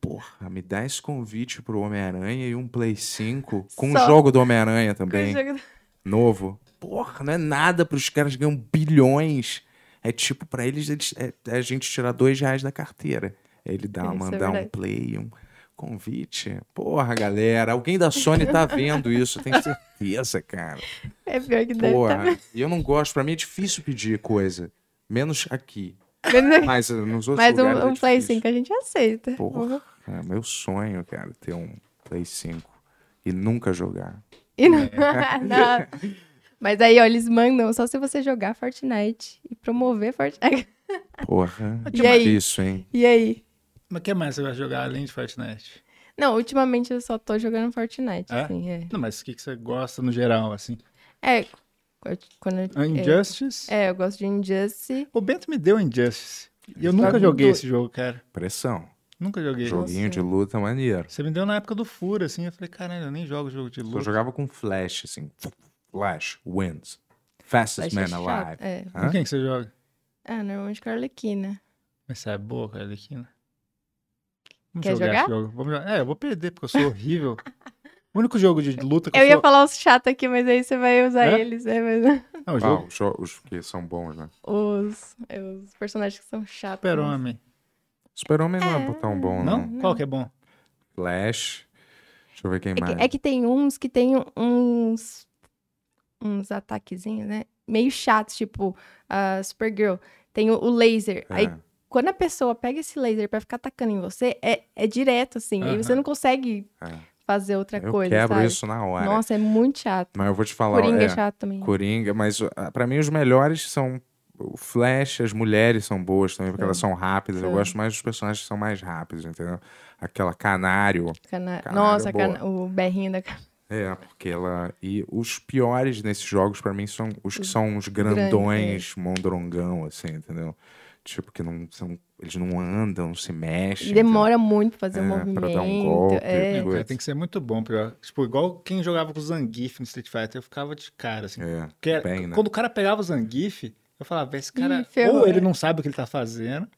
C: porra, me dá esse convite pro Homem-Aranha e um Play 5 com o
D: Só.
C: jogo do Homem-Aranha também,
D: jogo... tá-
C: novo. Porra, não é nada pros caras que ganham bilhões. É tipo, pra eles, eles- é, é a gente tirar dois reais da carteira. Ele dá,
D: Isso é
C: mandar um
D: verdade.
C: play, um convite. Porra, galera, alguém da Sony tá vendo isso, eu tenho certeza, cara.
D: É pior que deve tá
C: Porra, e eu não gosto. Pra mim é difícil pedir coisa. Menos
D: *laughs*
C: aqui.
D: vendo.
C: Mas eh, nos outros
D: tá- Mas
C: lugares
D: um, um
C: é
D: Play
C: difícil.
D: 5 a gente aceita.
C: Porra. É meu sonho, cara, ter um Play 5 e nunca jogar.
D: E não...
C: É.
D: *laughs* não. Mas aí, ó, eles mandam só se você jogar Fortnite e promover Fortnite.
C: Porra,
D: E aí?
C: difícil, hein?
D: *laughs* E aí?
B: Mas o que mais você vai jogar além de Fortnite?
D: Não, ultimamente eu só tô jogando Fortnite,
B: É?
D: assim, é.
B: Não, mas o que, que você gosta no geral, assim?
D: É, eu- quando
C: Ah,
D: eu...
B: A Injustice?
D: É, eu gosto de Injustice.
B: O Bento me deu Injustice. E eu nunca
D: Tá
B: joguei
D: doido.
B: esse jogo, cara.
C: Pressão.
B: Nunca joguei.
C: Joguinho
D: Nossa.
C: de luta maneiro.
B: Você me deu na época do Fura, assim. Eu falei, caralho, eu nem jogo jogo de
C: Só
B: luta.
C: jogava com Flash, assim. Flash wins. Fastest
D: Flash é
C: man
D: chato,
C: alive.
D: É.
B: Com
C: Hã?
B: quem que você joga?
D: Ah, normalmente com a Arlequina.
B: Mas você é boa, cara, daqui, né? Vamos
D: Quer
B: jogar, esse jogo. Vamos jogar. É, eu vou perder, porque eu sou horrível. o único jogo de luta que eu,
D: *laughs* Eu ia
B: sou...
D: falar os chatos aqui, mas aí você vai usar
B: É?
D: eles. É, mas... *laughs*
B: Ah, o
C: Ah,
B: jogo
C: os jogos que são bons, né?
D: os, é, os personagens que são chatos. né?
B: Super-Homem.
C: Super-Homem não é
D: É.
C: tão bom,
B: Não?
C: não.
B: Qual que é bom?
C: Flash. Deixa eu ver quem
D: É
C: mais.
D: que, é que tem uns que tem uns. uns ataquezinhos, né? Meio chatos, tipo a Supergirl. Tem o, o laser. Aí
C: É.
D: quando a pessoa pega esse laser pra ficar atacando em você, é, é direto, assim. E você
B: Aham.
D: não consegue
C: É.
D: fazer outra
C: Eu
D: coisa.
C: quebro
D: sabe?
C: isso na hora.
D: Nossa, é muito chato.
C: Mas eu vou te falar.
D: Coringa
C: é,
D: é chato também.
C: Coringa, mas ah, pra mim os melhores são o Flash, as mulheres são boas também, porque
D: Sim.
C: elas são rápidas. Eu
D: Sim.
C: gosto mais dos personagens que são mais rápidos, entendeu? Aquela canário.
D: Cana-
C: Caralho,
D: Nossa,
C: é boa.
D: cana- o berrinho da cara.
C: É, porque ela. E os piores nesses jogos, pra mim, são os que são os grandões, mondrongão, assim, entendeu? Tipo, que não são eles não andam, se mexem.
D: E demora muito pra fazer o
C: Então, É, pra dar um
D: movimento.
C: golpe.
B: É,
D: é.
B: cara, tem que ser muito bom, pra- Tipo, igual quem jogava com o Zangief no Street Fighter, eu ficava de cara, assim.
C: entendeu? É,
B: Porque era-
C: bem, né?
B: Quando o cara pegava o Zangief, eu falava, "Vé, esse cara,
D: Ih, ferrou,
B: ou ele
D: né?"
B: não sabe o que ele tá fazendo,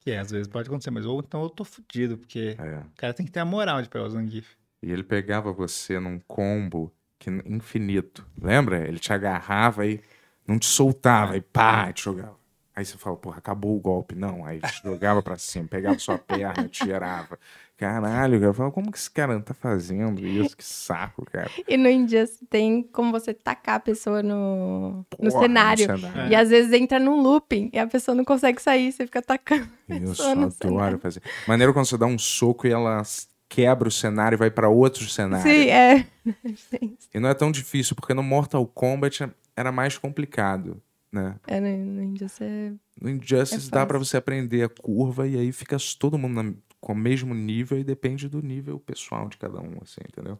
B: que é, às vezes pode acontecer, mas ou então eu tô fudido, porque
C: É.
B: o cara tem que ter a moral de pegar o Zangief.
C: E ele pegava você num combo que infinito. Lembra? Ele te agarrava e não te soltava, e pá, te jogava. Aí você fala, porra, acabou o golpe. Não, aí te jogava pra cima, pegava sua
D: *laughs*
C: perna, te tirava. Caralho, cara. Eu falava, como que esse cara tá fazendo isso? Que saco, cara.
D: E no Injustice tem como você tacar a pessoa no, no
C: Porra,
D: cenário.
C: no
B: É.
C: cenário.
D: E às vezes entra num looping e a pessoa não consegue sair, você fica atacando.
C: Isso,
D: pessoa no
C: adoro fazer. Maneiro quando você dá um soco e ela s- quebra o cenário e vai pra outro cenário.
D: Sim, é. *laughs* Sim,
C: E não é tão difícil, porque no Mortal Kombat era mais complicado, né?
D: é, no, no Injustice é
C: No Injustice
D: É
C: dá
D: fácil.
C: pra você aprender a curva e aí fica todo mundo na- com o mesmo nível e depende do nível pessoal de cada um, assim, entendeu?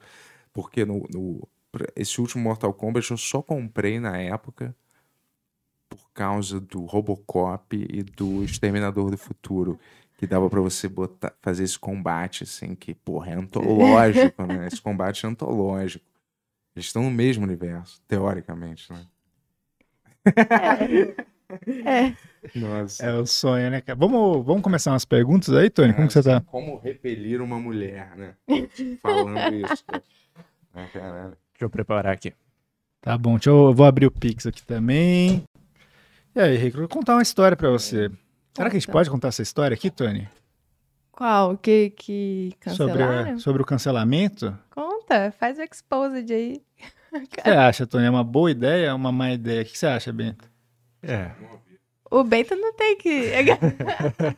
C: Porque no, no- pra- esse último Mortal Kombat eu só comprei na época por causa do Robocop e do Exterminador do Futuro, que dava pra você botar, fazer esse combate, assim, que, porra, é antológico, né? Esse combate é antológico. Eles estão no mesmo universo, teoricamente, né? *laughs* Nossa.
B: É o sonho, né, cara? Vamos, vamos começar umas perguntas aí, Tony? Como que você tá?
C: Como repelir uma mulher, né? *laughs* Falando isso. cara. Ah, caralho.
E: Deixa eu preparar aqui.
B: Tá bom, deixa eu, eu vou abrir o Pix aqui também. E aí, Rico, eu vou contar uma história pra você. Será que a gente
D: Conta.
B: pode contar essa história aqui, Tony?
D: Qual? Que, que
B: Sobre, a-
D: cancelaram?
B: sobre o cancelamento? O
D: Conta, faz o exposed aí.
B: que você acha, Tony? É uma boa ideia? É uma má ideia? O que você acha, Bento?
E: É.
D: O Bento não tem que.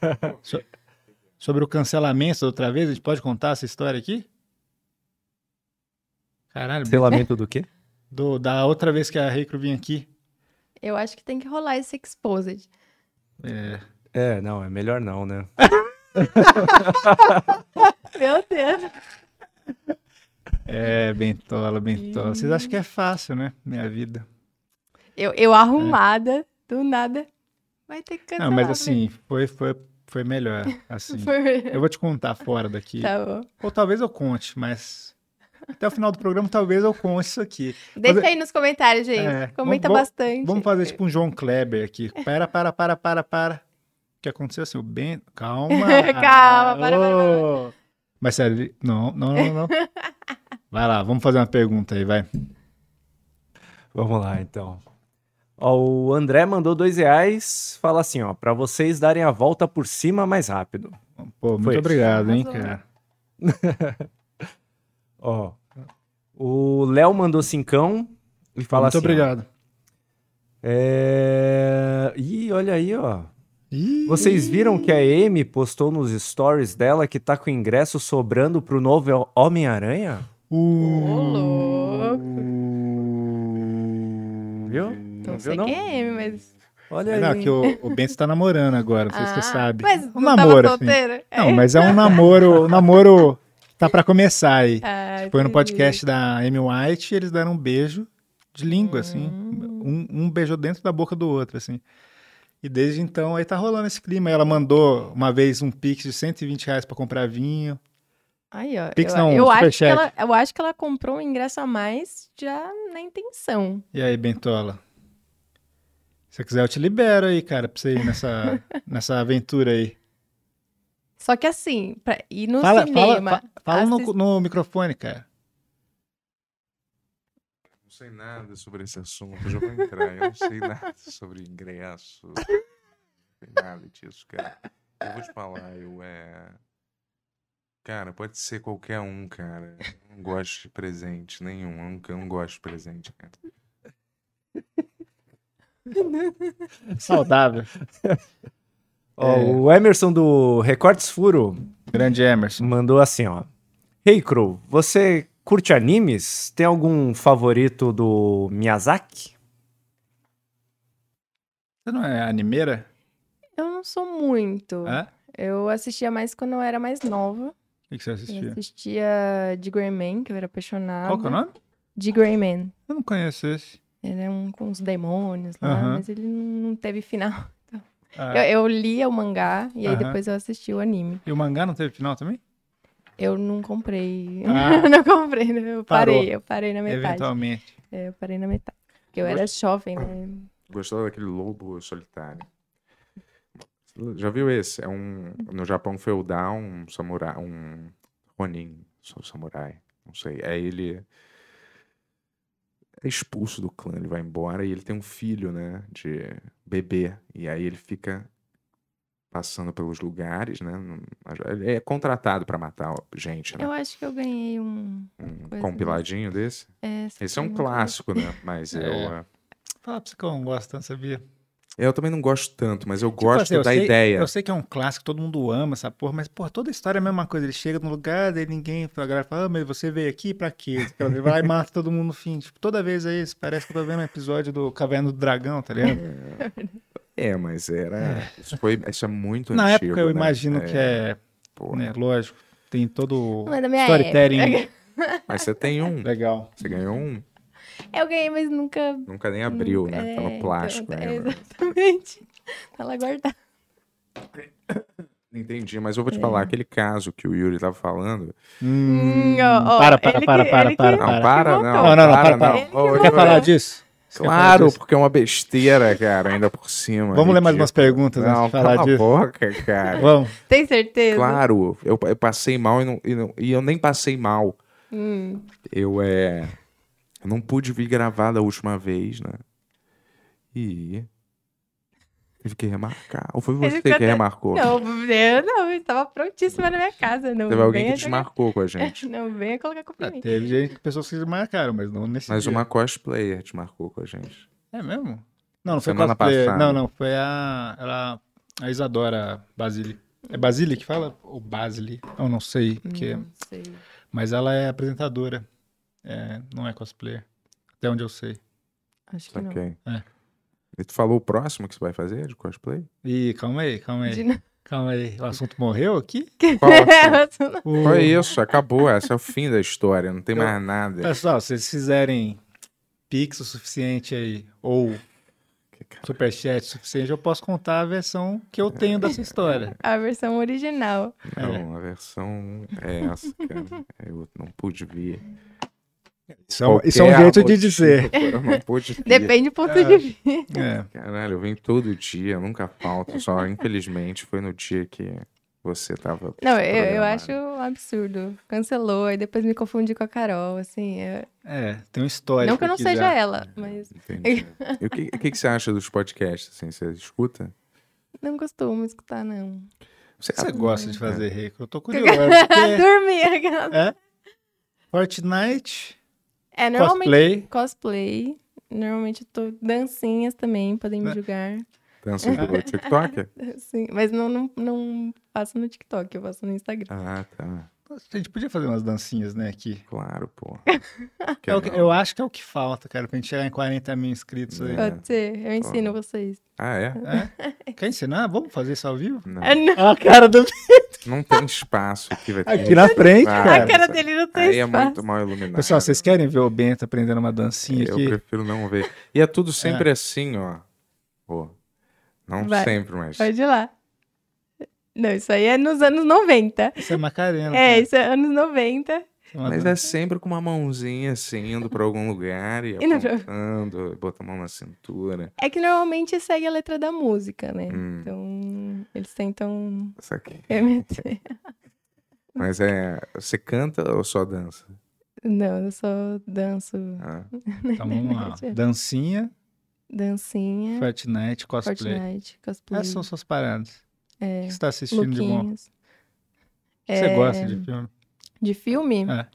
D: *laughs*
B: Sobre o cancelamento da outra vez, a gente pode contar essa história aqui? Caralho,
E: Selamento do quê?
B: do- da outra vez que a Recro vinha aqui.
D: Eu acho que tem que rolar esse exposed.
B: É,
E: É, não, é melhor não, né?
D: Meu Deus.
B: é, Bentola, Bentola. Vocês acham que é fácil, né? Minha vida.
D: Eu, eu arrumada, do nada. Vai ter que cancelar.
B: Não, mas assim, foi, foi, foi melhor,
D: *laughs*
B: assim. Eu vou te contar fora daqui.
D: Tá bom.
B: Ou talvez eu conte, mas até o final do programa talvez eu conte isso aqui.
D: Deixa aí nos comentários, gente.
B: É,
D: Comenta
B: vamos-
D: bastante.
B: Vamos fazer tipo um João Kleber aqui. Para, para, para, para, para. O que aconteceu assim? O Ben. Calma.
D: *laughs* Calma, para, para, para.
B: Ô. Mas sério, ele- não, não, não, não. Vai lá, vamos fazer uma pergunta aí, vai.
E: Vamos lá, então. Ó, o André mandou dois reais. Fala assim, ó, pra vocês darem a volta por cima mais rápido.
B: Pô, muito
E: Foi.
B: obrigado, hein,
D: Arrasou.
B: cara.
E: Ó, o Léo mandou cincão e fala
B: muito
E: assim. ó,
B: obrigado.
E: é... Ih, olha aí, ó.
B: Ih,
E: Vocês viram que a Amy postou nos stories dela que tá com ingresso sobrando pro novo Homem-Aranha?
D: Ô,
B: Hum,
D: louco.
E: Viu?
D: Não sei
E: viu,
D: quem é M, mas.
E: Olha aí.
B: Não, que o, o Ben está namorando agora, não sei se você
D: Ah,
B: sabe.
D: Mas
B: um
D: não
B: namoro,
D: tava
B: assim.
D: solteira?
B: Não, mas é um namoro, um namoro tá pra começar aí.
D: Ah,
B: Foi no
D: entendi.
B: podcast da Amy White, eles deram um beijo de língua, assim.
D: Hum,
B: Um, um beijou dentro da boca do outro, assim. E desde então aí tá rolando esse clima. Ela mandou uma vez um pix de 120 reais pra comprar vinho.
D: Aí, ó,
B: Pix
D: eu,
B: não,
D: eu acho que
B: superchat.
D: ela, eu acho que ela comprou um ingresso a mais já na intenção.
B: E aí, Bentola? Se você quiser, eu te libero aí, cara, pra você ir
D: *laughs*
B: nessa, nessa aventura aí.
D: Só que assim, pra ir no
B: fala fala,
D: cinema.
B: fa- fala no,
D: assist-
B: no microfone, cara.
C: Não sei nada sobre esse assunto. Eu já vou entrar. Eu não sei nada sobre ingresso. Não sei nada disso, cara. Eu vou te falar, eu é. Cara, pode ser qualquer um, cara. Eu não gosto de presente nenhum. Eu não, eu não gosto de presente, cara.
D: *laughs*
B: Saudável.
E: Ó, O Emerson do Recortes Furo
B: Grande Emerson.
E: mandou assim, ó. Hey, Crow, você curte animes? Tem algum favorito do Miyazaki?
B: Você não é animeira?
D: Eu não sou muito.
B: Hã?
D: Eu assistia mais quando eu era mais nova.
B: O que que você
D: Eu
B: assistia?
D: assistia de Grey Man, que eu era apaixonada.
B: Qual que é o nome?
D: De Grey Man.
B: Eu não conheço esse.
D: Ele é um com os demônios lá,
B: Aham.
D: mas ele não não teve final. Então,
B: Ah,
D: Eu, eu lia o mangá e aí
B: Aham.
D: depois eu assisti o anime.
B: E o mangá não teve final também?
D: Eu não comprei.
B: Ah.
D: *laughs* não comprei, né? Eu
B: Parou.
D: parei, eu parei na metade.
B: Eventualmente.
D: É, eu parei na metade. Porque eu era jovem, né?
C: Gostava daquele lobo solitário. Já viu esse? É um no Japão feudal, um samurai, um ronin, sou samurai, não sei. É ele é expulso do clã, ele vai embora e ele tem um filho, né, de bebê. E aí ele fica passando pelos lugares, né? num- Ele é contratado pra matar gente, né?
D: Eu acho que eu ganhei um.
B: É
C: Um
B: né?
D: coisa
C: compiladinho desse.
D: essa
C: Esse é um
D: pergunta.
C: clássico, né? Mas eu,
B: *laughs* É.
C: é,
B: Fala pra você que eu não gosto tanto, sabia? Eu
C: eu também não gosto tanto, mas eu gosto
B: assim, eu
C: da
B: sei-
C: ideia.
B: Eu sei que é um clássico, todo mundo ama essa porra, mas, porra, toda história é a mesma coisa. Ele chega num lugar, daí ninguém, a galera fala, ah, mas você veio aqui pra quê? Ele vai e mata todo mundo no fim. Tipo, toda vez é isso. Parece que eu tô vendo um episódio do Caverna do Dragão, tá ligado?
C: É, mas era. Isso, foi, isso é muito
B: Na
C: antigo.
B: época eu
C: né?
B: imagino que é,
C: pô.
B: né, lógico, tem todo
D: Não é da minha *laughs*
B: storytelling
C: Mas você tem
B: *laughs*
C: um.
B: legal.
C: Você ganhou um.
D: Eu ganhei, mas nunca. *laughs*
C: Nunca nem abriu, né?
D: É,
C: Tá no
D: então,
C: plástico
D: é,
C: ainda.
D: exatamente. Tá lá guardado.
C: Entendi, mas eu
B: É.
C: vou te falar, aquele caso que o Yuri tava falando.
D: Hum, ó, ó,
B: para, para,
D: ele
B: para,
D: que-
B: para,
D: ele
B: para,
D: que-
B: Para.
C: Não, para,
D: Ele
C: não.
D: voltou.
B: Não, não, não, para,
C: para,
B: para.
D: Ele que
B: Você
C: Ô,
D: voltou.
B: quer
C: Yuri,
B: É, falar disso? Você quer falar
C: Claro,
B: disso?
C: porque é uma besteira, cara, ainda por cima.
B: Vamos ler mais
C: ridículo.
B: umas perguntas antes
C: é Não,
B: de falar
C: cala a
B: disso.
C: boca, cara.
B: Vamos.
D: Tem certeza?
C: Claro, eu, eu passei mal e, não- e não- e eu nem passei mal.
D: Hum,
C: Eu é. Eu não pude vir gravar da última vez, né? E. Tive que remarcar. Ou foi
D: Ele
C: você
D: ficou
C: que
D: até-
C: remarcou?
D: não, eu não, eu tava prontíssima na minha casa. Não,
C: Teve alguém que
D: venha jogar-
C: desmarcou com a gente.
D: *laughs* É, Não venha colocar culpa
B: Ah,
D: em mim.
B: teve gente, pessoas que se marcaram, mas não nesse
C: Mas
B: dia.
C: uma cosplayer desmarcou com a gente.
B: É mesmo? Não, não foi
C: Semana
B: cosplay.
C: passada.
B: Não, não, foi a, ela, a Isadora Basile. É Basile que fala? Ou Basile? Eu não sei. Porque...
D: Hum, Não sei.
B: Mas ela é apresentadora. É, não é cosplayer. Até onde eu sei.
D: Acho que não.
C: Saquei.
B: É.
C: E tu falou o próximo que você vai fazer de cosplay?
B: Ih, calma aí, calma
D: De
B: aí.
D: novo.
B: Calma aí. O assunto morreu aqui?
C: *laughs* Qual assunto?
B: O-
C: *laughs* Foi isso, acabou. Esse é o fim da história, não tem
B: É. Eu- É.
C: mais nada.
B: Pessoal, se vocês fizerem pix o suficiente aí, ou superchat o suficiente, eu posso contar a versão que eu tenho
D: *laughs*
B: dessa história.
D: A versão original.
C: Não, a versão é essa, cara. Eu não pude vir.
B: Isso é um, isso é um jeito de dizer.
C: Eu não
D: *laughs*
C: pude vir.
D: Depende do ponto de vista.
B: É.
C: Caralho, eu venho todo dia, nunca falta.
D: *laughs*
C: Só, infelizmente, foi no dia que você tava.
D: Não, eu, eu
C: programado.
D: acho um absurdo. Cancelou, aí depois me confundi com a Carol, assim. é-
B: É, tem um histórico.
D: Não que eu não
B: aqui
D: seja
B: já.
D: ela, mas
C: Entendi. E o que, o que que você acha dos podcasts? Assim, você escuta?
D: não costumo escutar, não.
B: O
D: Tá
B: que você
C: abre-
B: gosta de fazer, Rico? Eu tô curioso. é
D: *laughs* Dormir.
B: porque
D: é
B: é?
D: aquela-
B: Fortnite,
D: É, normalmente
B: cosplay.
D: cosplay. Normalmente eu tô dancinhas também, podem
C: Né?
D: me julgar. *laughs*
B: *laughs*
C: Dança do TikTok?
D: Assim, mas não, não, não faço no TikTok, eu faço no Instagram.
C: Ah, tá.
B: A gente podia fazer umas dancinhas, né, aqui.
C: Claro,
D: *laughs*
C: pô.
B: É o que- eu acho que é o que falta, cara, pra gente chegar em 40 mil inscritos aí.
C: É.
D: Pode ser, eu ensino vocês.
C: Ah, é?
B: Quer ensinar? Vamos fazer isso ao vivo?
C: Não,
D: Ah, não,
B: *laughs* Ah, cara do...
C: não tem espaço aqui. Vai ter
B: Aqui na frente,
C: Ah,
D: *laughs* a
B: cara.
D: cara dele não tem
C: Aí é
D: espaço.
C: muito mal iluminado.
B: *laughs*
C: É,
B: Pessoal, vocês querem ver o Bento aprendendo uma dancinha
C: Eu
B: aqui? Ah.
C: prefiro não ver. E é tudo sempre assim, ó. Pô. Não
D: Vai.
C: sempre, mas.
D: Pode ir lá. Não, isso aí é nos anos 90.
B: Isso é Macarena.
D: É,
B: cara.
D: isso é anos 90.
B: Isso é uma
C: Mas
D: Uhum.
B: dan-
C: é sempre com uma mãozinha assim, indo pra algum lugar e
D: *laughs* E não-
C: apontando, bota a mão na cintura.
D: É que normalmente segue a letra da música, né?
C: Hum.
D: Então, eles tentam
C: Saquei.
D: É. remeter.
C: Mas é. Você canta ou só dança?
D: Não, eu só danço.
C: Ah,
B: Então vamos
D: *laughs*
B: lá. Dancinha,
D: Dancinha,
B: Fortnite, cosplay.
D: É. Fortnite, cosplay, é,
B: Essas são suas paradas. O que você tá assistindo de bom? O
D: lookinhos.
B: que
D: É,
B: você gosta de filme?
D: De filme?
B: É.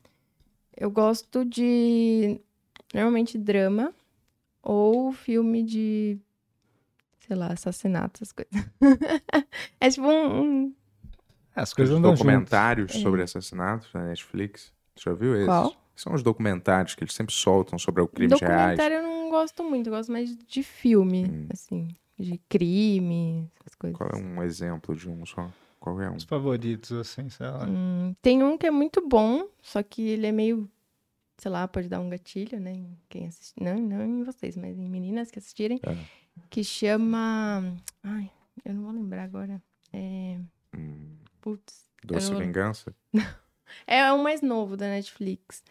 D: Eu gosto de. Normalmente drama. Ou filme de. Sei lá, assassinato, essas coisas. *laughs* é tipo um. um-
B: Ah, As coisas
C: os
B: andam juntas.
C: documentários sobre assassinatos na Netflix. Você já viu esses?
D: É. Qual?
C: São os documentários que eles sempre soltam sobre o crime de reais.
D: documentário eu não gosto muito, eu gosto mais de filme,
C: Hum.
D: assim. De crime, essas coisas.
C: Qual é um exemplo de um só? Qual é um?
B: Os favoritos, assim, sei lá.
D: Hum, tem um que é muito bom, só que ele é meio, sei lá, pode dar um gatilho, né? em Quem assiste, não, não em vocês, mas em meninas que assistirem,
C: É.
D: que chama, ai, Eu não vou lembrar agora. É.
C: Hum,
D: Putz.
C: Doce
D: Eu-
C: Vingança?
D: É o mais novo da Netflix.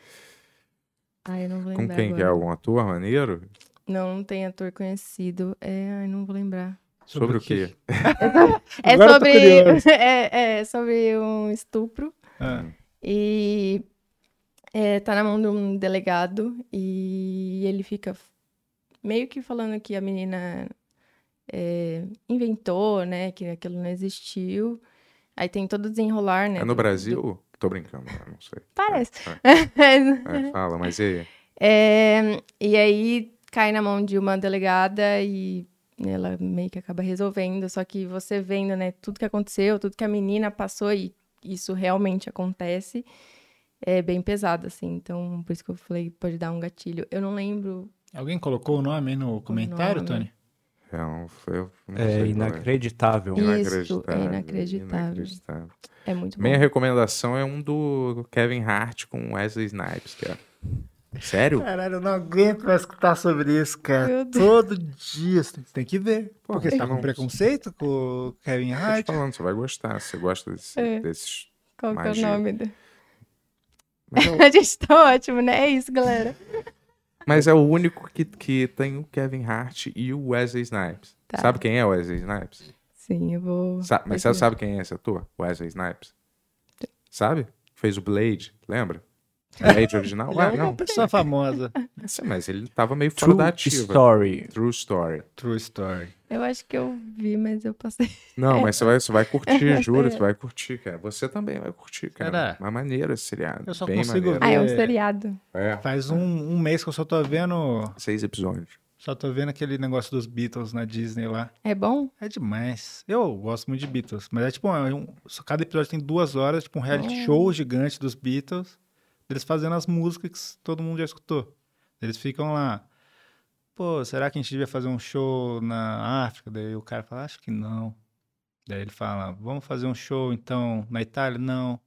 D: Ai, eu não vou
C: Com
D: lembrar.
C: quem que é?
D: agora. é
C: Algum ator maneiro? É
D: Não, não tem ator conhecido. É, ai, não vou lembrar.
C: Sobre o quê?
D: *laughs* É
B: Agora eu tô curioso.
D: sobre. *laughs* É, é sobre um estupro.
B: Ah,
D: E é, tá na mão de um delegado e ele fica f- meio que falando que a menina é, inventou, né? Que aquilo não existiu. Aí tem todo o desenrolar, né?
C: É
D: do-
C: no
D: do-
C: Brasil? Tô brincando, eu não sei.
D: Parece.
C: É,
D: *laughs*
C: é,
D: Uhum.
C: é, fala, mas e aí?
D: É, e aí cai na mão de uma delegada e ela meio que acaba resolvendo, só que você vendo, né, tudo que aconteceu, tudo que a menina passou e isso realmente acontece, é bem pesado, assim. Então, por isso que eu falei, pode dar um gatilho. Eu não lembro.
B: É. Alguém colocou o nome aí no comentário,
D: nome.
B: Tony?
C: É, um- foi- eu não
E: É
C: sei qual
E: inacreditável.
D: Isso, é inacreditável.
C: inacreditável.
D: É muito bom.
C: Minha recomendação é um do Kevin Hart com Wesley Snipes, que é... Sério?
B: Caralho, eu não aguento mais escutar sobre isso,
D: Meu
B: cara.
D: Deus.
B: Todo dia você tem- tem que ver. Porque você tá
C: não-
B: com preconceito com o Kevin
C: então Tô te
B: Hart?
C: falando, você vai gostar. Você gosta desse-
D: É.
C: desses...
D: Qual que é o
C: magia.
D: nome? do- *laughs*
C: Mas é o-
D: A gente tá ótimo, né? É isso, galera.
C: Mas é o único que, que tem o Kevin Hart e o Wesley Snipes.
D: Tá.
C: Sabe quem é o Wesley Snipes?
D: Sim, eu vou.
C: Sa- mas
D: Vou
C: você sabe quem é esse ator? Wesley Snipes. Sabe? Fez o Blade,
D: *laughs*
C: lembra? Blade original?
B: Ele é
C: Ah,
B: uma
C: não.
B: pessoa famosa.
C: Sim, mas ele tava meio fora da
E: True
C: ativa.
E: Story.
C: True Story.
B: *laughs* True Story.
D: Eu acho que eu vi, mas eu passei.
C: Não, mas você vai, você vai curtir, juro, você vai curtir, cara. Você também vai curtir, cara.
B: Será?
C: Uma maneira esse seriado.
B: Eu só
C: bem
B: consigo
C: maneiro.
D: Ah, é um
B: É.
D: seriado.
C: É,
B: Faz um, um mês que eu só tô vendo.
C: seis episódios.
B: Só tô vendo aquele negócio dos Beatles na Disney lá.
D: É bom?
B: É demais. Eu gosto muito de Beatles. Mas é tipo, é um, só cada episódio tem duas horas, tipo um reality
D: Oh.
B: show gigante dos Beatles. Eles fazendo as músicas que todo mundo já escutou. Eles ficam lá. Pô, será que a gente devia fazer um show na África? Daí o cara fala, acho que não. Daí ele fala, vamos fazer um show então na Itália? Não.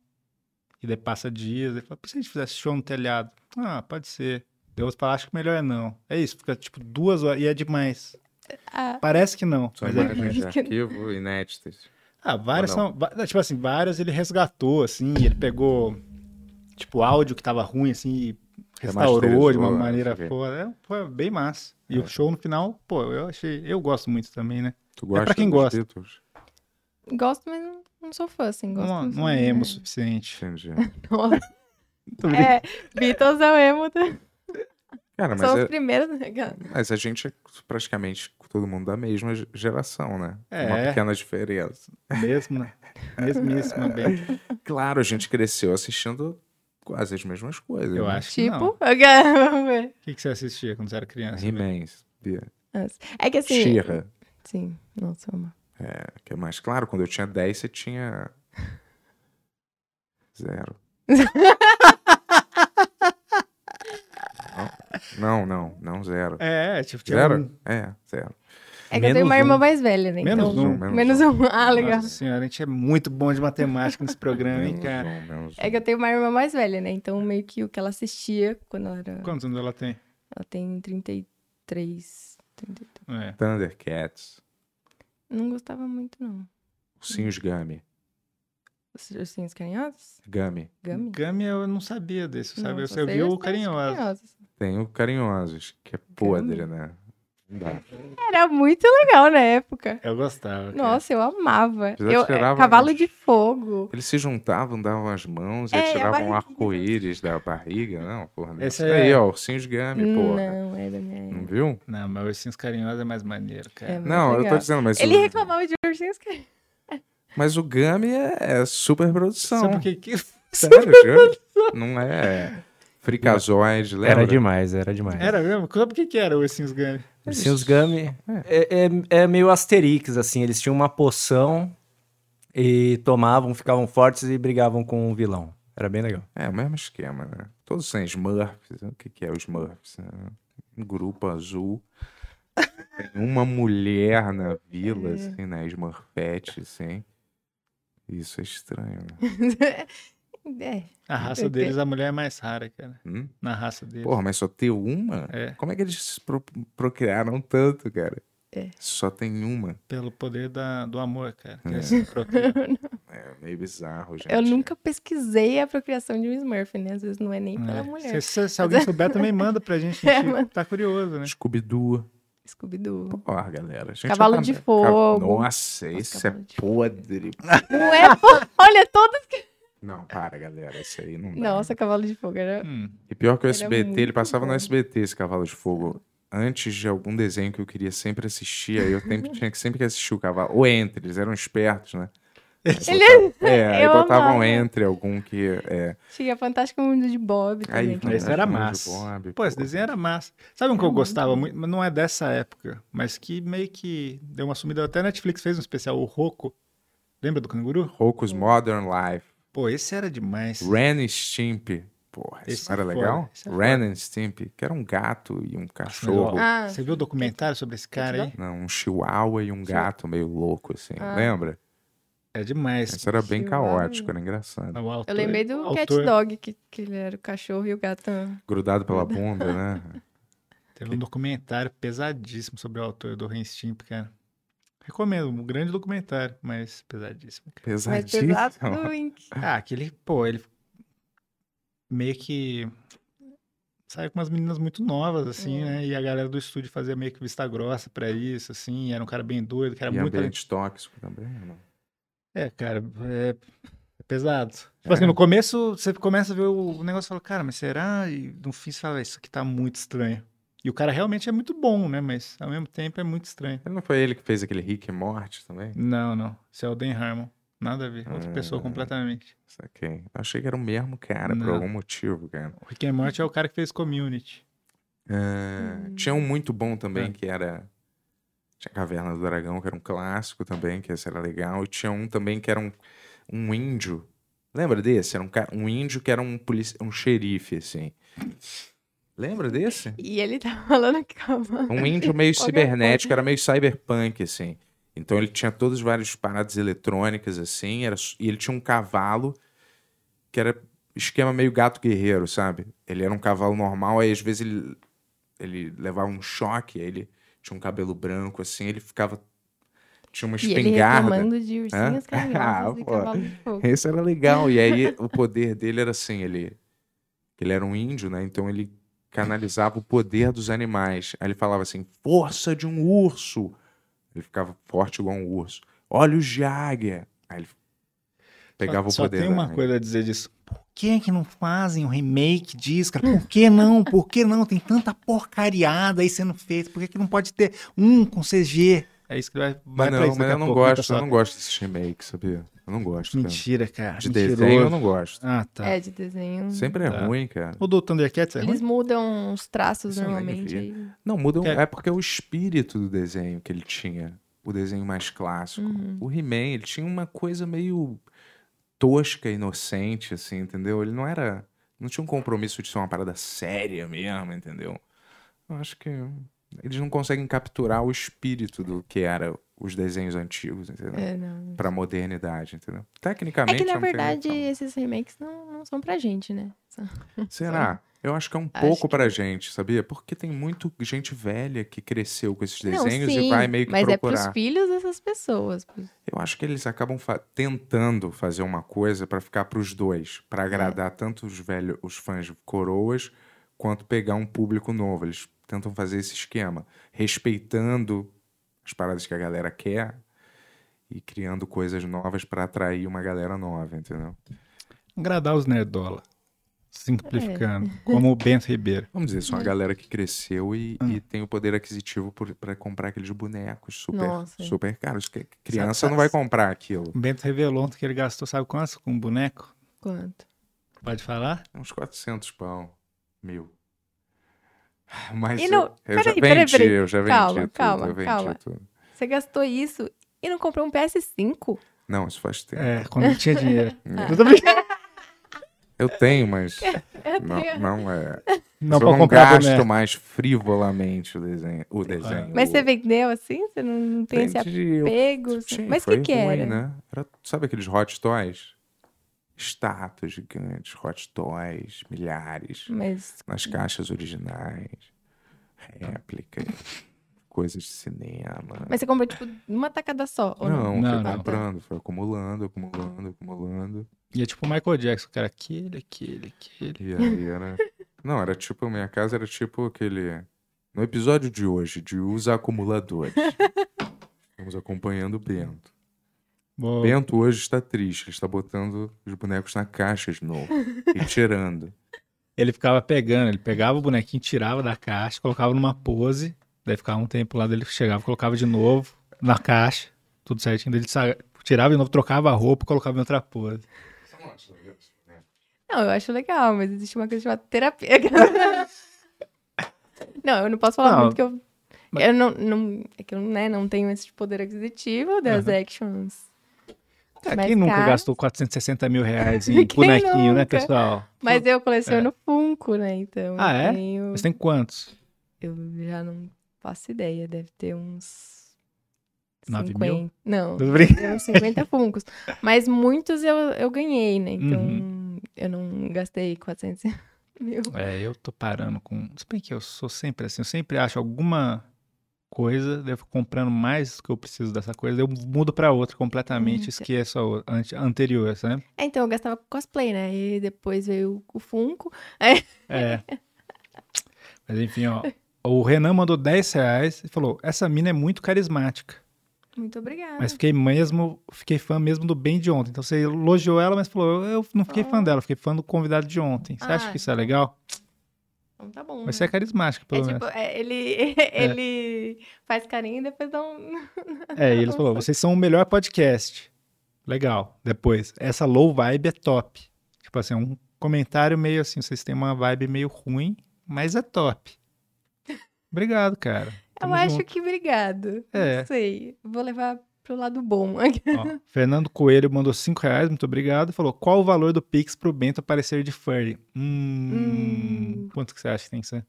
B: E daí passa dias, ele fala, por que se a gente fizesse show no telhado? Ah, pode ser. Daí outro fala, acho que melhor é não. É isso, fica tipo duas horas, e é demais.
D: Ah.
B: Parece que não.
C: São
B: mas é
C: imagens de arquivo inéditas.
B: ah, várias
C: Ou não?
B: são. va- não, Tipo assim, várias ele resgatou, assim, ele pegou, tipo, áudio que tava ruim, assim, e restaurou
C: Remasterizou,
B: de uma
C: não
B: maneira
C: sei o quê.
B: fora. É, foi bem massa. E
C: É.
B: o show no final, pô, eu achei. Eu gosto muito também, né?
C: Tu
B: pra
C: gosta
B: quem
C: dos
B: gosta.
C: títulos?
D: Gosto, mas não, não sou fã, assim. Gosto,
B: Não,
D: mas
B: não é emo o suficiente.
C: Entendi.
D: Nossa,
B: *laughs* Tô brincando.
D: é, Beatles é o emo. tá?
C: Cara, mas
D: São
C: é,
D: os primeiros, né, cara?
C: Mas a gente é praticamente todo mundo da mesma ge- geração, né?
B: É.
C: Uma pequena diferença.
B: Mesma.
C: *laughs*
B: Mesmíssima bem.
C: Claro, a gente cresceu assistindo quase as mesmas coisas.
B: Eu
C: né?
B: acho que
D: *laughs*
B: não.
D: Tipo, vamos ver.
B: O que, que você assistia quando você era criança?
C: He-Man,
D: Nossa. É que assim.
C: She-Ra.
D: Sim, nossa, uma.
C: É, que é mais claro, quando eu tinha 10, você tinha. *laughs* Zero. não, não, não, não, zero.
B: É, tipo, tinha
C: Zero?
B: um-
C: É, zero.
D: É que eu tenho
E: Menos
D: uma
E: um.
D: irmã mais velha, né?
B: Menos
D: então...
B: um.
D: Menos um. Ah, legal.
B: Nossa senhora, a gente é muito bom de matemática nesse programa,
C: *laughs*
B: hein,
C: Menos
B: É, cara?
C: um, menos
D: É que eu tenho uma irmã mais velha, né? Então, meio que o que ela assistia quando ela era.
B: Quantos anos ela tem?
D: Ela tem 33. 32.
B: É.
C: Thundercats,
D: Não gostava muito, não.
C: Ursinhos Gummy.
D: Os ursinhos carinhosos?
C: Gummy.
D: Gummy?
B: Gummy eu não sabia desse, Hum,
D: Não,
B: sabe? Eu,
D: só
B: eu
D: sei
B: vi
D: os
B: o
D: ursinhos
B: carinhoso.
C: Tem o Carinhosos, que é podre, né? Não dá.
D: Era muito legal na época.
B: Eu gostava. cara.
D: Nossa, eu amava.
C: Apesar de
D: Eu, é,
C: cheirava,
D: cavalo
C: mas-
D: de fogo.
C: Eles se juntavam, davam as mãos e
D: É, a
C: atiravam um
D: barriguinha.
C: arco-íris da barriga. Não, porra.
B: Esse
C: Esse
B: é-
C: aí, ó, ursinhos Gummy, porra.
D: Não, é da minha
C: Não
D: época.
C: viu?
B: Não, mas Ursinhos Carinhosos é mais maneiro,
D: É
B: cara.
D: mais
C: Não, eu tô
D: legal.
C: dizendo, mas
D: Ele
C: o,
D: reclamava de ursinhos que... *laughs* É,
C: mas o Gummy é, é super produção.
B: Sabe o que que-
C: Sério, juro. Não é fricazoide, lembra?
E: Era demais, era demais.
B: Era mesmo? Sabe o que que era o Ursinhos Gummy?
E: Ursinhos Gummy é. é- é meio Asterix, assim. Eles tinham uma poção e tomavam, ficavam fortes e brigavam com o vilão. Era bem legal.
C: É, o mesmo esquema, né? Todos são Smurfs. né? O que, que é o Smurfs? né? Um grupo azul. Tem uma mulher na vila, assim, né? Smurfette, assim. Isso é estranho, né?
D: é,
B: A raça deles, a mulher é mais rara, cara.
C: Hum?
B: Na raça deles.
C: Porra, mas só ter uma?
B: É.
C: Como é que eles se pro- procriaram tanto, cara? Só tem uma.
B: Pelo poder da, do amor, cara. que
C: É.
B: eles se procriam.
C: É meio bizarro, gente.
D: Eu nunca pesquisei a procriação de um Smurf, né? Às vezes não é nem pela
B: É. Se,
D: mulher.
B: se- se alguém souber, também manda pra
D: *laughs*
B: gente. A
D: É,
B: gente
D: manda.
B: tá curioso, né?
C: Scooby-Doo.
D: Scooby-Doo.
C: Ó, galera. a gente
D: Cavalo
C: já tá
D: de
C: Cav-
D: Fogo.
C: Nossa, esse é
D: Cavalo de
C: podre.
D: Não é? *laughs* pô, Olha, todas que...
C: Não, para, galera. Isso aí não dá.
D: Nossa, Cavalo de Fogo era...
B: Hum.
C: E pior que o
D: Ele é
C: SBT, ele
D: muito
C: passava no
D: bom.
C: SBT esse Cavalo de Fogo. Antes de algum desenho que eu queria sempre assistir, aí eu
D: *laughs*
C: sempre, tinha que sempre que assistir o cavalo. Ou entre, eles eram espertos, né?
D: Ele
C: É, aí
D: Eu
C: botavam
D: amava.
C: entre algum que. É.
D: tinha Fantástico Mundo de Bob
C: Aí,
D: também. que
B: Esse
D: era-
B: era
C: Fantástico Mundo de ah,
B: massa.
C: Bob,
B: Pô, esse
C: pô.
B: desenho era massa. Sabe um que eu gostava muito, mas não é dessa época, mas que meio que deu uma sumida. Até a Netflix fez um especial, o Roco. Lembra do canguru?
C: Rocco's Modern Life.
B: Pô, esse era demais.
C: Ren e Stimpy. Porra,
B: Esse
C: isso não era
B: é foda,
C: legal?
B: esse é
C: Ren e Stimpy, que era um gato e um cachorro.
B: Melhor.
D: Ah,
B: Você viu o documentário sobre esse cara aí?
C: Não, um chihuahua e um gato meio louco, assim. Lembra?
B: É demais.
C: Isso era bem
D: Ah, Chihuahua.
C: caótico, era engraçado.
B: Não, o autor-
D: eu lembrei
B: o
D: do
B: autor
D: Cat Dog, que, que ele era o cachorro e o gato.
C: Grudado pela bunda,
D: *laughs*
C: né?
B: Teve um documentário pesadíssimo sobre o autor do Ren Stimp, cara. Recomendo, um grande documentário, mas pesadíssimo. cara.
D: Mas
C: Pesadíssimo. *laughs*
D: pesado em que-
B: Ah, aquele, pô, ele meio que saiu com umas meninas muito novas, assim,
D: É.
B: né? E a galera do estúdio fazia meio que vista grossa pra isso, assim. Era um cara bem doido, que era
C: e
B: muito.
C: ambiente tóxico também, né? não?
B: É, cara, é, é pesado. Tipo assim, no começo você começa a ver o negócio e fala, cara, mas será? E no fim você fala, isso aqui tá muito estranho. E o cara realmente é muito bom, né? Mas ao mesmo tempo é muito estranho.
C: Ele não foi ele que fez aquele Rick e Morty também?
B: Não, não. Isso é o Dan Harmon. Nada a ver. Outra
C: Ah.
B: pessoa completamente.
C: Saquei. Eu achei que era o mesmo cara, por
B: Não.
C: algum motivo, cara.
B: O Rick and Morty é o cara que fez Community.
C: Ah, Tinha um muito bom também,
B: É.
C: que era... Tinha Caverna do Dragão, que era um clássico também, que esse era legal. E tinha um também que era um, um índio. Lembra desse? Era um, cara, um índio que era um, polici... um xerife, assim. Lembra desse?
D: E ele tá falando que cavalo.
C: Um índio meio
D: Qualquer
C: cibernético, era meio cyberpunk, assim. Então ele tinha todas as várias paradas eletrônicas, assim, era, s- e ele tinha um cavalo que era esquema meio gato guerreiro, sabe? Ele era um cavalo normal, aí às vezes ele, ele levava um choque, aí ele tinha um cabelo branco, assim, ele ficava. Tinha uma
D: E ele
C: espingarda.
D: reclamando de ursinhos
C: *laughs* Hã?
D: carinhosos
C: Ah,
D: e
C: pô.
D: cavalo de fogo.
C: Esse era legal. E aí o poder dele era assim, ele ele era um índio, né? Então ele canalizava o poder dos animais. Aí ele falava assim: "Força de um urso". Ele ficava forte igual um urso. Olhos de águia. Aí ele pegava
B: só,
C: o poder.
B: Só tem
C: da
B: uma
C: águia.
B: coisa a dizer disso. Por que que não fazem um remake disso, cara? Por que não? Por que não? Tem tanta porcariada aí sendo feita. Por que, que não pode ter um com CG? É isso que vai, vai pra
C: Mas não,
B: isso
C: mas
B: daqui
C: eu
B: a
C: não
B: pouco, tá muita
C: gosto, eu
B: sorte.
C: não gosto desses remakes, sabia? Eu não gosto. cara.
B: Mentira, cara.
C: De
B: mentiroso.
C: desenho eu não gosto.
B: Ah, tá.
D: É, de desenho.
C: Sempre é
B: Tá.
C: ruim, cara.
B: O do Thundercats é ruim?
D: Eles mudam os traços
C: Isso eu nem
D: normalmente.
C: vi.
D: aí-
C: Não, muda. um-
B: É.
C: É porque é o espírito do desenho que ele tinha. O desenho mais clássico.
D: Uhum.
C: O He-Man, ele tinha uma coisa meio tosca, inocente, assim, entendeu? Ele não era. Não tinha um compromisso de ser uma parada séria mesmo, entendeu? Eu acho que eles não conseguem capturar o espírito do que era os desenhos antigos, entendeu?
D: É, não.
C: Pra modernidade, entendeu?
D: É
C: Tecnicamente.
D: que na
C: não tem nem
D: verdade
C: como.
D: esses remakes não, não são pra gente, né? São-
C: Será? Eu acho que é um
D: Acho
C: pouco
D: que-
C: pra gente, sabia? Porque tem muito gente velha que cresceu com esses
D: *laughs* Não,
C: desenhos
D: sim,
C: e vai meio que
D: mas é
C: procurar.
D: pros filhos dessas pessoas. pros-
C: Eu acho que eles acabam fa- tentando fazer uma coisa pra ficar pros dois,
D: É.
C: pra agradar tanto os velhos, os fãs coroas, quanto pegar um público novo. Eles tentam fazer esse esquema, respeitando as paradas que a galera quer e criando coisas novas pra atrair uma galera nova, entendeu?
B: Agradar os nerdola. Simplificando.
D: É. *laughs*
B: Como o Bento Ribeiro.
C: Vamos dizer,
D: Uhum.
C: são a galera que cresceu e,
D: Ah.
C: e tem o poder aquisitivo por- pra comprar aqueles bonecos super,
D: Nossa. é
C: super caros. que- que Criança
B: Sabe-
C: não vai comprar aquilo.
B: O Bento revelou ontem que ele gastou, sabe quanto? Com um boneco?
D: Quanto?
B: Pode falar?
C: Uns 400 pão. Mil. Mas
D: E
C: eu-
D: não-
C: eu,
D: peraí,
C: já vendi,
D: peraí, peraí.
C: eu já vendi
D: Calma,
C: tudo,
D: calma,
C: eu vendi
D: calma.
C: tudo.
D: Você gastou isso e não comprou um PS5?
C: Não, isso faz tempo.
B: É, quando não tinha
D: *laughs*
B: dinheiro.
D: É.
B: Não tô brincando.
C: Eu tenho, mas
D: Eu
C: não,
D: tenho-
C: não é.
B: *laughs* Não,
C: eu
B: pra
C: não
B: comprar
C: gasto
B: boneco.
C: mais frivolamente o desenho. O desenho
D: Mas
C: o-
D: você vendeu assim? Você não, não tem esse
C: Vendi, eu-
D: apego? assim?
C: Sim,
D: Mas o
C: foi
D: que que
C: ruim,
D: era?
C: né? Era- Sabe aqueles hot toys? Estátuas gigantes, hot toys,
D: Hum.
C: milhares.
D: Mas
C: Nas caixas originais. Réplicas. coisas de cinema.
D: Mas você comprou, tipo, numa tacada só? Ou não?
C: Não,
B: Não,
C: foi
B: não.
C: comprando, foi acumulando, acumulando, acumulando.
B: E é tipo o Michael Jackson, cara, aquele, aquele, aquele.
C: E aí
D: *laughs*
C: era. Não, era tipo, minha casa era tipo aquele. No episódio de hoje, de Os
D: *laughs*
C: Acumuladores. Estamos acompanhando o Bento.
B: Bom,
C: Bento hoje está triste, ele está botando os bonecos na caixa
B: *laughs*
C: de novo e tirando.
B: ele ficava pegando, ele pegava o bonequinho, tirava da caixa, colocava numa pose, daí ficava um tempo lá, daí ele chegava, colocava de novo na caixa, tudo certinho, daí ele sa- tirava de novo, trocava a roupa, e colocava em outra pose.
D: Não, eu acho legal, mas existe uma coisa chamada terapia. não, eu não posso falar
B: Não,
D: muito que eu.
B: mas-
D: Eu não, não, é que eu né, não tenho esse poder aquisitivo das actions.
B: Cara,
D: Mas
B: quem nunca
D: cara-
B: gastou 460 mil reais em
D: *laughs* Quem
B: bonequinho, né,
D: nunca?
B: pessoal?
D: Mas eu coleciono Funko, né? Então.
B: É. Ah,
D: eu
B: é?
D: tenho-
B: Mas tem quantos?
D: Eu já não faço ideia, deve ter uns.
B: Nove mil?
D: 50. Não,
B: Tô brincando.
D: tem uns 50 Funcos. Mas muitos eu, eu ganhei, né? Então
B: Uhum.
D: eu não gastei 400 *laughs* mil.
B: É, eu tô parando com. Se bem que eu sou sempre assim, eu sempre acho alguma coisa, daí eu fico comprando mais do que eu preciso dessa coisa, daí eu mudo pra outra completamente,
D: Hum,
B: esqueço a outra- ante- anterior, sabe?
D: É, então eu gastava com cosplay, né? E depois veio o Funko. *laughs*
B: É. Mas enfim, ó. O Renan mandou 10 reais e falou: essa mina é muito carismática.
D: Muito obrigada.
B: Mas fiquei mesmo, fiquei fã mesmo do bem de ontem. Então você elogiou ela, mas falou: eu não fiquei fã dela, fiquei fã do convidado de ontem. Você acha
D: Oh. Ah,
B: que isso é legal?
D: Então tá bom.
B: Mas você
D: né?
B: é carismática,
D: É
B: pelo menos.
D: tipo, é, ele, *laughs* ele faz carinho e depois dá um. *laughs*
B: É, e ele falou: vocês são o melhor podcast. Legal. Depois, essa low vibe é top. Tipo assim, um comentário meio assim, vocês têm uma vibe meio ruim, mas é top. Obrigado, cara.
D: *laughs* Eu
B: Tamo
D: acho
B: junto.
D: que obrigado.
B: É.
D: Não sei. Vou levar pro lado bom.
B: Ó, Fernando Coelho mandou 5 reais, muito obrigado. Falou: qual o valor do Pix pro Bento aparecer de furry? Hum,
D: Hum.
B: Quanto que você acha que tem que ser?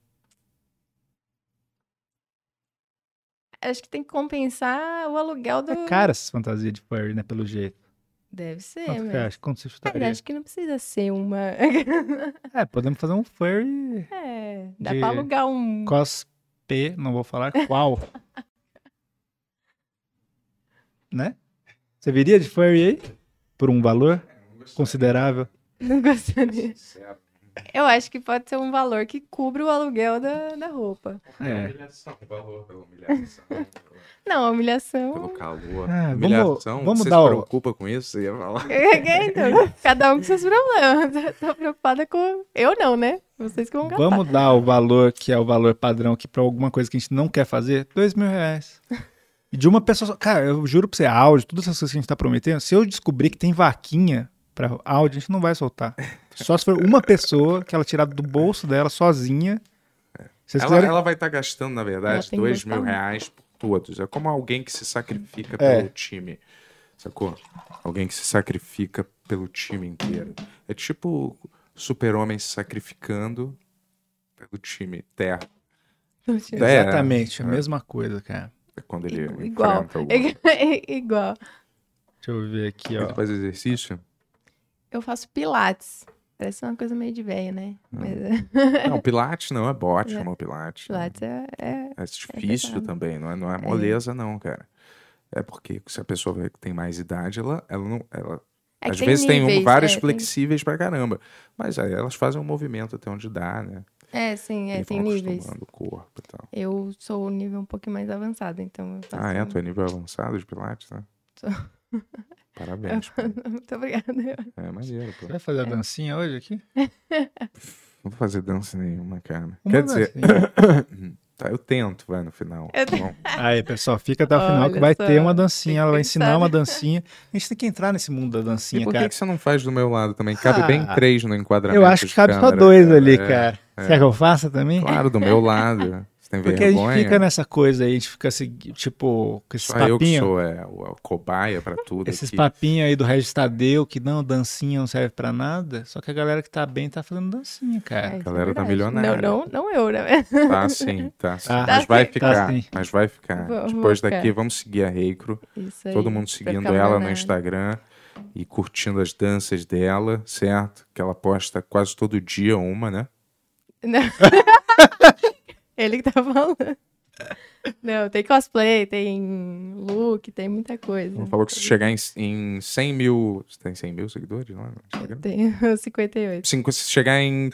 D: *laughs* acho que tem que compensar o aluguel do.
B: É cara essas fantasias de furry, né? Pelo jeito.
D: Deve ser,
B: Quanto que você
D: mas.
B: acha? Quanto você
D: Mas
B: chutaria?
D: né? É, acho que não precisa ser uma. *laughs*
B: É, podemos fazer um furry
D: é, dá
B: De-
D: pra alugar um. *laughs*
B: cosplay, não vou falar qual. né? Você viria de furry aí? Por um valor considerável?
D: Não gostaria.
C: É
D: Eu acho que pode ser um valor que cubra o aluguel da, da roupa.
B: É.
C: Humilhação, valor pela humilhação,
D: Não, a humilhação.
C: pelo calor.
B: Ah, vamos-
C: humilhação.
B: vamos
C: Você
B: dar
C: se
B: o-
C: preocupa com isso? Você ia falar.
D: então, cada um com seus problemas. Eu tô preocupada com. Eu não, né? Vocês que vão gastar.
B: Vamos dar o valor que é o valor padrão que pra alguma coisa que a gente não quer fazer? Dois mil reais. E de uma pessoa só. Cara, eu juro pra você, áudio, todas essas coisas que a gente tá prometendo, se eu descobrir que tem vaquinha pra áudio, a gente não vai
C: *laughs*
B: soltar. Só se for uma pessoa que ela tirar do bolso dela sozinha. Vocês
C: Ela,
B: quiserem-
C: ela vai estar gastando, na verdade,
D: Ela tem que
C: dois
D: gostar
C: mil
D: muito.
C: reais por todos. É como alguém que se sacrifica
B: É.
C: pelo time. Sacou? Alguém que se sacrifica pelo time inteiro. É tipo o super-homem se sacrificando pelo time terra. É,
B: Exatamente, a mesma coisa, cara.
C: É quando ele
D: I-
B: É
D: Igual.
C: enfrenta algum.
D: *laughs* Igual.
B: Deixa eu ver aqui,
C: Ele
B: ó.
C: faz exercício?
D: Eu faço pilates. Parece uma coisa meio de velho, né? Mas é,
C: *laughs* Hum. Não, pilates não, é bote, chama pilates.
D: *laughs*
C: né?
D: pilates é, é-
C: É difícil
D: pesado.
C: também, não é, não é moleza não, cara. É porque se a pessoa vai- tem mais idade, ela, ela não... Ela,
D: é que
C: às vezes tem um-
D: níveis,
C: várias
D: é, tem-
C: flexíveis pra caramba. Mas aí elas fazem um movimento até onde dá, né?
D: É, sim, é,
C: e
D: tem
C: vão
D: níveis.
C: acostumando o corpo e tal.
D: Eu sou o nível um pouquinho mais avançado, então eu faço.
C: Ah, é? Tu é nível avançado de pilates, né?
D: *laughs* Tô.
C: Parabéns. pô.
D: *laughs* Muito obrigada.
C: É maneiro, pô.
B: Você vai fazer a dancinha hoje aqui?
C: Não vou fazer dança nenhuma, cara.
B: Uma
C: Quer dizer,
B: dancinha.
C: *coughs* tá, eu tento, vai, no final.
D: Eu
C: tá bom?
B: Aí, pessoal, fica
D: *laughs*
B: até o final que
D: Olha
B: vai
D: só,
B: ter uma dancinha.
D: tem que
B: Ela vai
D: pensar,
B: ensinar uma
D: né?
B: dancinha. A gente tem que entrar nesse mundo da
C: E
B: dancinha,
C: por
B: cara.
C: que, que você não faz do meu lado também? Cabe bem
B: Ah,
C: três no enquadramento.
B: Eu acho que
C: de
B: cabe só
C: câmera,
B: dois
C: cara.
B: ali,
C: É,
B: cara.
C: é.
B: Será que eu faço também?
C: Claro, do meu lado. Você
B: *laughs*
C: tem
B: Porque
C: vergonha?
B: a gente fica nessa coisa aí, a gente fica assim, tipo, com esses
C: Só eu que
B: papinhos.
C: sou é, o, o cobaia pra tudo
B: Esses
C: aqui.
B: papinhos aí do Regis Tadeu, que não, dancinha não serve pra nada. Só que a galera que tá bem tá fazendo dancinha, cara.
D: É, isso é
C: galera tá
D: verdade.
C: milionária.
D: Não, não, não eu, né? *laughs*
C: Tá sim, tá sim.
B: Tá.
C: mas
D: Tá
C: vai
D: sim.
C: ficar,
B: Tá sim.
C: mas vai ficar.
D: Vamos
C: Depois
D: ficar.
C: daqui vamos seguir a Reicro.
D: Isso aí.
C: Todo mundo
D: pra
C: seguindo
D: ficar
C: ela né? no
D: milionário.
C: Instagram e curtindo as danças dela, certo? Que ela posta quase todo
D: *laughs*
C: dia uma, né?
D: Não. Ele que tá falando. Não, tem cosplay, tem look, tem muita coisa.
C: Ela falou que se chegar em, em 100 mil. Você tem 100 mil seguidores lá no Instagram?
D: Tenho 58.
C: Cinco- se chegar em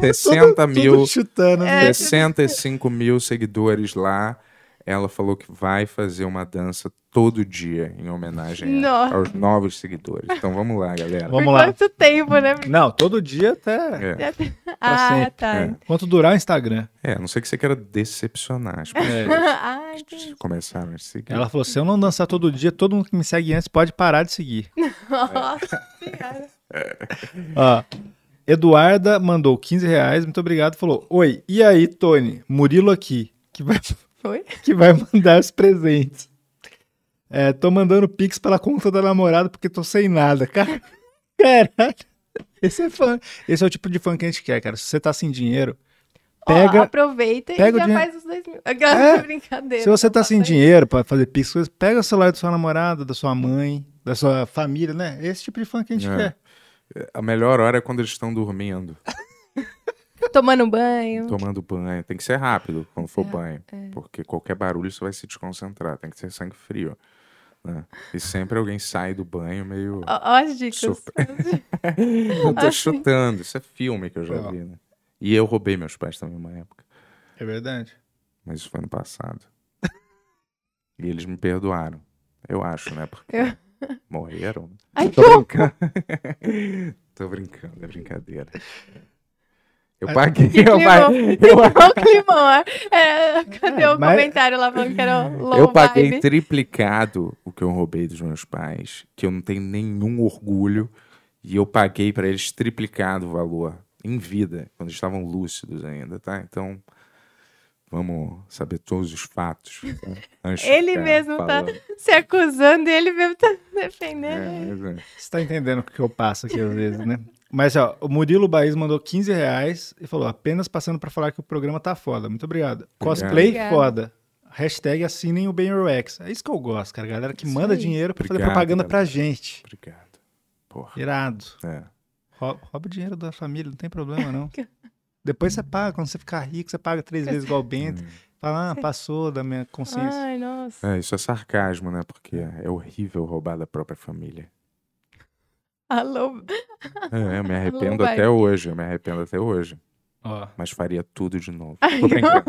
C: 60 mil,
B: Tudo chutando.
C: É.
B: né?
C: 65 mil seguidores lá, ela falou que vai fazer uma dança todo dia em homenagem a-
D: Nossa.
C: aos novos seguidores. Então vamos lá, galera.
B: Vamos
D: Por
B: lá.
D: quanto tempo, né?
B: *laughs* Não, todo dia até.
C: É,
D: ah,
B: sempre.
D: tá. *laughs*
C: É.
B: Quanto durar o Instagram? É.
C: é, a não sei que você queira decepcionar as pessoas
D: Ah,
C: que começaram a seguir.
B: Ela falou: se eu não dançar todo dia, todo mundo que me segue antes pode parar de seguir.
D: nossa.
B: Ó, Eduarda mandou 15 reais, muito obrigado. Falou: Oi, e aí, Tony? Murilo aqui, que vai,
D: Foi?
B: que vai mandar os presentes. É, tô mandando pix pela conta da namorada porque tô sem nada. Cara, *laughs* caralho. Esse é fã. Esse é o tipo de fã que a gente quer, cara. Se você tá sem dinheiro,
D: Ó,
B: pega.
D: aproveita
B: pega o
D: e já
B: dinhe-
D: faz os dois mil. *laughs* Aquela
B: É.
D: brincadeira.
B: Se você tá sem
D: Não,
B: dinheiro pra fazer pix, coisa, pega o celular da sua namorada, da sua mãe, da sua família, né? Esse tipo de fã que a gente
C: É.
B: quer.
C: A melhor hora é quando eles estão dormindo,
D: Tomando um banho.
C: tomando banho. Tem que ser rápido quando for banho, porque qualquer barulho você vai se desconcentrar. Tem que ser sangue frio. né? E sempre alguém sai do banho meio.
D: Ó, ó as dicas.
C: Surpre- Eu
D: Ah,
C: tô chutando. Isso é filme que eu já
B: Ó.
C: vi, né? E eu roubei meus pais também uma época.
B: É verdade.
C: Mas isso foi ano passado. e eles me perdoaram. Eu acho, né? Porque
D: Eu-
C: morreram.
D: Ai,
C: tô brincando. *laughs* tô brincando, é brincadeira. Eu
B: Ai,
C: paguei,
D: que
C: eu, pa- eu-
D: *laughs* Ó, o climão. é. É, cadê o
B: mas-
D: comentário lá falando que era low
C: eu paguei
D: vibe?
C: triplicado o que eu roubei dos meus pais, que eu não tenho nenhum orgulho, e eu paguei pra eles triplicado o valor em vida, quando estavam lúcidos ainda, tá? Então, vamos saber todos os fatos. né?
D: *laughs*
C: Antes de
D: Ele
C: ficar
D: mesmo tá *laughs*
C: falando.
D: se acusando e ele mesmo tá defendendo.
C: É, mas é.
B: Você tá entendendo o que eu passo aqui às vezes, né? Mas, ó, o Murilo Baís mandou 15 reais e falou: apenas passando pra falar que o programa tá foda. Muito obrigado. Cosplay
D: Obrigada.
B: foda. Hashtag assinem o BenRoX. É isso que eu gosto, cara. Galera que
D: Isso
B: manda
D: aí.
B: dinheiro pra fazer
C: Obrigado,
B: propaganda pra
C: galera.
B: gente.
C: Obrigado. Porra.
B: Irado.
C: É.
B: Rou- Rouba o dinheiro da família, não tem problema,
D: *laughs*
B: não. Depois você paga, quando você ficar rico, você paga três vezes igual o
C: hum.
B: Bento. Fala, ah, passou da minha consciência.
D: Ai, nossa.
C: É, isso é sarcasmo, né? Porque é horrível roubar da própria família.
D: Alô.
C: É, eu
D: *laughs*
C: me arrependo
D: vai.
C: até hoje, eu me arrependo até hoje.
B: Ó,
C: mas faria tudo de
D: *laughs*
C: novo.
D: Ai,
C: Tô brincando.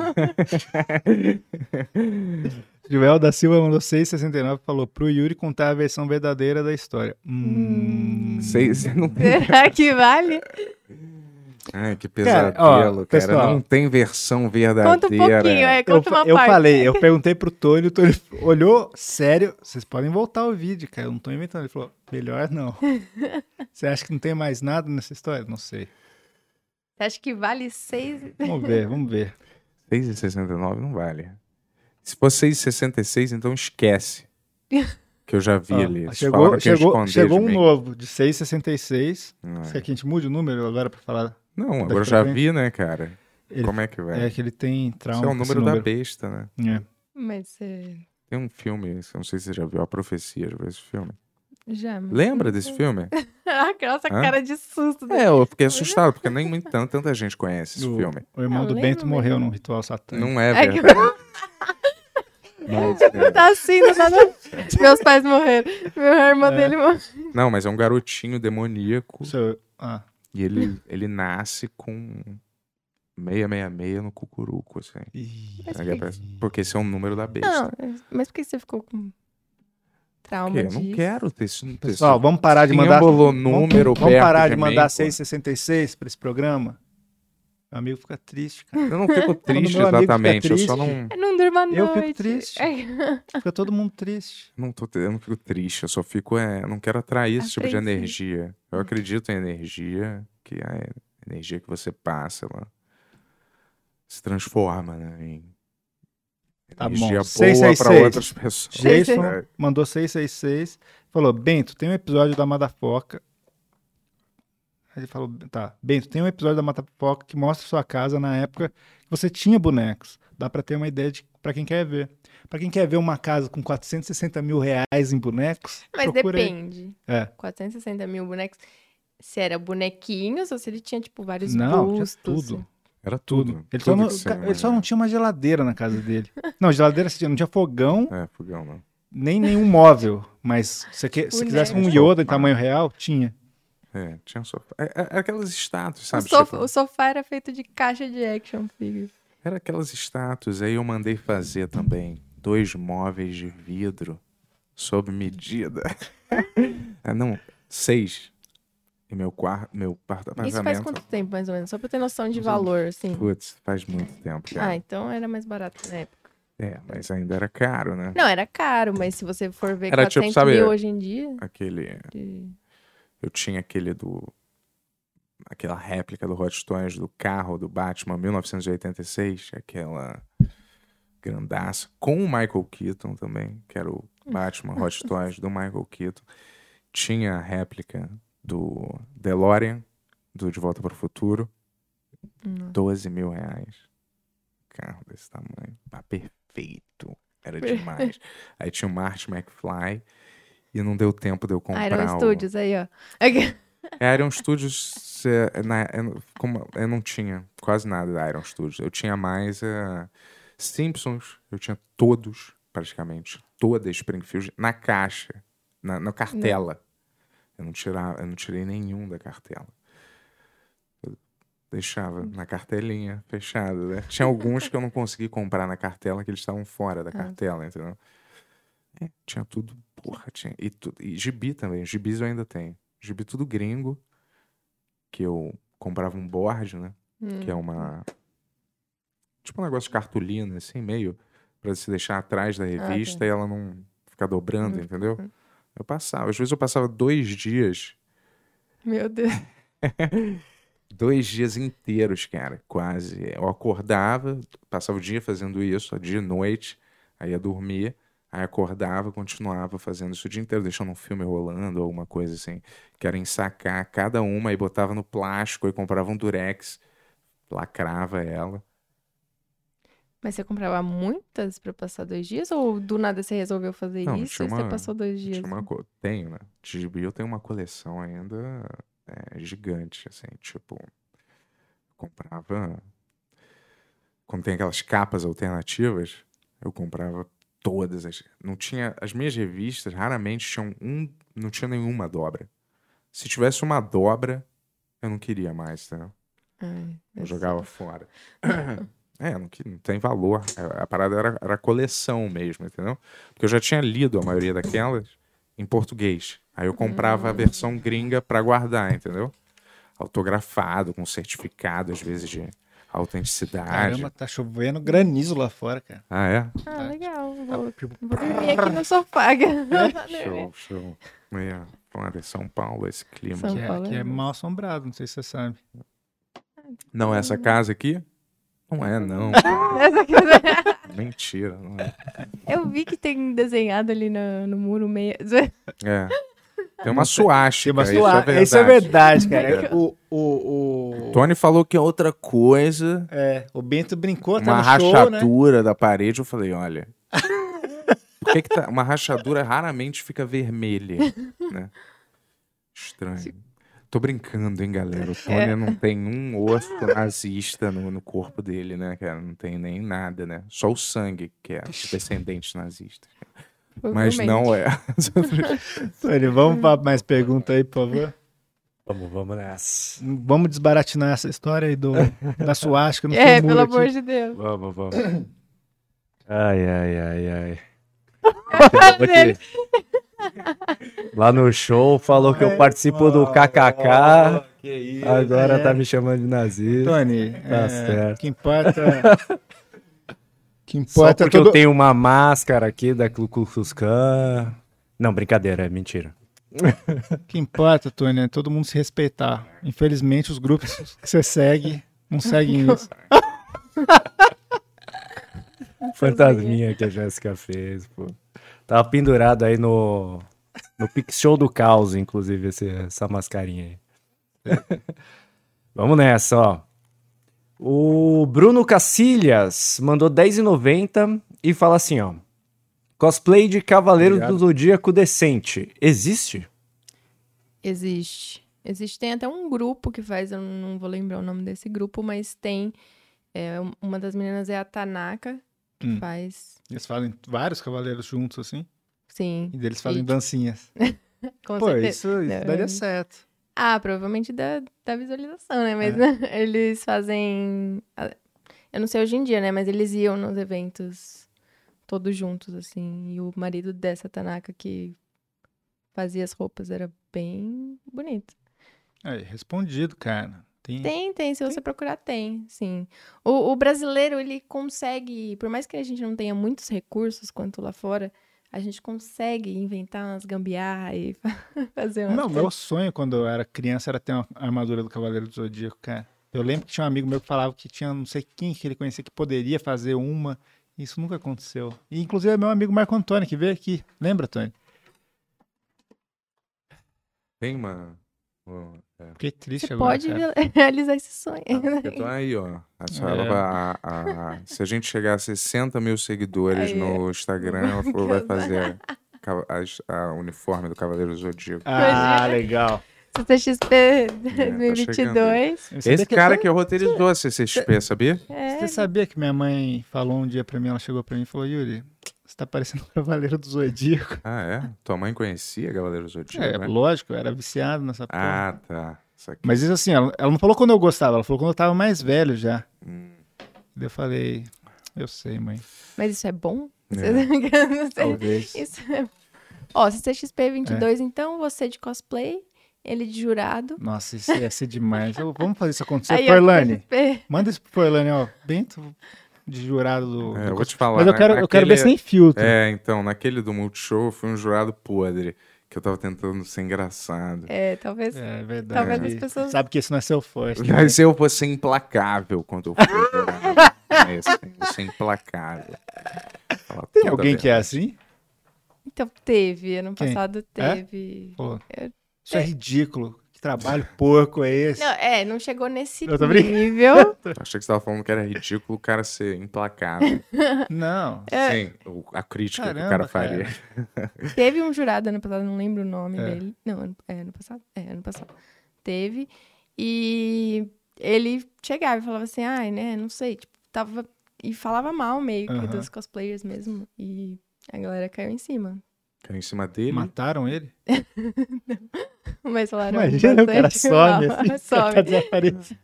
B: Joel da Silva mandou 6,69 e falou pro Yuri contar a versão verdadeira da história. Hum.
C: Sei- sei não tem-
D: Será
B: *laughs*
D: que vale?
C: Ai, que
B: Cara,
C: pesadelo,
B: ó,
C: cara.
B: pessoal.
C: não tem versão verdadeira.
D: Conta um pouquinho,
B: Tá
D: é,
B: né? Eu,
D: conta uma
B: eu
D: parte.
B: falei, eu perguntei pro Tony, o Tony *laughs* olhou, sério, vocês podem voltar o vídeo, cara, eu não tô inventando. Ele falou, melhor
D: *laughs*
B: não. Você acha que não tem mais nada nessa história? Não sei.
D: Você acha que vale seis?
B: Vamos ver, vamos
C: *laughs*
B: ver.
C: 6,69 não vale. Se for 6,66,
B: *laughs*
C: então esquece. Que eu já vi
B: Ó,
C: ali. Eles falaram
B: chegou
C: que ia
B: chegou,
C: esconder
B: chegou
C: de
B: um
C: mim.
B: novo, de 6,66.
C: Não,
B: Será
C: é.
B: que a gente mude o número agora pra falar?
C: Não,
B: pra
C: agora eu já
B: frente.
C: vi, né, cara?
B: tá Ele-
C: Como é que vai?
B: É que ele tem trauma
C: Esse é o
B: com esse
C: número, da besta, né?
B: número. É.
D: Mas você
C: Tem um filme, eu não sei se você já viu, A Profecia, já viu esse filme?
B: Hum.
D: já. *laughs*
C: Lembra desse filme?
B: *laughs*
D: Ah, nossa
C: Hã?
D: cara de susto.
C: É, eu fiquei assustado, porque nem muito, tanta- tanta gente conhece esse
B: O-
C: filme.
B: O irmão
D: Não,
B: do
D: Ah, lembro
B: Bento
D: mesmo.
B: morreu num ritual satânico.
C: Não é,
D: É que-
C: verdade.
B: *laughs*
C: Mas, é.
D: Tá assim, não tá não. Meus pais morreram. Meu irmão
B: É.
D: dele morreu.
C: Não, mas é um garotinho demoníaco
B: Seu- ah,
C: e ele, ele nasce com 666 no cucuruco, assim.
B: ih,
D: Mas
C: Aí aparece- Porque esse é o número da
D: Não,
C: besta.
D: mas por que você ficou com
C: Por
D: trauma
C: quê? Eu
D: disso?
C: não quero ter esse... ter
B: Pessoal,
C: esse-
B: vamos parar de
C: Quem
B: mandar.
C: embolou
B: Vamos-
C: número
B: Vamos parar de
C: perto
B: mandar
C: mim, pô?
B: 6,66 pra esse programa? Meu amigo fica triste, cara.
C: Eu
B: *laughs*
C: não fico triste
B: meu amigo fica
C: exatamente, eu só
B: triste.
C: não...
D: Eu não durmo à noite.
B: Eu fico triste.
D: É.
B: Fica todo mundo triste.
C: Não tô, eu não fico triste, eu só fico. É, eu não quero atrair esse tipo de
D: Apreensivo.
C: energia. Eu acredito em energia, que é a energia que você passa, ela se transforma, né? Em
B: Tá bom.
C: energia boa
B: 666.
C: para outras pessoas.
B: Jason
C: É,
B: mandou 666. Falou, Bento, tem um episódio da Madafoca. Aí Ele falou, tá, Bento, tem um episódio da Madafoca que mostra sua casa na época que você tinha bonecos. Dá pra ter uma ideia de pra quem quer ver. Pra quem quer ver uma casa com 460 mil reais em bonecos,
D: Mas
B: procura aí.
D: depende.
B: É.
D: 460 mil bonecos. Se era bonequinhos ou se ele tinha, tipo, vários
B: Não, tinha
D: bustos.
B: tudo.
C: Era tudo.
B: Tudo. Ele, só
C: tudo
B: não,
C: que você
B: ca- ele só
C: imagina.
B: não tinha uma geladeira na casa dele. Não, geladeira assim, não tinha fogão,
C: É, fogão, não.
B: nem nenhum móvel. Mas se, que, se
D: O
B: quisesse um
D: nerd.
B: Yoda de tamanho real, tinha.
C: É, tinha um sofá. É, é, Era aquelas estátuas,
D: O
C: sabe?
D: Um sofá,
C: Tipo,
D: o sofá era feito de caixa de action figure.
C: Era aquelas estátuas. Aí eu mandei fazer também dois móveis de vidro sob medida. *laughs* ah, não, seis. E meu quarto, meu quarto
D: Isso faz
C: apartamento.
D: quanto tempo, mais ou menos? Só pra eu ter noção de
C: Uns
D: valor, assim.
C: Putz, faz muito tempo, cara.
D: Ah, então era mais barato na época.
C: É, mas ainda era caro, né?
D: Não, era caro, mas se você for ver
C: Era
D: 400
C: tipo, sabe-
D: mil hoje em dia...
C: Aquele.
D: de-
C: Eu tinha aquele do. Aquela réplica do Hot Toys do carro do Batman 1986, é aquela grandaça, com o Michael Keaton também, que era o Batman Hot Toys do Michael Keaton. Tinha a réplica do DeLorean, do De Volta para o Futuro,
D: Nossa.
C: 12 mil reais. Carro desse tamanho, tá perfeito, era demais. Aí tinha o Marty McFly, e não deu tempo de eu comprar
D: Iron
C: o-
D: Studios, aí, *laughs* ó.
C: é, Iron Studios, é, na- eu, não- como, eu não tinha quase nada da Iron Studios. Eu tinha mais é, Simpsons, eu tinha todos, praticamente, toda Springfield na caixa, na, na cartela. Eu não, tirava, eu não tirei nenhum da cartela. Eu deixava na cartelinha, fechada, né? Tinha alguns que eu não consegui comprar na cartela, que eles estavam fora da cartela, entendeu? É, tinha tudo, porra, tinha. E, tudo, e gibi também, gibis eu ainda tenho gibi tudo gringo, que eu comprava um board, né?
D: Hum.
C: Que é uma. Tipo um negócio de cartolina, assim, meio. Pra se deixar atrás da revista e ela não ficar dobrando, entendeu? Eu passava. Às vezes eu passava dois dias.
D: Meu Deus.
C: Dois dias inteiros, cara, quase. Eu acordava, passava o dia fazendo isso, dia e noite, aí ia dormir, aí acordava, continuava fazendo isso o dia inteiro, deixando um filme rolando, alguma coisa assim. Que era ensacar cada uma, aí botava no plástico, aí comprava um durex, lacrava ela.
D: Mas você comprava muitas pra passar dois dias? Ou do nada você resolveu fazer
C: Não,
D: isso
C: tinha
D: e
C: uma-
D: você passou dois dias?
C: Tinha uma co- Tenho, né? De gibi eu tenho uma coleção ainda é, gigante, assim, tipo. Comprava. Quando tem aquelas capas alternativas, eu comprava todas as. Não tinha. As minhas revistas raramente tinham um. Não tinha nenhuma dobra. Se tivesse uma dobra, eu não queria mais, tá? entendeu?
D: Ai,
C: Eu
D: eu
C: jogava fora. É, não, que- não tem valor. É, A, a parada era, era coleção mesmo, entendeu? Porque eu já tinha lido a maioria daquelas em português. Aí eu comprava a versão gringa pra guardar, entendeu? Autografado, com certificado, às vezes, de autenticidade.
B: Caramba, tá chovendo granizo lá fora, cara.
C: Ah, é?
D: sei. Ah, legal. Vou,
B: Tipo,
D: vou dormir *laughs* aqui no sofá.
C: Show, show. É, olha, São Paulo, esse clima.
D: São-
B: que é,
D: Paulo
B: que é
D: é-
B: mal assombrado, não sei se você sabe.
C: Não, essa casa aqui? Não é, não. Mentira, não é.
D: *laughs* eu vi que tem desenhado ali no, no muro meio...
C: É. Tem uma suástica.
B: Ah,
C: isso *laughs* é verdade.
B: verdade, cara. O, o, o,
C: Tony falou que é outra coisa.
B: é, o Bento brincou,
C: uma
B: tá no show, né?
C: rachadura da parede, eu falei, olha. Por que, que tá- uma rachadura raramente fica vermelha, né? Estranho. Tô brincando, hein, galera. O Tony
D: É.
C: não tem um osso nazista no, no corpo dele, né, cara? Não tem nem nada, né? Só o sangue que é descendente nazista. Mas não é.
B: Tony, vamos para mais perguntas aí, por favor.
E: Vamos, vamos nessa.
B: Vamos desbaratinar essa história aí do, da suástica no
D: É,
B: seu
D: pelo
B: um muro aqui.
D: amor de Deus.
E: Vamos, vamos. *coughs* Ai, ai, ai, ai.
D: dele.
E: Lá no show falou que eu participo do KKK. Agora tá me chamando de nazista.
B: Tony,
E: Tá
B: é,
E: certo.
B: o que importa...
E: *laughs*
B: o que
E: Só
B: importa é
E: porque
B: todo...
E: eu tenho uma máscara aqui da Ku Klux Klan. Não, brincadeira, é mentira.
B: O que importa, Tony, é todo mundo se respeitar. Infelizmente, os grupos que você segue *laughs* não seguem isso.
E: Fantasminha que a Jéssica fez, pô. Tava pendurado aí no, no Pix Show do Caos, inclusive, esse- essa mascarinha aí.
B: *laughs*
E: Vamos nessa, ó. O Bruno Cacilhas mandou R$10,90 e fala assim, ó. Cosplay de Cavaleiro do Zodíaco decente. Existe?
D: Existe. Existe, tem até um grupo que faz, eu não vou lembrar o nome desse grupo, mas tem. é, um- uma das meninas é a Tanaka, que
B: Hum.
D: faz.
B: Eles fazem vários cavaleiros juntos, assim.
D: Sim,
B: E deles fazem
D: E-
B: dancinhas.
D: com
B: Pô,
D: certeza.
B: É isso, isso
D: Não.
B: daria certo.
D: Ah, provavelmente da, da visualização, né? Mas
B: É.
D: né, *laughs* eles fazem. a- Eu não sei hoje em dia, né? Mas eles iam nos eventos todos juntos, assim. E o marido dessa Tanaka que fazia as roupas era bem bonito.
B: Aí, respondido, cara. Tem,
D: Tem, tem. Se você procurar, tem, sim. O, o brasileiro, ele consegue, por mais que a gente não tenha muitos recursos quanto lá fora, a gente consegue inventar umas gambiarra e *laughs* fazer umas
B: Não,
D: coisas.
B: meu sonho quando eu era criança era ter uma armadura do Cavaleiro do Zodíaco, cara. Eu lembro que tinha um amigo meu que falava que tinha não sei quem que ele conhecia que poderia fazer uma. Isso nunca aconteceu. E inclusive é meu amigo Marco Antônio, que veio aqui. Lembra, Tony?
C: Tem uma. uma- é.
B: Fiquei triste
D: Você
B: agora.
D: pode
B: cara.
D: *laughs* realizar esse sonho.
B: Ah, *laughs*
D: *laughs*
C: Então aí, ó. A senhora
B: É.
C: vai- a- a- se a gente chegar a 60 mil seguidores
D: Aí,
C: no Instagram, ela falou, vai
D: Deus.
C: fazer cava- as- a uniforme do Cavaleiro Zodíaco.
B: Ah, É, legal.
D: tá CCXP
C: chegando.
D: 2022.
B: Eu sabia
C: Esse
B: que-
C: cara que é roteirizou a CCXP, sabia?
D: É,
B: Você sabia que minha mãe falou um dia pra mim, ela chegou pra mim e falou, Yuri, você tá parecendo o Cavaleiro do Zodíaco.
C: *laughs* Ah, é? Tua mãe conhecia Cavaleiro Zodíaco,
B: É,
C: né?
B: lógico, eu era viciado nessa porra.
C: Ah, tá. Isso aqui.
B: Mas isso assim, ela, ela não falou quando eu gostava, ela falou quando eu tava mais velho já.
C: Hum.
B: Daí eu falei, eu sei,
D: *laughs*
B: mãe.
D: mas isso é bom?
C: É.
B: *laughs* Talvez.
D: Isso é... Ó, CCXP
B: É.
D: 22, então, você de cosplay, ele de jurado.
B: Nossa, isso ia ser demais. Eu- vamos fazer isso acontecer.
D: Aí, ó,
B: é Forlane,
D: CCXP.
B: manda isso pro Forlane, ó. Bento de jurado do.
C: É,
B: do
C: eu vou te
B: cos-
C: falar.
B: Mas eu
C: na-
B: quero, eu quero ver
C: naquele-
B: sem filtro.
C: É, então, naquele do Multishow, fui um jurado podre, que eu tava tentando ser engraçado.
D: É, talvez.
B: É
D: Talvez
B: verdade.
D: as pessoas-
B: Sabe que isso não é seu forte. né?
C: Mas eu vou ser implacável quando eu for jurado. É isso, eu vou ser implacável. Fala
B: Tem
C: toda
B: alguém
C: a
B: que é assim?
D: Então, teve. Ano
B: Quem?
D: passado
B: É?
D: teve.
B: Pô,
D: Eu-
B: isso é ridículo. Que trabalho porco é esse?
D: Não, é, não chegou nesse
B: Eu tô brincando. *laughs*
D: nível.
C: verdade. Achei que você tava falando que era ridículo o cara ser implacável.
B: Não.
C: Sim, o- a crítica que o
B: Caramba,
C: cara faria.
D: Teve um jurado ano passado, não lembro o nome
B: É.
D: dele. Não, ano, é ano passado? É, ano passado. Teve. E ele chegava e falava assim, ai, né, não sei, tipo, tava... E falava mal meio que
B: Aham.
D: dos cosplayers mesmo. E a galera caiu em cima. *laughs*
C: Caiu em cima dele.
B: Mataram ele?
D: Mas falaram
B: Imagina, o cara
D: bastante
B: some
D: mal.
B: assim. o *laughs* cara
D: *laughs* Some.
B: Tá desaparecido.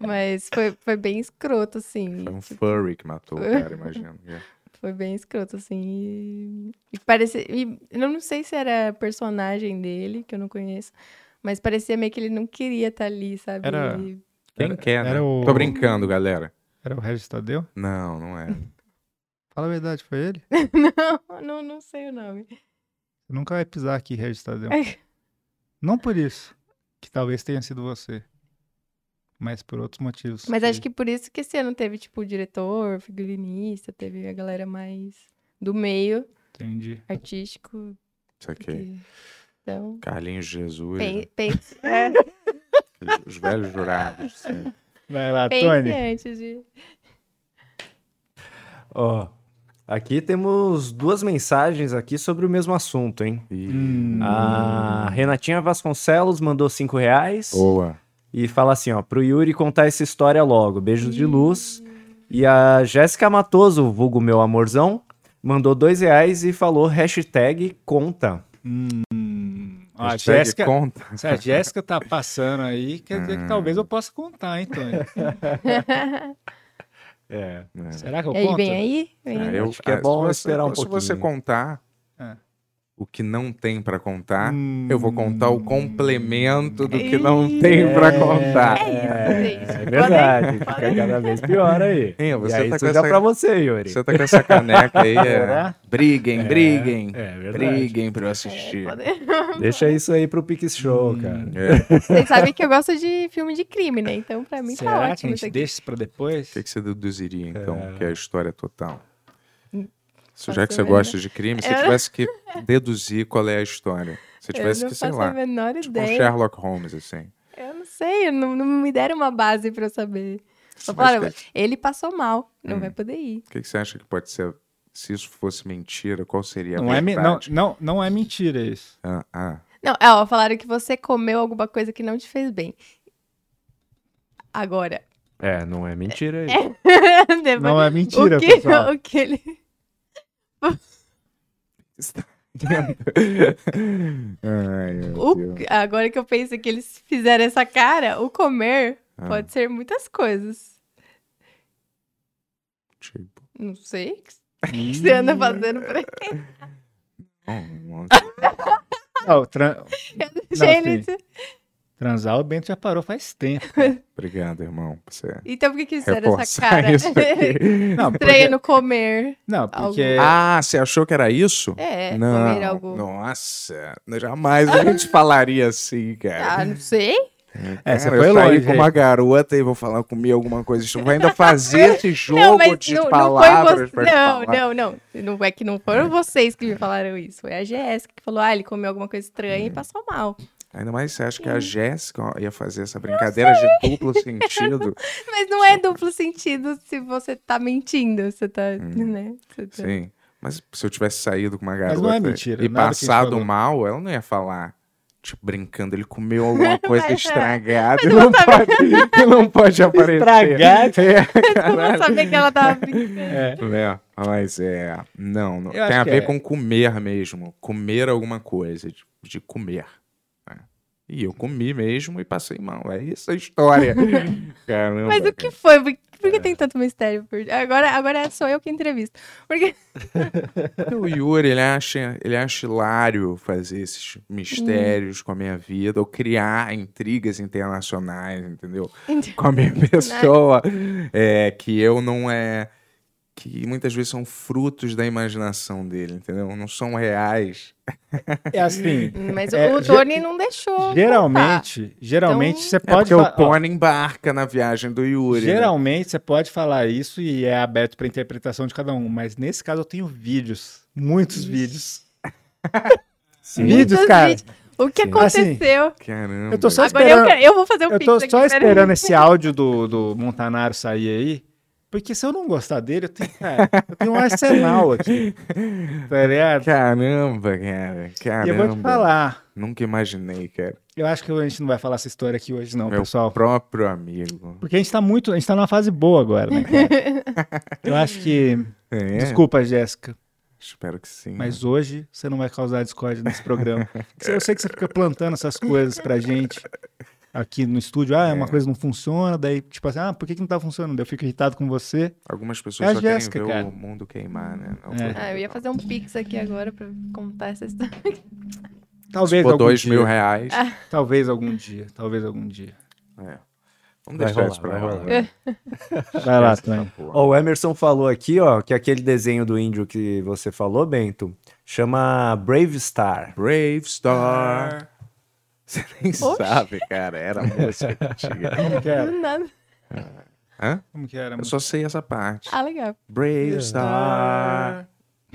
D: Mas foi, foi bem escroto, assim.
C: Foi um
D: tipo,
C: furry que matou o cara, É. imagina.
D: Foi bem escroto, assim. E, e parecia. e eu não sei se era personagem dele, que eu não conheço, mas parecia meio que ele não queria estar ali, sabe?
B: Era-
D: E- *laughs*
C: Quem
B: Era-
C: quer, né?
B: era o-
C: Tô brincando, galera.
B: Era o Regis Tadeu?
C: Não, não é.
B: Fala a verdade, foi ele?
D: Não, não, não sei o nome.
B: Você nunca vai pisar aqui, Regis Tadeu.
D: Ai.
B: Não por isso. Que talvez tenha sido você. Mas por outros motivos.
D: Mas acho que por isso que esse ano teve, tipo, diretor, figurinista, teve a galera mais do meio
B: Entendi.
D: artístico.
C: Isso aqui. é
D: porque- Então,
C: Carlinhos Jesus. né?
D: pen- pense, é, *laughs*
C: Os- Os velhos jurados. sim.
B: Vai lá,
D: pense
B: Tony.
D: antes de.
E: Ó, aqui temos duas mensagens aqui sobre o mesmo assunto, hein?
C: Ih,
B: Hum,
E: A Renatinha Vasconcelos mandou cinco reais
C: Boa.
E: e fala assim, ó, pro Yuri contar essa história logo. Beijos de luz. E a Jéssica Matoso, vulgo meu amorzão, mandou dois reais e falou hashtag conta.
B: ó, a
C: Hashtag
B: Ah, Jéssica,
C: Conta.
B: se a Jéssica tá passando aí, quer dizer
C: Hum.
B: que talvez eu possa contar, hein, Tony?
E: É.
B: Será que eu
D: E aí,
B: conto?
D: vem aí? Vem
C: Ah,
D: aí.
C: eu,
E: Acho que é
C: ah, se
E: bom
C: você-
E: esperar um
C: Se você
E: pouquinho.
C: contar
B: É.
C: o que não tem pra contar,
B: Hum.
C: Ah, eu vou contar o complemento do que não tem
E: É.
C: pra contar.
D: É isso,
E: É
D: gente.
E: verdade,
D: Podem-
E: fica cada vez pior aí.
C: Hein,
E: e
C: você
E: aí
C: tá com
E: isso já
C: essa-
E: Né? pra você, Yuri.
C: Você tá com essa caneca aí. É...
B: Será?
C: Briguem, briguem.
E: É verdade.
C: briguem pra eu
D: É,
E: É,
C: assistir.
D: podem-
E: Deixa isso aí pro Pix Show, cara.
C: É.
D: *laughs* Vocês sabem que eu gosto de filme de crime, né? Então, pra mim, tá
B: Será que a
D: ótimo isso
B: gente
D: aqui.
B: deixa isso pra depois?
C: O que, que você deduziria, então, que é a história total?
E: Hum,
C: Se, já
D: faço
C: que você
D: a menor-
C: gosta de crime, se
E: É.
D: Eu-
C: tivesse que deduzir qual é a história. Se tivesse
D: eu não
C: que, sei
D: faço a
C: lá,
D: menor
C: tipo um
D: ideia.
C: Sherlock Holmes, assim.
D: eu não sei, eu não, não me deram uma base pra eu saber. Só
C: Mas
D: falaram,
C: que-
D: ele passou mal, não
C: Hum.
D: vai poder ir.
C: O que, que você acha que pode ser? Se isso fosse mentira, qual seria a
B: Não é, me- não,
C: verdade?
B: não, não é mentira isso.
C: Ah, ah.
D: Não, é, ó, falaram que você comeu alguma coisa que não te fez bem. Agora. *laughs*
E: É, não é mentira isso.
D: Depois-
B: Não é mentira,
D: o que,
B: pessoal.
D: o que ele...
C: Ai, meu
D: o-
C: Deus.
D: agora que eu penso que eles fizeram essa cara, o comer
C: Ah.
D: pode ser muitas coisas.
C: Tipo,
D: Não sei
C: *laughs*
D: o que você anda fazendo por aí.
C: oh,
D: *laughs*
B: Não, Ah, tran-
D: Achei
B: sim.
D: isso.
B: transar o Bento já parou faz tempo.
C: obrigado, irmão, por você
D: Então por que que fizeram essa
C: reforçar
D: cara?
C: isso aqui.
B: Não, porque,
D: *laughs* Treino comer.
B: não, porque
C: Ah, você achou que era isso?
D: É,
C: não.
D: comer algo.
C: Nossa, jamais a
D: *laughs*
C: gente falaria assim, cara.
D: Ah, não sei.
B: é, você
C: Cara,
B: foi
C: eu saí
B: longe.
C: com uma garota e vou falar comer alguma coisa. Isso vai
D: *laughs*
C: ainda fazer esse jogo
D: não, mas
C: de
D: não, não
C: palavras
D: foi
C: pra
D: você. Não,
C: falar.
D: não, não, não. É que não foram vocês que me falaram isso. Foi a Jéssica que falou, ah, ele comeu alguma coisa estranha e passou mal.
C: Ainda mais você acha que
D: Hum.
C: a Jéssica ó, ia fazer essa brincadeira de duplo sentido.
D: Mas não é duplo sentido se você tá mentindo. Você tá, né? Você *laughs* tá-
C: Sim. Mas se eu tivesse saído com uma
B: É. Mas
C: garota
B: não é mentira,
C: e
B: nada que a gente
C: passado
B: falou.
C: mal, ela não ia falar, tipo, brincando, ele
B: *laughs*
C: comeu alguma coisa
D: Mas é.
C: estragada. Ele não, pode,
E: *laughs*
C: ele não pode aparecer.
B: Estragado.
C: É,
D: Eu não sabia que ela tava brincando.
B: É.
C: *laughs* É, mas é. Não, não-
B: Eu
C: tem
B: acho
C: a
B: que
C: ver
B: é.
C: com comer mesmo. Comer alguma coisa, de, de comer. né? E eu comi mesmo e passei mal. É isso a
B: *laughs*
C: história. Caramba.
D: Mas o que foi? Por que, por que tem tanto mistério? por- Agora, agora sou eu que entrevisto. Porque
C: O Yuri, ele acha, ele acha hilário fazer esses mistérios com a minha vida, ou criar intrigas internacionais, entendeu? Com a minha pessoa, é, que eu não é... Que muitas vezes são frutos da imaginação dele, entendeu? Não são reais.
B: É assim,
D: *laughs* Mas
B: É,
D: o
B: ge-
D: Tony não deixou.
B: geralmente, geralmente
D: Então-
B: você
C: É
B: pode
C: porque
B: fa-
C: o
B: ó,
C: Pony embarca na viagem do Yuri. né?
B: Geralmente você pode falar isso e é aberto para interpretação de cada um, mas nesse caso eu tenho vídeos, muitos vídeos.
E: Sim.
B: Vídeos, cara.
D: vídeos. O que
E: Sim.
D: aconteceu?
C: Caramba.
B: Eu tô só
D: agora eu,
B: esperando.
D: quero- eu vou fazer o
B: Eu
D: pix
B: tô
D: aqui,
B: só
D: peraí.
B: esperando esse áudio do, do Montanaro sair aí, porque se eu não gostar dele, eu tenho, cara, eu tenho um arsenal aqui. Tá ligado?
C: Caramba, cara. Caramba.
B: E eu vou te falar.
C: Nunca imaginei, cara.
B: Eu acho que a gente não vai falar essa história aqui hoje, não,
C: Meu
B: pessoal.
C: próprio amigo.
B: Porque a gente tá muito. A gente tá numa fase boa agora, né? cara? eu acho que.
C: É,
B: Desculpa, Jéssica,
C: Espero que sim.
B: mas hoje você não vai causar discórdia nesse programa. Eu sei que você fica plantando essas coisas pra gente aqui no estúdio. Ah, uma coisa não funciona, daí, tipo assim, ah, por que, que não tá funcionando? Eu fico irritado com você.
C: Algumas pessoas
B: É a
C: só querem
B: Jéssica,
C: ver
B: cara.
C: o mundo queimar, né? Não
B: É.
C: foi-
D: Ah, eu ia fazer um pix aqui agora pra contar essa história.
B: Talvez
C: Pô,
B: algum
C: Tipo, dois
B: dia.
C: mil reais.
D: Ah.
B: Talvez algum dia, talvez algum dia.
C: É. Vamos
E: Vai
C: deixar
E: rolar,
C: isso pra
E: vai
C: rolar.
E: rolar.
D: É.
B: Vai lá, Tony.
E: Ó, o Emerson falou aqui, ó, que aquele desenho do índio que você falou, Bento, chama Brave Star.
C: Brave Star.
D: Ah.
C: Você nem sabe, cara. Era a música
B: *laughs*
C: antiga.
B: Como que era?
D: *laughs* Nada.
C: Hã?
B: Como que era?
C: Eu só sei essa parte.
D: Ah, legal.
C: Brave
B: Ah,
C: Star.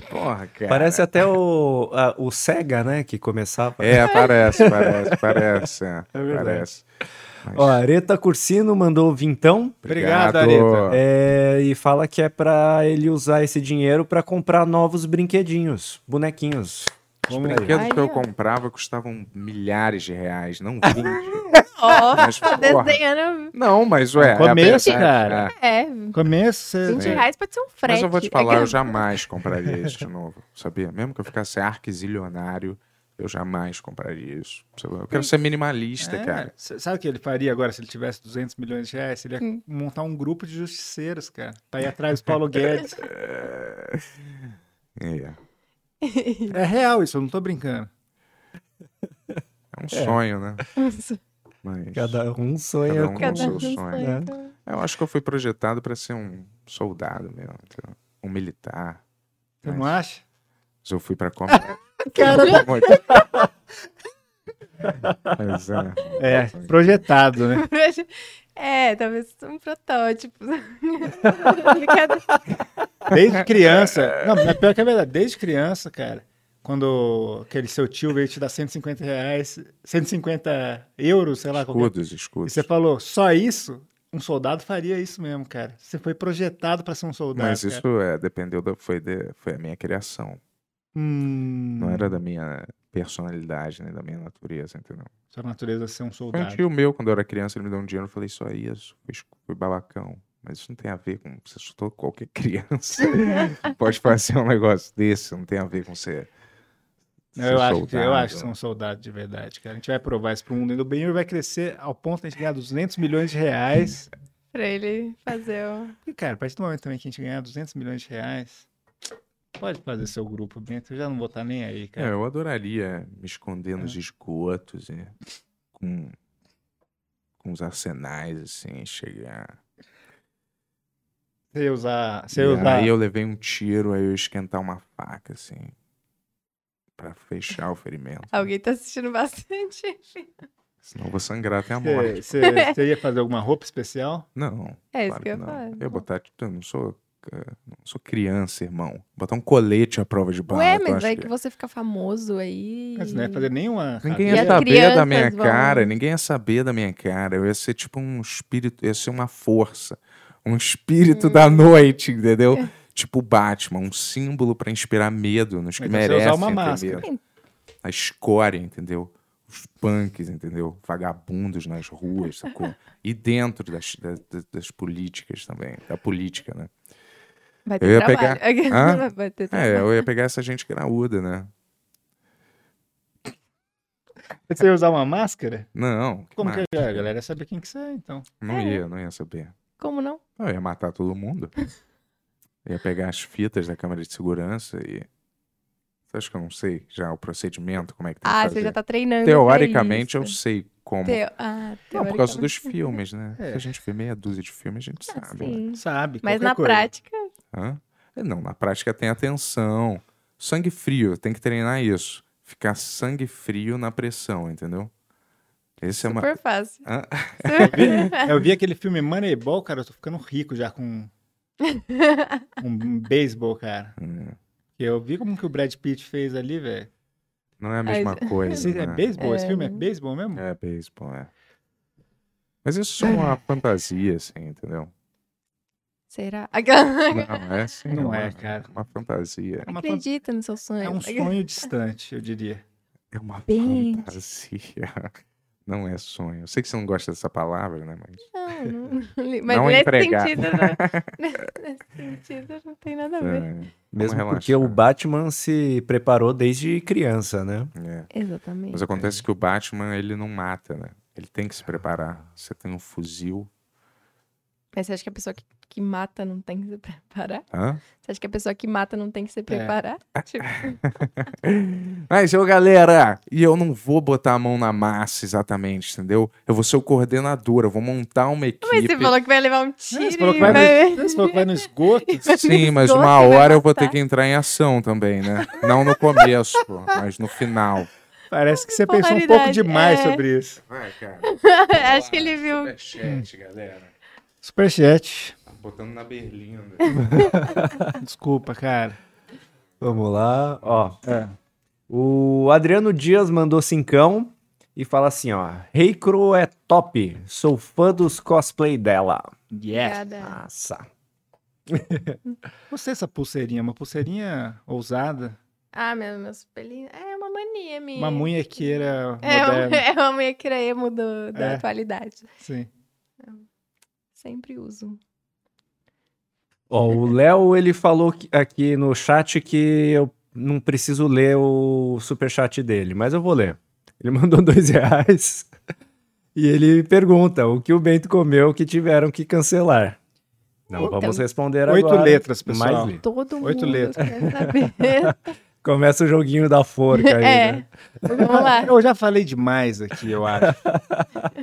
C: Porra, cara.
E: Parece até o, a- o Sega, né, que começava.
C: É, parece,
B: *laughs*
C: parece, parece. É,
E: verdade.
C: parece. Mas-
E: Ó, Areta Cursino mandou vintão
B: Obrigado,
C: Tá.
B: Areta.
E: é, e fala que é pra ele usar esse dinheiro pra comprar novos brinquedinhos, bonequinhos. Tipo
C: Os
B: Vamos
C: brinquedos que eu
D: Aí, ó.
C: comprava custavam milhares de reais,
B: *laughs*
C: não 20.
D: Ó, *laughs*
C: Mas,
D: tô
C: porra.
D: Tá desenhando.
C: não, mas ué.
B: No começo,
C: é a verdade,
B: cara.
C: é.
D: É,
B: Começa.
D: 20 reais pode ser um frete.
C: Mas eu vou te falar, eu jamais compraria isso de novo, *laughs* sabia? Mesmo que eu ficasse arquizilionário, eu jamais compraria isso. sabe? Eu quero ser minimalista,
B: É,
C: cara.
B: s- Sabe o que ele faria agora se ele tivesse 200 milhões de reais? Ele ia montar um grupo de justiceiros, cara. Pra ir atrás do Paulo Guedes.
C: É,
B: É real isso, eu não tô brincando.
C: é um sonho, né? Mas
E: Cada um
C: Cada
E: sonha
C: um
E: com
D: Cada um
C: Nossa,
D: sonho.
C: sonho. eu acho que eu fui projetado pra ser um soldado mesmo, entendeu? um militar.
B: Você não acha?
C: Mas eu fui pra comer.
D: um
C: Cara, Mas, é,
B: É, projetado, né?
D: *laughs* É, talvez um protótipo. *laughs* Brincadeira.
B: Desde criança. Não, mas pior que é verdade. Desde criança, cara. Quando aquele seu tio veio te dar 150 reais, 150 euros, sei lá. Qualquer...
C: escudos,
B: E
C: escudos.
B: você falou, só isso? Um soldado faria isso mesmo, cara. Você foi projetado pra ser um soldado.
C: Mas
B: cara.
C: isso é, dependeu da, foi, de- foi a minha criação.
B: Hum,
C: Não era da minha personalidade, né? Da minha natureza, entendeu?
B: Sua natureza é ser um
C: Foi um
B: soldado.
C: tio meu, quando eu era criança, ele me deu um dinheiro, eu falei só isso, foi, esco- foi babacão. Mas isso não tem a ver com você soltou qualquer *laughs* criança. Pode fazer um negócio desse, não tem a ver com você. um É,
B: Não, eu, acho que, eu acho que são soldados de verdade, cara. A gente vai provar isso pro mundo. E o Benhur vai crescer ao ponto de a gente ganhar 200 milhões de reais.
D: Pra ele fazer o...
B: E, cara, a partir do momento também que a gente ganhar 200 milhões de reais, pode fazer seu grupo, Bento. Eu já não vou estar nem aí,
C: É,
B: cara.
C: eu adoraria me esconder nos
B: É.
C: esgotos e com, com os arsenais, assim, chegar.
B: Se eu usar. Se
C: E
B: eu usar.
C: aí eu levei um tiro, aí eu ia esquentar uma faca, assim, pra fechar o ferimento.
D: Alguém tá assistindo bastante.
C: Senão eu vou sangrar até a morte.
B: Você você ia fazer alguma roupa especial?
D: *laughs*
C: Não.
D: É isso
C: Claro
D: que eu ia
C: não.
D: falar.
C: Eu ia botar, tipo, eu não sou, eh, não sou criança, irmão. Botar um colete à prova de bala.
D: Ué,
C: tu
D: mas
C: acha
D: aí
C: que- é?
D: que você fica famoso aí.
B: Mas não ia fazer nenhuma.
C: Ninguém
D: E
C: ia
D: as
B: saber.
C: saber da minha
D: crianças vão-
C: cara, ninguém ia saber da minha cara. Eu ia ser tipo um espírito, eu ia ser uma força, um espírito da
D: Hum.
C: noite, entendeu?
D: *laughs*
C: Tipo o Batman, um símbolo pra inspirar medo nos que
B: Mas você ia
C: merecem,
B: usar uma
C: entendeu?
B: máscara.
C: A escória, entendeu? Os punks, entendeu? Vagabundos nas ruas, sacou? E dentro das, das, das políticas também, da política, né?
D: Vai
C: Eu ia
D: ter *laughs* trabalho.
C: pegar- Hã?
D: Vai ter
C: É,
D: trabalho.
C: eu ia pegar essa gente graúda, né?
B: Você ia usar uma máscara?
C: Não. que
B: Como que
C: mais?
B: é? A galera ia saber quem que você é, então.
C: Não ia, não ia saber.
D: Como não?
C: Eu ia matar todo mundo. ia pegar as fitas da câmera de segurança e. Você acha que eu não sei já o procedimento, como é que tem
D: Ah,
C: que
D: você
C: fazer?
D: já tá treinando. pra
C: Teoricamente eu
D: isso.
C: sei como.
D: Teo... Ah,
C: Não, por
D: teoricamente.
C: causa dos filmes, né?
B: É.
C: Se a gente vê meia dúzia de filmes, a gente
D: Ah,
C: sabe. né?
D: sim.
B: Sabe.
D: Mas
B: qualquer
D: na
B: coisa.
D: prática,
C: Hã? É, Não, na prática tem atenção. Sangue frio, tem que treinar isso. Ficar sangue frio na pressão, entendeu? Esse é uma.
D: super fácil. *laughs*
C: Hã?
B: Eu vi aquele filme Moneyball, cara, eu tô ficando rico já com um beisebol, cara.
C: Hum,
B: Eu vi como que o Brad Pitt fez ali, velho.
C: Não é a mesma coisa.
B: Esse- É
C: né?
B: beisebol? Esse
D: É.
B: filme é beisebol mesmo?
C: É, beisebol, é. Mas isso é uma fantasia, assim, entendeu?
B: É
D: Será? Aquela-
C: Não, é assim.
B: Não é,
C: uma-
B: cara.
C: Uma fantasia.
B: É, uma fan-
D: Acredita no seu sonho.
B: é um sonho distante, eu diria.
C: É uma
D: Bem-
C: fantasia. *laughs* Não é sonho. Eu sei que você não gosta dessa palavra, né? Mas
D: Não,
B: *laughs*
D: não. Mas
C: Não
D: nesse
C: entregar.
D: sentido, não. nesse sentido, não tem nada a ver.
C: é, vamos
E: Mesmo
C: relaxar.
E: porque o Batman se preparou desde criança, né?
C: É.
D: Exatamente.
C: Mas acontece que o Batman, ele não mata, né? Ele tem que se preparar. Você tem um fuzil.
D: Mas você acha que a pessoa que, que mata não tem que se preparar?
C: Hã?
D: Você acha que a pessoa que mata não tem que
B: É.
D: se
B: *laughs*
D: preparar? Tipo,
C: Mas, ô É galera, e eu não vou botar a mão na massa exatamente, entendeu? Eu vou ser o coordenador, eu vou montar uma equipe.
D: mas você falou que vai levar um
B: Não, Você
D: tiro
B: falou
D: e
B: que vai
D: *laughs*
B: um
D: vai...
B: no, você falou que vai no
D: *laughs*
B: esgoto.
C: Sim, mas
D: esgoto
C: uma
D: e vai
C: hora eu vou ter
D: matar.
C: que entrar em ação também, né? Não no começo, mas no final.
B: Parece que você pensou um pouco
D: Polaridade,
B: demais
D: é.
B: sobre isso.
C: Vai, cara.
D: *laughs* Acho que ele viu.
C: Superchat, galera. Tá
B: Superchat.
C: Botando na berlinda.
B: Desculpa, cara.
E: Vamos lá, ó.
B: É.
E: O Adriano Dias mandou cincão e fala assim, ó. Rei Cro é top, sou fã dos cosplay dela.
B: Yes.
D: Obrigada.
E: Nossa.
B: Você essa pulseirinha, uma pulseirinha ousada,
D: Ah, meu, meus pelinhos. É uma mania minha.
B: uma munhequeira
D: É, uma-
B: moderna.
D: é *laughs* uma munhequeira emo do- da
B: É.
D: atualidade.
B: Sim.
D: Sempre uso.
E: Ó, o Léo, ele falou que- aqui no chat que eu não preciso ler o superchat dele, mas eu vou ler. Ele *laughs* mandou dois reais *laughs* e ele pergunta o que o Bento comeu que tiveram que cancelar. Não,
D: Então.
E: vamos responder
B: Oito
E: agora.
B: letras, pessoal.
E: Mais letras.
D: Todo
B: Oito
D: mundo
B: letras.
D: quer *laughs* saber.
E: Começa o joguinho da forca
B: *laughs*
E: aí,
D: é.
E: né?
D: Vamos lá.
B: Eu já falei demais aqui, eu acho.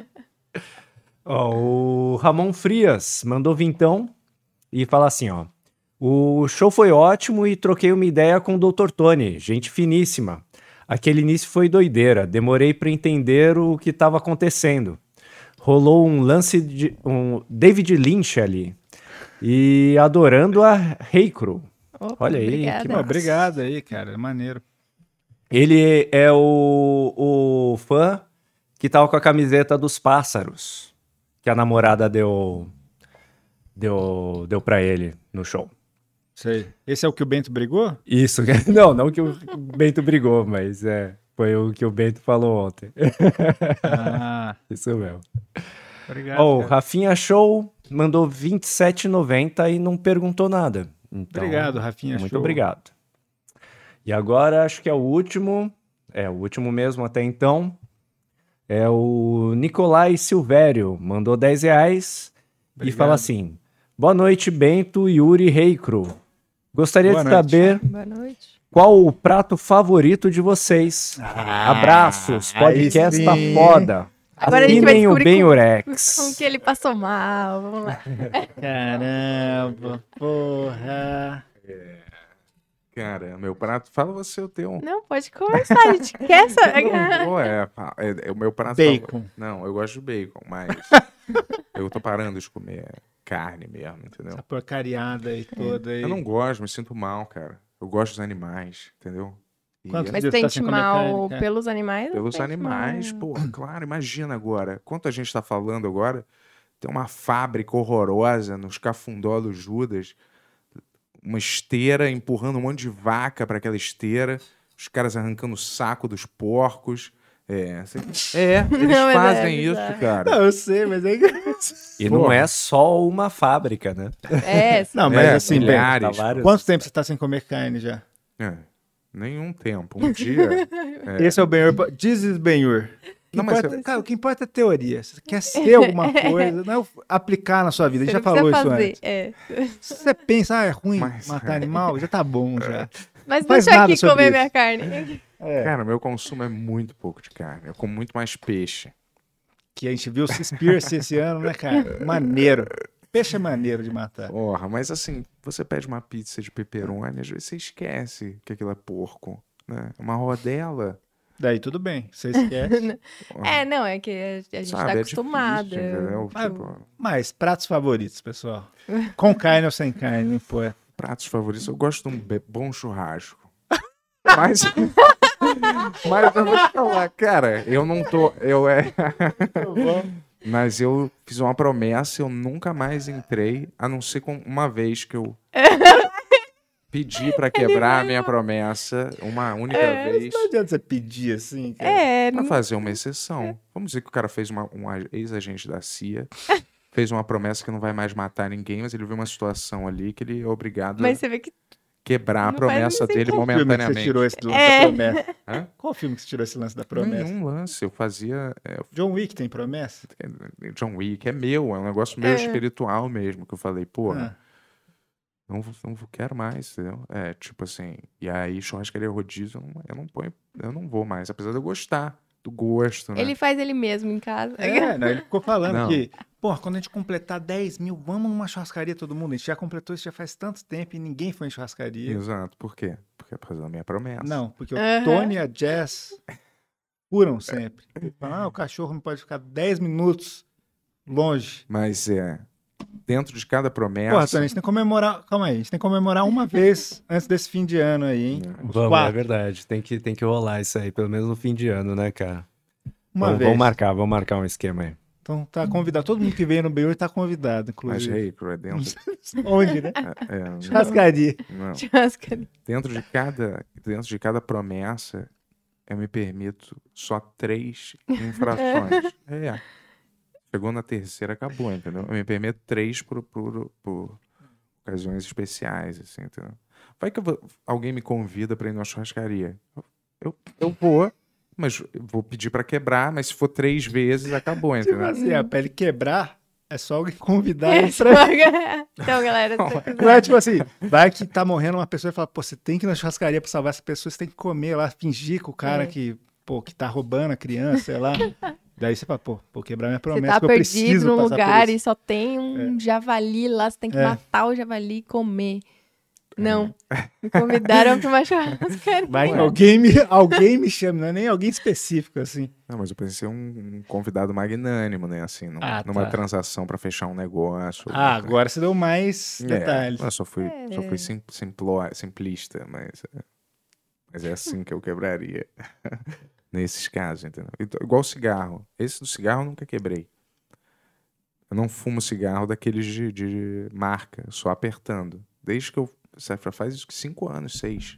E: *laughs* Ó, o Ramon Frias mandou vintão e fala assim, ó. O show foi ótimo e troquei uma ideia com o Dr. Tony, gente finíssima. Aquele início foi doideira, demorei para entender o que estava acontecendo. Rolou um lance de um David Lynch ali. E adorando a Heikro.
D: Opa,
E: Olha aí, que
D: obrigada.
B: Pô, obrigado aí, cara. Maneiro.
E: Ele é o, o fã que tava com a camiseta dos pássaros que a namorada deu deu deu para ele no show. *laughs*
B: Sei. Esse é o que o Bento brigou?
E: Isso, não, não que o Bento brigou, mas é Foi o que o Bento falou ontem.
B: Ah,
E: Isso mesmo.
B: obrigado.
E: Ó, o
B: cara.
E: Rafinha Show mandou 27,90 e não perguntou nada. Então,
B: obrigado, Rafinha.
E: Muito
B: show.
E: obrigado. E agora acho que é o último, é o último mesmo até então. É o Nicolai Silvério, mandou 10 reais e
B: Obrigado.
E: fala assim: Boa noite, Bento, Yuri Reicro. Gostaria
B: Boa
E: de
B: noite.
E: saber
D: Boa noite.
E: qual o prato favorito de vocês.
B: Ah,
E: Abraços,
B: aí
E: podcast tá
B: sim.
E: foda.
D: Agora a gente vai
E: Assinem o
D: descobrir
E: Bem
D: com- Com
E: Urex.
D: que ele passou mal, vamos lá.
B: Caramba, porra.
C: Cara, meu prato. Fala você o teu.
D: Não, pode conversar, a gente é quer
C: Não,
D: saber.
C: vou, é, fa- é- é o meu prato.
B: Bacon.
C: favor- Não, eu gosto de bacon, mas eu tô parando de comer carne mesmo, entendeu?
B: Essa porcariada aí toda aí.
C: Eu não gosto, me sinto mal, cara. Eu gosto dos animais, entendeu? E é
B: Quantos
D: Mas
B: Deus, tá
D: sente
B: sem comer
D: mal
B: carne, cara.
D: pelos animais?
C: pelos
D: Sente
C: animais,
D: mal.
C: porra, claro, imagina agora. Quanto a gente tá falando agora, tem uma fábrica horrorosa nos cafundó do Judas, uma esteira empurrando um monte de vaca para aquela esteira, os caras arrancando o saco dos porcos. É, assim- é
D: *laughs*
C: eles
D: Não, mas é
C: fazem isso,
D: bizarro.
C: cara.
B: Não, eu sei, mas é aí.
E: E
C: Porra.
E: não é só uma fábrica, né?
D: É,
B: Não, mas
C: É,
B: assim,
C: milhares.
B: bem,
E: Tá vários-
B: quanto tempo você tá sem comer carne já?
C: É, nenhum tempo, um dia.
D: *laughs*
C: É.
B: Esse é o Benhur. This is Benhur.
C: Não, mas eu-
B: Cara, o que importa é teoria. Você quer ser
D: *laughs*
B: alguma coisa, não é o- aplicar na sua vida. A gente
D: você
B: já falou
D: não precisa
B: isso
D: fazer.
B: antes.
D: É.
B: Se você pensa, ah, é ruim
C: Mas-
B: matar animal, já tá bom já.
D: Mas
B: Faz
D: deixa eu
B: nada
D: aqui
B: sobre
D: comer
B: isso.
D: minha carne.
C: Cara, meu consumo é muito pouco de carne. Eu como muito mais peixe.
B: Que a gente viu o Seaspiracy esse ano, né, cara? Maneiro. Peixe é maneiro de matar.
C: Porra, mas assim, você pede uma pizza de pepperoni, às vezes você esquece que aquilo é porco, né? Uma rodela.
B: Daí tudo bem,
D: *laughs*
B: você esquece.
D: É, não, é que a- a gente
C: Ah. sabe?
D: tá
C: É
D: acostumado.
C: difícil, entendeu?
B: Mas-
C: Tipo,
B: Mas pratos favoritos, pessoal. Com carne ou sem
D: Uhum.
B: carne, pô.
D: Tá
C: pratos favoritos. Eu gosto de um be- bom
D: *laughs*
C: churrasco. Mas, *laughs* mas eu vou te falar, cara, eu não tô. Eu é. *laughs* Mas eu fiz uma promessa, eu nunca mais entrei, a não ser com uma vez que
D: *laughs*
C: eu pedi pra quebrar a minha promessa uma única vez.
B: Não adianta você pedir assim, cara.
D: É,
C: Pra
D: não-
C: fazer uma exceção. Vamos dizer que o cara fez uma, um a- ex-agente da CIA, *laughs* fez uma promessa que não vai mais matar ninguém, mas ele viu uma situação ali que ele é obrigado
D: mas
C: a
D: você vê que
C: quebrar a
D: não faz
C: promessa
D: muito
C: dele
B: Qual filme né, que
C: momentaneamente.
B: você tirou esse do lance
D: É.
B: da promessa?
C: Hã?
B: Qual filme que você tirou esse lance da promessa?
C: Nenhum lance. Eu fazia.
B: John Wick tem promessa?
C: é, John Wick é meu, é um negócio meio
D: É.
C: espiritual mesmo, que eu falei, pô,
B: Ah,
C: não, vou- não vou- quero mais, entendeu? É, tipo assim, e aí churrascaria rodízio, eu não, eu não ponho, eu não vou mais, apesar de eu gostar do gosto, né?
D: ele faz ele mesmo em casa.
B: É, não, ele ficou falando
C: Não.
B: que, pô, quando a gente completar 10 mil, vamos numa churrascaria todo mundo. A gente já completou isso já faz tanto tempo e ninguém foi em churrascaria.
C: Exato, por quê? Porque é por causa da minha promessa.
B: Não, porque o
D: Aham.
B: Tony e a Jess curam sempre. Falam, ah, o cachorro não pode ficar 10 minutos longe.
C: Mas é. Dentro de cada promessa.
B: Porra, Tony, a gente tem que comemorar. Calma aí, a gente tem que comemorar uma vez antes desse fim de ano aí, hein? Os
E: Vamos, é
B: quatro.
E: verdade. Tem que, tem que rolar isso aí, pelo menos no fim de ano, né, cara?
B: Uma
E: vamos,
B: vez.
E: vamos marcar, vamos marcar um esquema aí.
B: Então tá convidado. Todo mundo que veio no Beirute tá convidado,
C: Mas
B: inclusive.
C: rei, é dentro.
B: *laughs* Onde, né?
C: é, não-
B: Churrascaria.
C: não.
D: Churrasca.
C: Dentro de cada. Dentro de cada promessa, eu me permito só três infrações. É. Chegou na terceira, acabou, entendeu? Eu me permito três por, por, por ocasiões especiais, assim, entendeu? Vai que eu vou- alguém me convida pra ir numa churrascaria. Eu, eu vou, mas eu vou pedir pra quebrar, mas se for três vezes, acabou,
B: Tipo
C: entendeu?
B: assim, a pele quebrar é só alguém convidar
D: É,
B: ele pra.
D: *laughs* então, galera, se você
B: Não é
D: quiser-
B: tipo assim, vai que tá morrendo uma pessoa e fala, pô, você tem que ir na churrascaria pra salvar essa pessoa, você tem que comer lá, fingir com o cara
D: É.
B: que, pô, que tá roubando a criança, sei lá. Daí você fala, pô, vou quebrar minha
D: você
B: promessa,
D: tá
B: que eu
D: perdido
B: preciso
D: num
B: passar por
D: lugar
B: isso.
D: e só tem um javali lá, você tem que
B: É.
D: matar o javali e comer.
C: É. *laughs*
D: Não. Me convidaram pra uma churrascaria.
B: Vai que alguém me, alguém me chama, não é nem alguém específico, assim.
C: Não, mas eu pensei um, um convidado magnânimo, né? Assim, num-
B: Ah,
C: numa
B: tá.
C: transação pra fechar um negócio.
B: Ah,
C: alguma
B: agora você deu mais
C: coisa. É,
B: detalhes.
C: eu só fui, só
D: É.
C: fui sim- simpló- simplista, mas, é- mas é assim que eu quebraria. *laughs* Nesses casos, entendeu? Então, igual cigarro. Esse do cigarro eu nunca quebrei. Eu não fumo cigarro daqueles de, de marca, só apertando. Desde que eu. Safra faz isso que cinco anos, seis.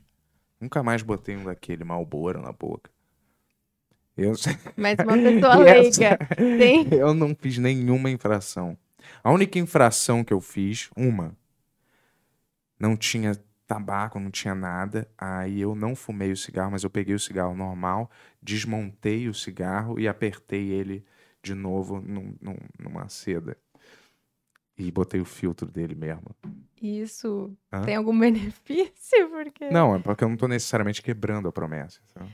C: Nunca mais botei um daquele Malboro na boca. Eu, *laughs*
D: Mas uma pessoa
C: E essa-
D: leiga tem.
C: *laughs* eu não fiz nenhuma infração. A única infração que eu fiz, uma, não tinha tabaco, não tinha nada. Aí eu não fumei o cigarro, mas eu peguei o cigarro normal, desmontei o cigarro e apertei ele de novo num- num- numa seda. E botei o filtro dele mesmo.
D: Isso
C: Hã?
D: tem algum benefício? Porque.
C: Não, é porque eu não tô necessariamente quebrando a promessa. sabe?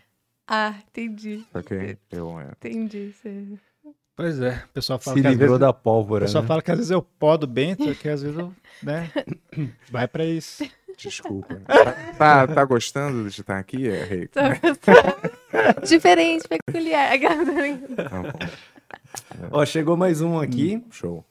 D: Ah, entendi.
C: Só que eu, é,
D: Entendi.
C: *laughs*
D: você-
B: Pois é, o pessoal fala
E: Se
B: que às
E: livrou
B: vezes,
E: da
B: o
E: pólvora.
B: pessoal
E: né?
B: fala que às vezes eu podo bem, só que às vezes eu,
E: *coughs*
B: né, vai pra isso.
C: desculpa. né? Tá, tá- tá gostando de estar aqui, é, Rei?
D: Sou uma pessoa Diferente, peculiar. *laughs*
C: Tá bom,
E: Ó, chegou mais um aqui.
B: Hum.
C: show.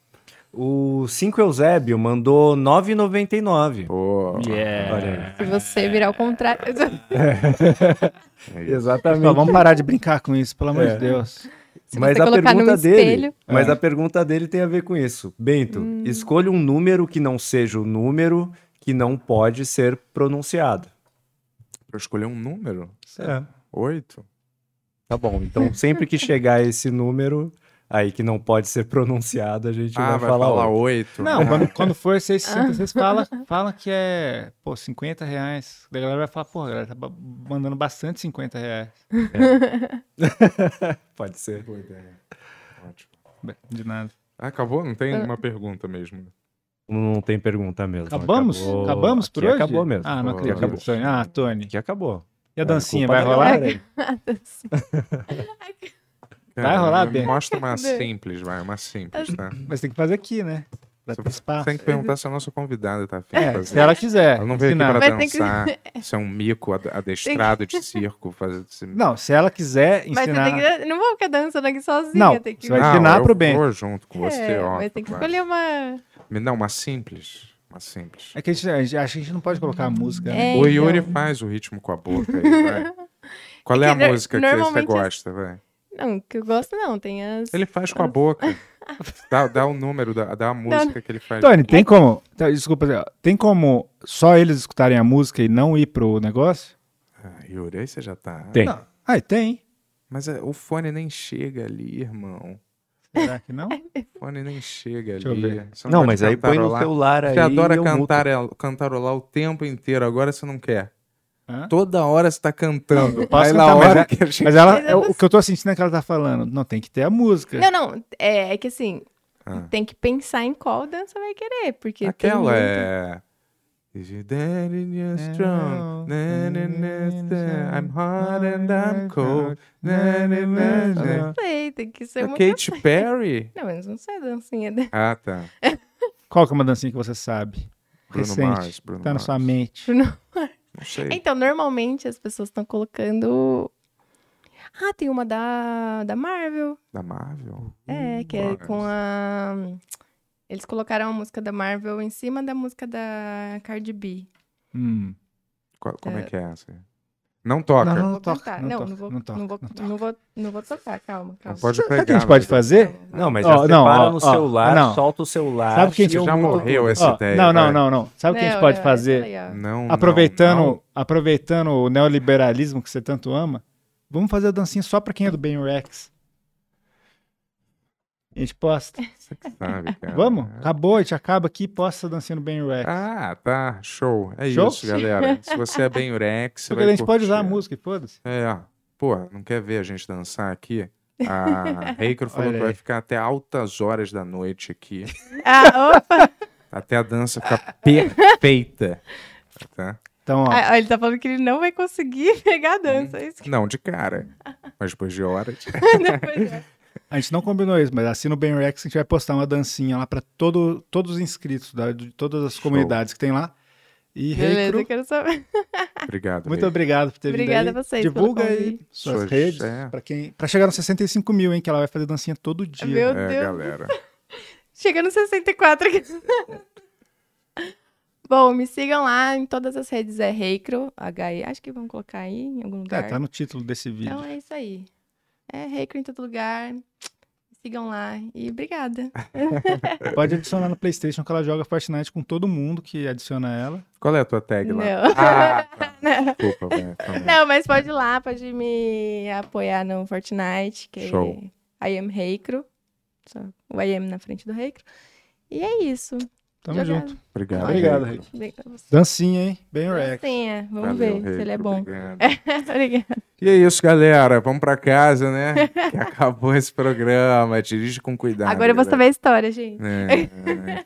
E: O 5 Eusébio mandou 9,99.
C: Pô,
E: Olha
D: Se você virar o contrário. *laughs*
C: é
E: aí.
C: isso.
B: Pessoal,
E: Exatamente.
B: vamos parar de brincar com isso, pelo amor
E: É.
B: de Deus.
D: Se
E: Mas
D: você
E: a
D: colocar num
E: pergunta dele,
D: espelho.
B: É.
D: Hum.
E: mas a pergunta dele tem a ver com isso. Bento, escolha um número que não seja o número que não pode ser pronunciado.
C: Eu escolhi um número?
E: é
C: Oito?
E: Tá bom. Então,
D: *laughs*
E: sempre que chegar esse número aí que não pode ser pronunciado, a gente
C: Ah,
E: vai,
C: vai
E: falar,
C: falar
E: outro.
C: oito?
B: Não,
C: Ah,
B: quando, quando for 6,50,
E: *laughs*
B: vocês falam, falam que é, pô, 50 reais. Daí A galera vai falar, pô, a galera tá ba- mandando bastante 50 reais.
E: Pode ser.
C: boa ideia. Ótimo.
B: Bem, De nada.
C: Ah, acabou? Não tem uma pergunta mesmo.
E: Não tem pergunta mesmo.
B: Acabamos?
E: Acabou.
B: Acabamos por
E: Aqui
B: hoje?
E: Acabou mesmo.
B: Ah, não
C: Pô,
B: acredito,
C: acabou.
B: Tony. Ah, Tony.
E: Aqui acabou. É,
B: E a dancinha,
E: culpa
B: vai
E: da
B: rolar?
E: galera.
B: Vai rolar,
C: bem.
B: Bento?
C: É, Mostra uma
D: Cadê?
C: simples, vai, uma simples, tá?
B: Mas tem que fazer aqui, né? Pra
C: Você
B: ter espaço.
C: Tem que perguntar se a nossa convidada tá afim de
B: É, se
C: fazer.
B: ela quiser.
C: Ela não veio
B: se
C: aqui
B: não,
C: pra
D: Mas tem que-
C: dançar, ser um mico ad- adestrado de circo, fazer esse...
B: não, se ela quiser
D: Mas
B: ensinar...
D: você tem que. Não vou ficar dançando aqui sozinha.
B: Não,
D: tem que...
B: você vai ensinar
C: eu
B: pro bem.
C: vou junto com você,
D: É,
C: ó.
D: mas tem que
C: vai.
D: escolher uma.
C: Me dá uma simples, uma simples.
B: É que a gente, a gente- acho que a gente não pode colocar a música. né?
D: É,
C: O Yuri
D: então.
C: faz o ritmo com a boca aí, vai. Qual é,
D: É
C: a
D: que no-
C: música que você
D: normalmente-
C: gosta, vai?
D: Não, que eu gosto não, tem as.
C: Ele faz com a boca. Dá, dá o número da, da música que ele
D: É.
C: faz.
B: Tony, tem como. tá, Desculpa, Zé, tem como só eles escutarem a música e não ir pro negócio?
C: Ah, Yuri, aí você já tá.
E: Tem.
B: Não. Ah, tem.
C: Mas é, o fone nem chega ali, irmão.
B: Será que
D: *laughs*
B: não?
C: O fone nem chega
B: Deixa eu
C: ali.
B: ver.
C: Você
E: Não,
C: pode
E: mas aí põe no
C: cantarolar.
E: celular aí.
C: Você adora
E: e eu muto.
C: cantarel- cantarolar o tempo inteiro, agora você não quer.
B: Hã?
C: Toda hora você tá cantando.
B: posso
C: aí na
B: cantar, mas
C: hora
B: é-
C: que a gente...
B: Mas ela,
D: Mas
B: é o que eu tô sentindo é que ela tá falando. Não, tem que ter a música.
D: Não, não. É, é que assim,
C: Ah.
D: tem que pensar em qual dança vai querer. Porque tem
C: Aquela
D: muito-
C: é. Is your daddy just strong? Na, na, na, na. I'm hot and I'm cold. Na, na, na, na.
D: Não sei, tem que ser
C: A
D: uma.
C: Katy Perry?
D: Não, mas não sei a dancinha *laughs* dela.
C: Ah, tá.
B: Qual que é uma dancinha que você sabe?
C: Bruno
B: Recente.
C: Mars. Bruno
B: tá na
C: Mars.
B: sua mente.
C: Não sei.
D: Então, normalmente as pessoas estão colocando. Ah, tem uma da, da Marvel.
C: Da Marvel? Hum,
D: É, que é com a. Eles colocaram a música da Marvel em cima da música da Cardi B.
B: Hum.
C: Co- Como é que é essa? Não toca.
B: Não,
C: Não,
B: não,
D: Vou
B: toca,
D: cantar.
B: não
D: Não,
B: toca,
D: não vou-
B: não toca,
D: não vou-
B: não toca.
D: não vou- não vou tocar, calma, calma.
C: pode
B: Sabe
C: pegar.
B: o que a gente pode
C: mas-
B: fazer?
E: né? Não, mas
B: Ó,
E: já
B: não,
E: separa
B: ó,
E: no
B: ó,
E: celular,
B: não.
E: solta o celular.
B: Sabe o que a
E: e
B: gente-
E: eu
C: Já
E: muto
C: morreu
E: tudo.
C: essa
B: Ó,
C: ideia.
B: não,
C: vai.
B: não, não, não. é, Sabe o que a gente
D: Não, é,
B: pode
D: não,
B: fazer? Hum.
D: essa daí, ó.
C: Não, não,
B: aproveitando,
C: não.
B: aproveitando o neoliberalismo que você tanto ama, vamos fazer a dancinha só pra quem é do Ben Rex. A gente posta.
C: Sabe,
B: *laughs*
C: cara?
B: Vamos? Acabou, a gente acaba aqui e posta a dancinha no Ben Rex.
C: Ah, tá. Show. É
B: Show?
C: isso, galera. Se você é bem urex, você
B: Porque
C: vai
B: a gente pode usar a
C: curtir.
B: música, e foda-se.
C: É, ó. pô, não quer ver a gente dançar aqui?
B: *laughs*
C: A Reikro falou
B: Olha
C: que vai
B: aí.
C: ficar até altas horas da noite aqui,
D: Ah, opa!
C: até a dança ficar
B: *laughs*
C: perfeita. Tá?
B: Então, ó,
D: Ah, ele tá falando que ele não vai conseguir *laughs* pegar a dança. é Isso que
C: Não, de cara. Mas depois de horas. *laughs*
D: depois é.
B: a gente não combinou isso, mas assina o Ben Rex, a gente vai postar uma dancinha lá pra todo, todos os inscritos da- de todas as comunidades que tem lá. *laughs* E
D: Beleza, eu
B: Reikro,
D: quero saber.
C: Obrigado.
B: muito
C: Rei.
B: obrigado por ter
D: Obrigada
B: vindo.
D: a
B: aí.
D: vocês pelo
B: Divulga aí
D: convite.
B: suas
C: Suas-
B: redes
C: é.
B: pra quem. Pra chegar nos 65 mil, hein? Que ela vai fazer dancinha todo dia.
D: Meu
C: É,
D: Deus.
C: galera.
D: Chega no 64 aqui. *laughs* Bom, me sigam lá em todas as redes é Reikro, HE. Acho que vão colocar aí em algum
B: É,
D: lugar.
B: tá no título desse vídeo.
D: Então é isso aí. É Reikro em todo lugar. Sigam lá
B: *laughs*
D: e obrigada.
B: Pode adicionar no PlayStation que ela joga Fortnite com todo mundo que adiciona ela.
C: Qual é a tua tag lá?
D: Não.
C: Ah,
D: *laughs*
C: tá.
D: Não.
C: Desculpa, velho. Tá bom.
D: Não, mas pode ir lá, pode me apoiar no Fortnite, que
C: Show.
D: é I am Reikro. Só o I am na frente do Reikro. E é isso.
B: Tamo
D: Jogar.
B: junto.
C: Obrigado.
B: Obrigado,
C: Rick.
B: Rick.
D: Bem- você-
B: Dancinha, hein? Bem react.
D: Dancinha, Vamos
C: Valeu,
D: ver se ele é
C: Rick.
D: bom. *laughs*
C: Obrigado.
D: Obrigada.
C: E é isso, galera. Vamos pra casa,
D: *laughs*
C: né? Que acabou esse programa. Dirige com cuidado.
D: Agora eu vou
C: galera.
D: saber a história, gente.
C: É, é.